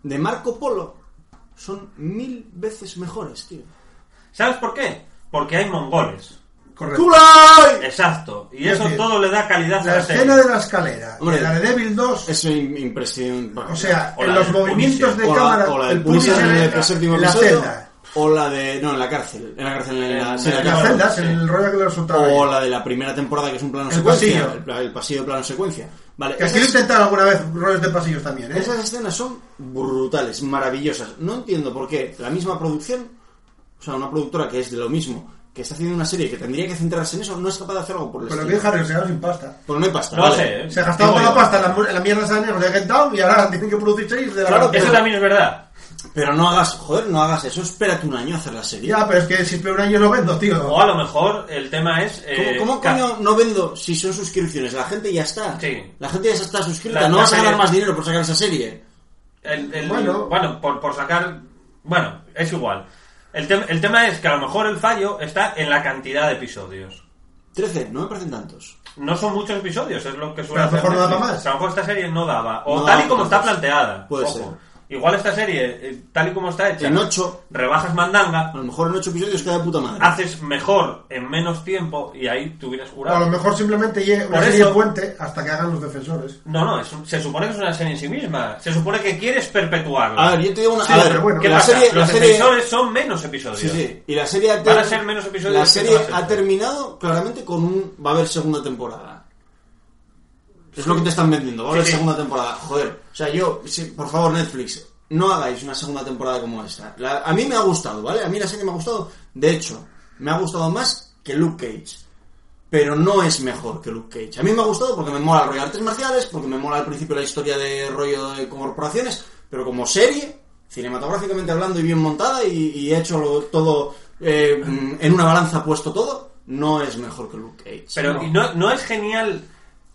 de Marco Polo son mil veces mejores, tío. ¿Sabes por qué? Porque hay mongoles. Correcto. ¡Kulai! Exacto. Y Es eso decir, todo le da calidad a La la serie. escena de la escalera, Hombre. de la de Devil 2, Es im- impresión. o sea, o la en los del movimientos de o cámara, la, o la del el Punisher Punisher en el entra séptimo en la episodio, celda. o la de. No, en la cárcel. En la cárcel, en la, En sí, en la Las cárcel. celdas, sí. en el rollo que lo soltaba. O ahí. la de la primera temporada, que es un plano El secuencia. pasillo. El, pla- el pasillo de plano secuencia. Vale, Que aquí lo esas- intentaron alguna vez rollos de pasillos también, ¿eh? Esas escenas son brutales, maravillosas. No entiendo por qué la misma producción, o sea, una productora que es de lo mismo, que está haciendo una serie que tendría que centrarse en eso, no es capaz de hacer algo por el Con lo que estilo. es Harry, se quedaron sin pasta. Pero Pues no hay pasta. No vale. sé, ¿eh? Se ha gastado Digo toda la yo. pasta en la, mu- en la mierda esa de negros de Get Down y ahora tienen que producir seis de la Claro, Eso también es verdad. Pero no hagas, joder, no hagas eso. Espérate un año a hacer la serie. Ya, pero es que si espero un año lo vendo, tío. O a lo mejor el tema es... ¿Cómo, eh, cómo ca- coño no vendo si son suscripciones? La gente ya está. Sí. La gente ya está suscrita. La- no la vas a ganar serie- más dinero por sacar esa serie. el- el- Bueno. bueno, por, por sacar... Bueno, es igual. El, tem- el tema es que a lo mejor el fallo está en la cantidad de episodios. 13, no me parecen tantos. No son muchos episodios, es lo que Pero suele a lo hacer mejor no Netflix. daba más. A lo mejor esta serie no daba. O No tal y daba como está tantos. planteada. Puede Ojo. ser. Igual esta serie, eh, tal y como está hecha... En ocho. Rebajas mandanga, A lo mejor en 8 episodios queda de puta madre. haces mejor en menos tiempo y ahí te hubieras O a lo curado. mejor simplemente llegue una Por serie eso- puente hasta que hagan los defensores. No, no, es un- se supone que es una serie en sí misma. Se supone que quieres perpetuarla. A ver, yo te digo una. Sí, a ver, pero bueno. ¿Qué Ah, la pasa? serie, la Los serie, episodios son menos episodios. Sí, sí. Y la serie ha, Van a ser menos episodios la que serie no va a ser. ha terminado claramente con un. Va a haber segunda temporada. Es lo que te están vendiendo. Va a haber Sí, sí. segunda temporada. Joder. O sea, yo. sí, por favor, Netflix. No hagáis una segunda temporada como esta. La- a mí me ha gustado, ¿vale? A mí la serie me ha gustado. De hecho, me ha gustado más que Luke Cage. Pero no es mejor que Luke Cage. A mí me ha gustado porque me mola el rollo de artes marciales, porque me mola al principio la historia de rollo de corporaciones, pero como serie, cinematográficamente hablando y bien montada y, y hecho lo- todo eh, en una balanza puesto todo, no es mejor que Luke Cage. Pero ¿y no, no es genial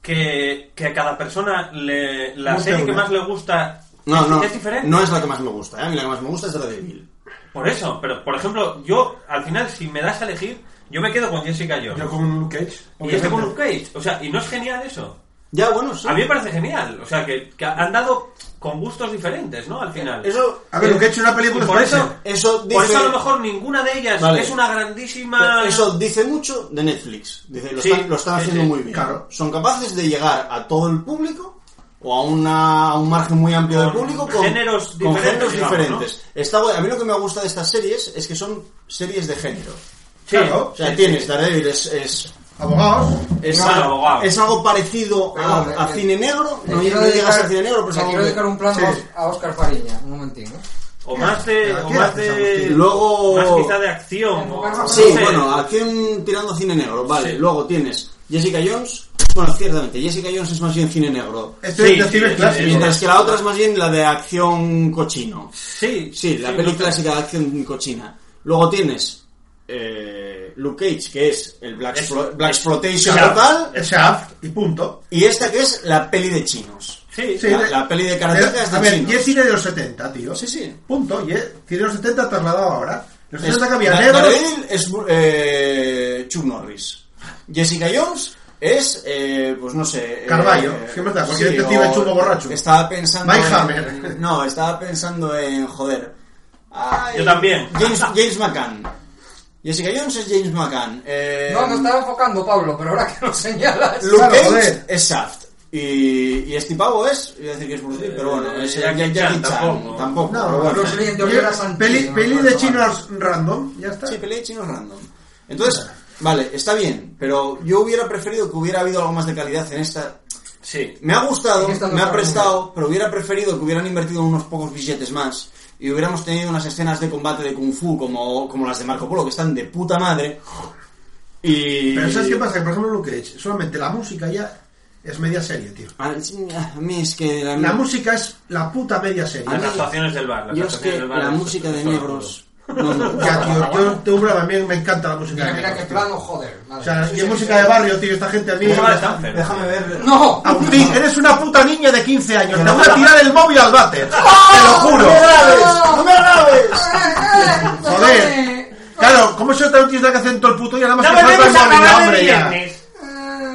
que, que a cada persona le- la Guste serie que una. más le gusta No, es, no, es diferente. no es la que más me gusta. ¿eh? A mí la que más me gusta es Daredevil. Por eso, pero por ejemplo, yo al final, si me das a elegir, yo me quedo con Jessica Jones. Yo con Luke Cage. y este con obviamente. Luke Cage. O sea, y no es genial eso. Ya, bueno, sí. A mí me parece genial. O sea, que, que han dado con gustos diferentes, ¿no? Al final. Eh, Eso, A ver, Luke Cage es una película Y por es eso, eso por dice- eso a lo mejor ninguna de ellas Vale. es una grandísima. Eso dice mucho de Netflix. Dice, lo, Sí, están, lo están sí, haciendo sí, muy bien. claro. Son capaces de llegar a todo el público o a, una- a un margen muy amplio del Con público con géneros con diferentes, géneros digamos, diferentes. Está guay. A mí lo que me gusta de estas series es que son series de género. Sí. claro. O sea, Sí, tienes sí. Daredevil, es, es, Abogados. es, Claro, algo, abogado. es algo parecido a, Perdón, a eh, cine negro. Le No, quiero no llegas dedicar- a cine negro, pero es le algo quiero que- dedicar un plan Sí. a Oscar Fariña, un momentín. ¿eh? O más de. Pero O aquí más las de. usamos, tío. Luego- Más quizá de acción. o- no Sí, sé. bueno, acción tirando cine negro, vale. Sí. Luego tienes Jessica Jones. Bueno, ciertamente, Jessica Jones es más bien cine negro. Esto Sí, Este es detective sí, clásico. sí, Mientras que la otra es más bien la de acción cochino. Sí. Sí, la sí, peli no sé. clásica de acción cochina. Luego tienes eh, Luke Cage, que es el Black, Es- Explo- Black es- Exploitation Shaft, total. es Shaft y punto. Y esta que es la peli de chinos. Sí. Sí. La, la peli de Pero, karatecas a de ver, y es chinos. cine de los 70, tío. Sí, sí. Punto. Y es cine de los 70 trasladado ahora. Los Es- 70 que había Da- negros. Daredevil es eh, Chuck Norris. Jessica Jones es, eh, pues no sé... eh, Carballo. Siempre está, cualquier detective o- chungo borracho. Estaba pensando Mike en- Hammer. No, estaba pensando en, joder... ay, Yo también. James, James McCann. Jessica Jones es James McCann. Eh, No, me estaba enfocando, Pablo, pero ahora que lo señalas. Luke mm. Claro, Cage joder. es Shaft. Y, y este pavo es, voy a decir que es Bruce Lee, pero bueno, es Eh, Jack- Jackie Jackie, Chan, Chan, tampoco. tampoco. No, pero bueno. Bruce Lee. Y es Yo era Santini, peli, no peli me de acuerdo. chinos random. Ya está. Sí, pelea de chinos random. Entonces, vale, está bien, pero yo hubiera preferido que hubiera habido algo más de calidad en esta. Sí. Me ha gustado, En esta no me ha está prestado, pero hubiera preferido que hubieran invertido unos pocos billetes más y hubiéramos tenido unas escenas de combate de Kung Fu como, como las de Marco Polo, que están de puta madre. Y. Pero ¿sabes qué pasa? Que, por ejemplo, Luke Cage, solamente la música ya es media serie, tío. A Ah, a mí es que. La, La música es la puta media serie. A Las mí- actuaciones del bar. las yo es actuaciones que del bar la es- música de es todo negros. No, me gusta. Ya, tío, yo te juro, a mí me encanta la música Mira, de mira qué negros, tío. plano, joder. madre. O sea, y es música de barrio, tío, esta gente a mí... ¿Cómo va de Sanfer? Déjame ver. ¡No! Agustín, eres una puta niña de 15 años, te voy a tirar el móvil al váter. Te lo juro. ¡No me grabes! Joder. Claro, ¿cómo esos tranquis que hacen todo el puto día nada más No que falta el volvemos a móvil, no, grabar de hombre, ya. viernes.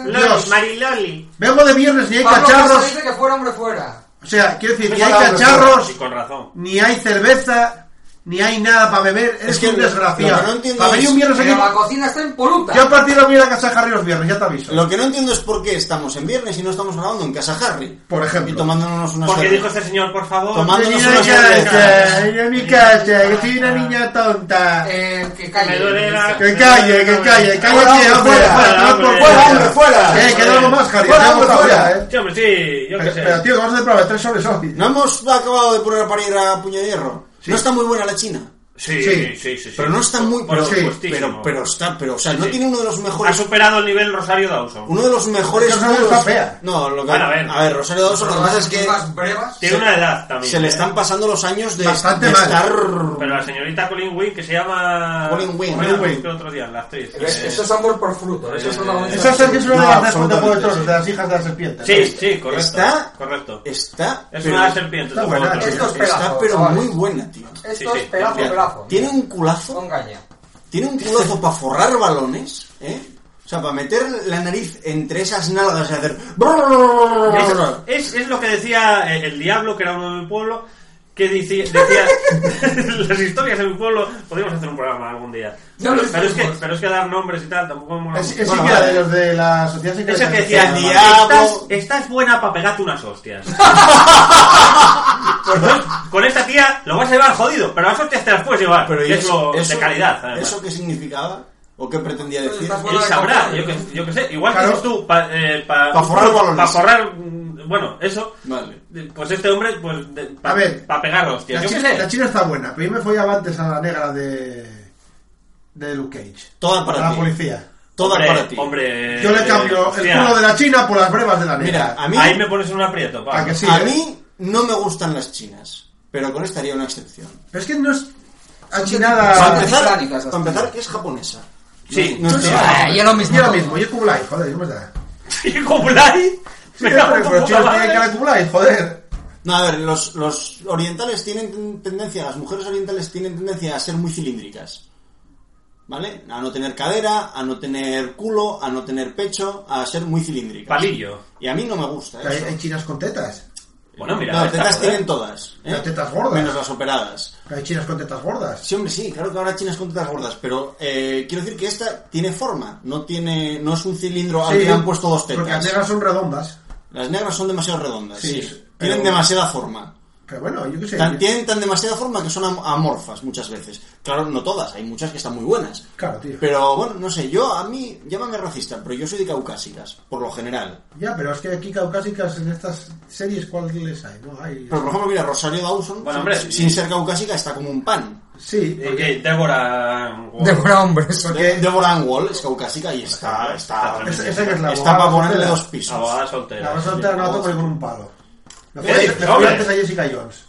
Dios. Los Mariloli. Vengo de viernes ni hay Pablo Casado cacharros. dice que fuera hombre fuera. O sea, quiero decir, ni Eso hay habla de- cacharros, Sí, con razón. ni hay cerveza, ni hay nada para beber. Eres que un lo- lo desgraciado. que no entiendo Para venir es- un viernes Pero la aquí... cocina está en poluta. Yo a partir de la voy a ir a casa de Harry los viernes, ya te aviso. Lo que no entiendo es por qué estamos en viernes y no estamos grabando en casa Harry. Por ejemplo. Y tomándonos unas Porque cervezas. dijo este señor, por favor. Tomando- Yo Mándanos soy unas una cervezas. casa, yo en mi casa, yo soy una niña tonta. Eh, que calle. Me duele la- Que calle, que calle, cállate, Fuera, hombre, fuera, fuera, no, hombre. por Fuera, hombre, fuera. Eh, que no hago más, Harry, Fuera, no hago hombre, más, fuera. eh. Sí, hombre, sí, yo qué Pero, sé. pero, tío, que vamos a hacer pruebas, tres soles hoy. No hemos acabado de poner para ir a puño de hierro. Sí. No está muy buena la China. Sí, Sí, sí, sí, sí. Pero no está muy... Por pero, sí, supuestísimo. pero, pero está... Pero, o sea, no Sí. tiene uno de los Ha mejores... superado el nivel Rosario Dawson. Uno de los mejores Es que Rosario juegos- está fea. No, lo que... Bueno, a ver. Rosario Dawson, lo que pasa es que Las brevas. Tiene una edad también. se le ¿eh? están pasando los años de, Bastante de mal. estar... Pero la señorita Colin Wing, que se llama. Colin Wing. Bueno, Colin Wing. que otro día, la actriz. Pero es- Eh, Eso es amor por fruto. Eso es una Esa es que es una No, de las tres cuentas por absolutamente, detrás, sí. de las hijas de las serpientes. Sí, sí, correcto. Está- Correcto. Está... Es pero- una serpiente. Está como buena, otra. Esto es Está pedazo. pero chavales. muy buena, tío. Sí, Esto sí, es pedazo, también. pedazo. Tiene un culazo... Con caña. Tiene un culazo para forrar balones, ¿eh? O sea, para meter la nariz entre esas nalgas y hacer... Es, es- es lo que decía eh, el diablo, que era uno de mi pueblo, que dici- decía las historias de mi pueblo, podríamos hacer un programa algún día. Ya Pero, lo pero es que, hicimos. pero es que dar nombres y tal, tampoco me mola Es, mucho. es Bueno, hija vale. de los de la sociedad secreta. Eso que de decía, la el mano. día- estás, Diablo. estás buena para pegarte unas hostias. Entonces, con esta tía lo vas a llevar jodido, pero las hostias te las puedes llevar. Pero ¿y que es lo de calidad, además. ¿Eso qué significaba? ¿O qué pretendía decir? Eh, Estás Él buena de sabrá, cojones. yo que, yo que sé. Igual Claro. que dices tú, para eh, pa- Pa forrar balones. pa forrar, mm, bueno, eso. Vale. Eh, Pues este hombre, pues, de- pa- A ver. pa pegar hostias. La Yo qué china, sé. la china está buena, pero yo me follaba antes a la negra de... de Luke Cage. Toda para la ti. policía. Toda hombre, para ti. Hombre, Yo le eh, cambio hostia, el culo de la China por las brevas de la negra. Mira, a mí, Ahí me pones en un aprieto. pa. ¿A que sí? a eh? mí no me gustan las chinas, pero con esta haría una excepción. Pero es que no es Para Ah, achinada. empezar, británicas, las para empezar, chinas. que es japonesa. Sí. No, no es Ah, china. ya lo mismo. Yo lo mismo, yo Kublai, joder, ¿cómo está? Sí, Kublai. Sí, Me pero cago en tu pero los puta chinos tienen cara madre. de Kublai, joder. No, a ver, los, los orientales tienen tendencia, las mujeres orientales tienen tendencia a ser muy cilíndricas. ¿Vale? A no tener cadera, a no tener culo, a no tener pecho, a ser muy cilíndricas. Palillo. Y a mí no me gusta Hay, eso. hay chinas con tetas. Bueno, mira. No, esta, tetas joder. tienen todas. ¿eh? Pero tetas gordas. Menos las operadas. Pero Hay chinas con tetas gordas. Sí, hombre, sí, claro que habrá chinas con tetas gordas, pero eh, quiero decir que esta tiene forma, no tiene, no es un cilindro al que Sí, le han puesto dos Porque las tetas. negras son redondas. Las negras son demasiado redondas, Sí, sí. sí, pero- Tienen demasiada forma. Pero bueno, yo qué sé. Tan- tienen tan demasiada forma que son am- amorfas muchas veces. Claro, no todas, hay muchas que están muy buenas. Claro, tío. Pero bueno, no sé, yo a mí, llámame racista, pero yo soy de caucásicas, por lo general. Ya, pero es que aquí caucásicas en estas series, ¿cuáles hay? No hay. Pero por ejemplo, mira, Rosario Dawson, Bueno, sin- hombre, sin, y- ser caucásica, está como un pan. Sí, Porque Débora. Devora hombres. Porque- Deborah Ann Wall es caucásica y está... Está Está, esa, esa que es la está para abogada ponerle soltera. dos pisos. Abogada soltera. La vas a soltar no la toco ni con un palo. Le fue, Ey, le fue hombre. antes a Jessica Jones.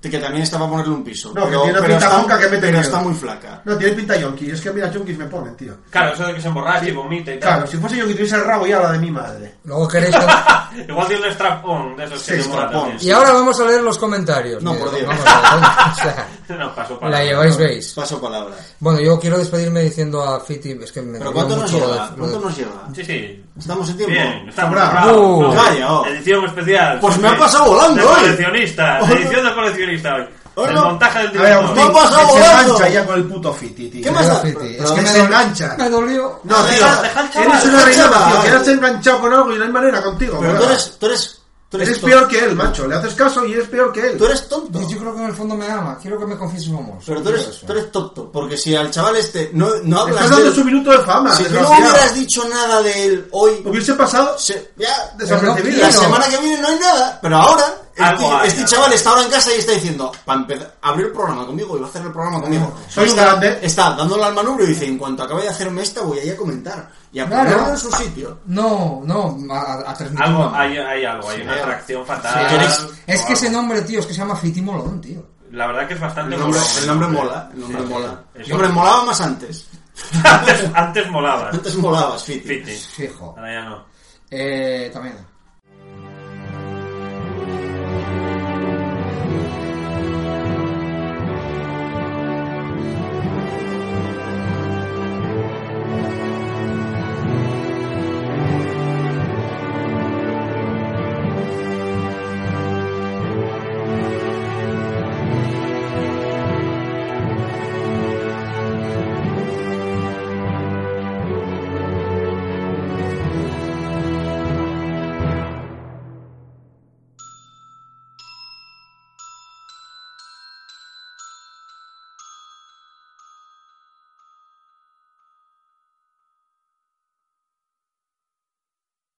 Que también está para ponerle un piso. No, que pero, tiene pero pinta está, junca que mete pero miedo. está muy flaca. No, tiene pinta yonki. Es que mira, yonkis me ponen, tío. Claro, eso de que se emborrache y vomite y Claro, tal. si fuese yo que tuviese el rabo ya la de mi madre. Luego queréis que- Igual tiene un strapón de esos Sí, que te mola strapón. también. Y ahora vamos a leer los comentarios. No, que- por Dios. vamos a- o sea, No, paso para. la lleváis, veis. Paso palabra. Bueno, yo quiero despedirme diciendo a Fiti... Es que me ¿Pero dolió cuánto nos mucho eh, lo lleva? de- ¿Cuánto lo de- nos lleva? Sí, sí. ¿Estamos en tiempo? Bien, está Sobrado. bravo. Uh. Vaya, oh. Edición especial. Pues me Sí. ha pasado volando de hoy. coleccionista. Hoy no. Edición de coleccionista hoy. Hoy El no. montaje del A ver, director. Agustín, ¡No pasa que se volando! engancha ya con el puto fiti, tío. ¿Qué lo de más da? Fiti. Es Pero que que me se dol- engancha. Me dolió. No, tío. Deja- deja el chaval. Eres un Deja el orejón, tío. chaval. Que has enganchado con algo y no hay manera contigo. Pero tú ¿verdad? eres... Tú eres... Tú eres, Eres tonto. peor que él, macho. Le haces caso y eres peor que él. Tú eres tonto. Yo creo que en el fondo me ama. Quiero que me confieses un amor. Pero tú Quiero eres, eso. tú eres tonto. Porque si al chaval este no, no Le hablas Estás de dando él- su minuto de fama. Si tú no desgraciado. hubieras dicho nada de él hoy... Hubiese pasado se- ya... desapercibido. La semana que viene no hay nada, pero ahora Algo este, hay, este algo chaval hay. está ahora en casa y está diciendo, para empezar, abrir el programa conmigo y va a hacer el programa conmigo. Soy un está, grande. Está dándole al manubrio y dice, en cuanto acabe de hacerme esta voy a ir a comentar y a Claro. ponerlo en su sitio. No, no. A, a- a transmitir un Algo, amor. hay, hay algo, hay una hay algo. atracción Sí, fatal. ¿Queréis- Es que o ese algo. nombre, tío, es que se llama Fitimolón, tío. La verdad que es bastante El nombre, molón. el nombre mola, el nombre mola. sí. El nombre molaba más antes. antes, antes molaba. Antes molabas, Fiti. Fiti. Ah. Fijo. Ahora ya no. Eh, también.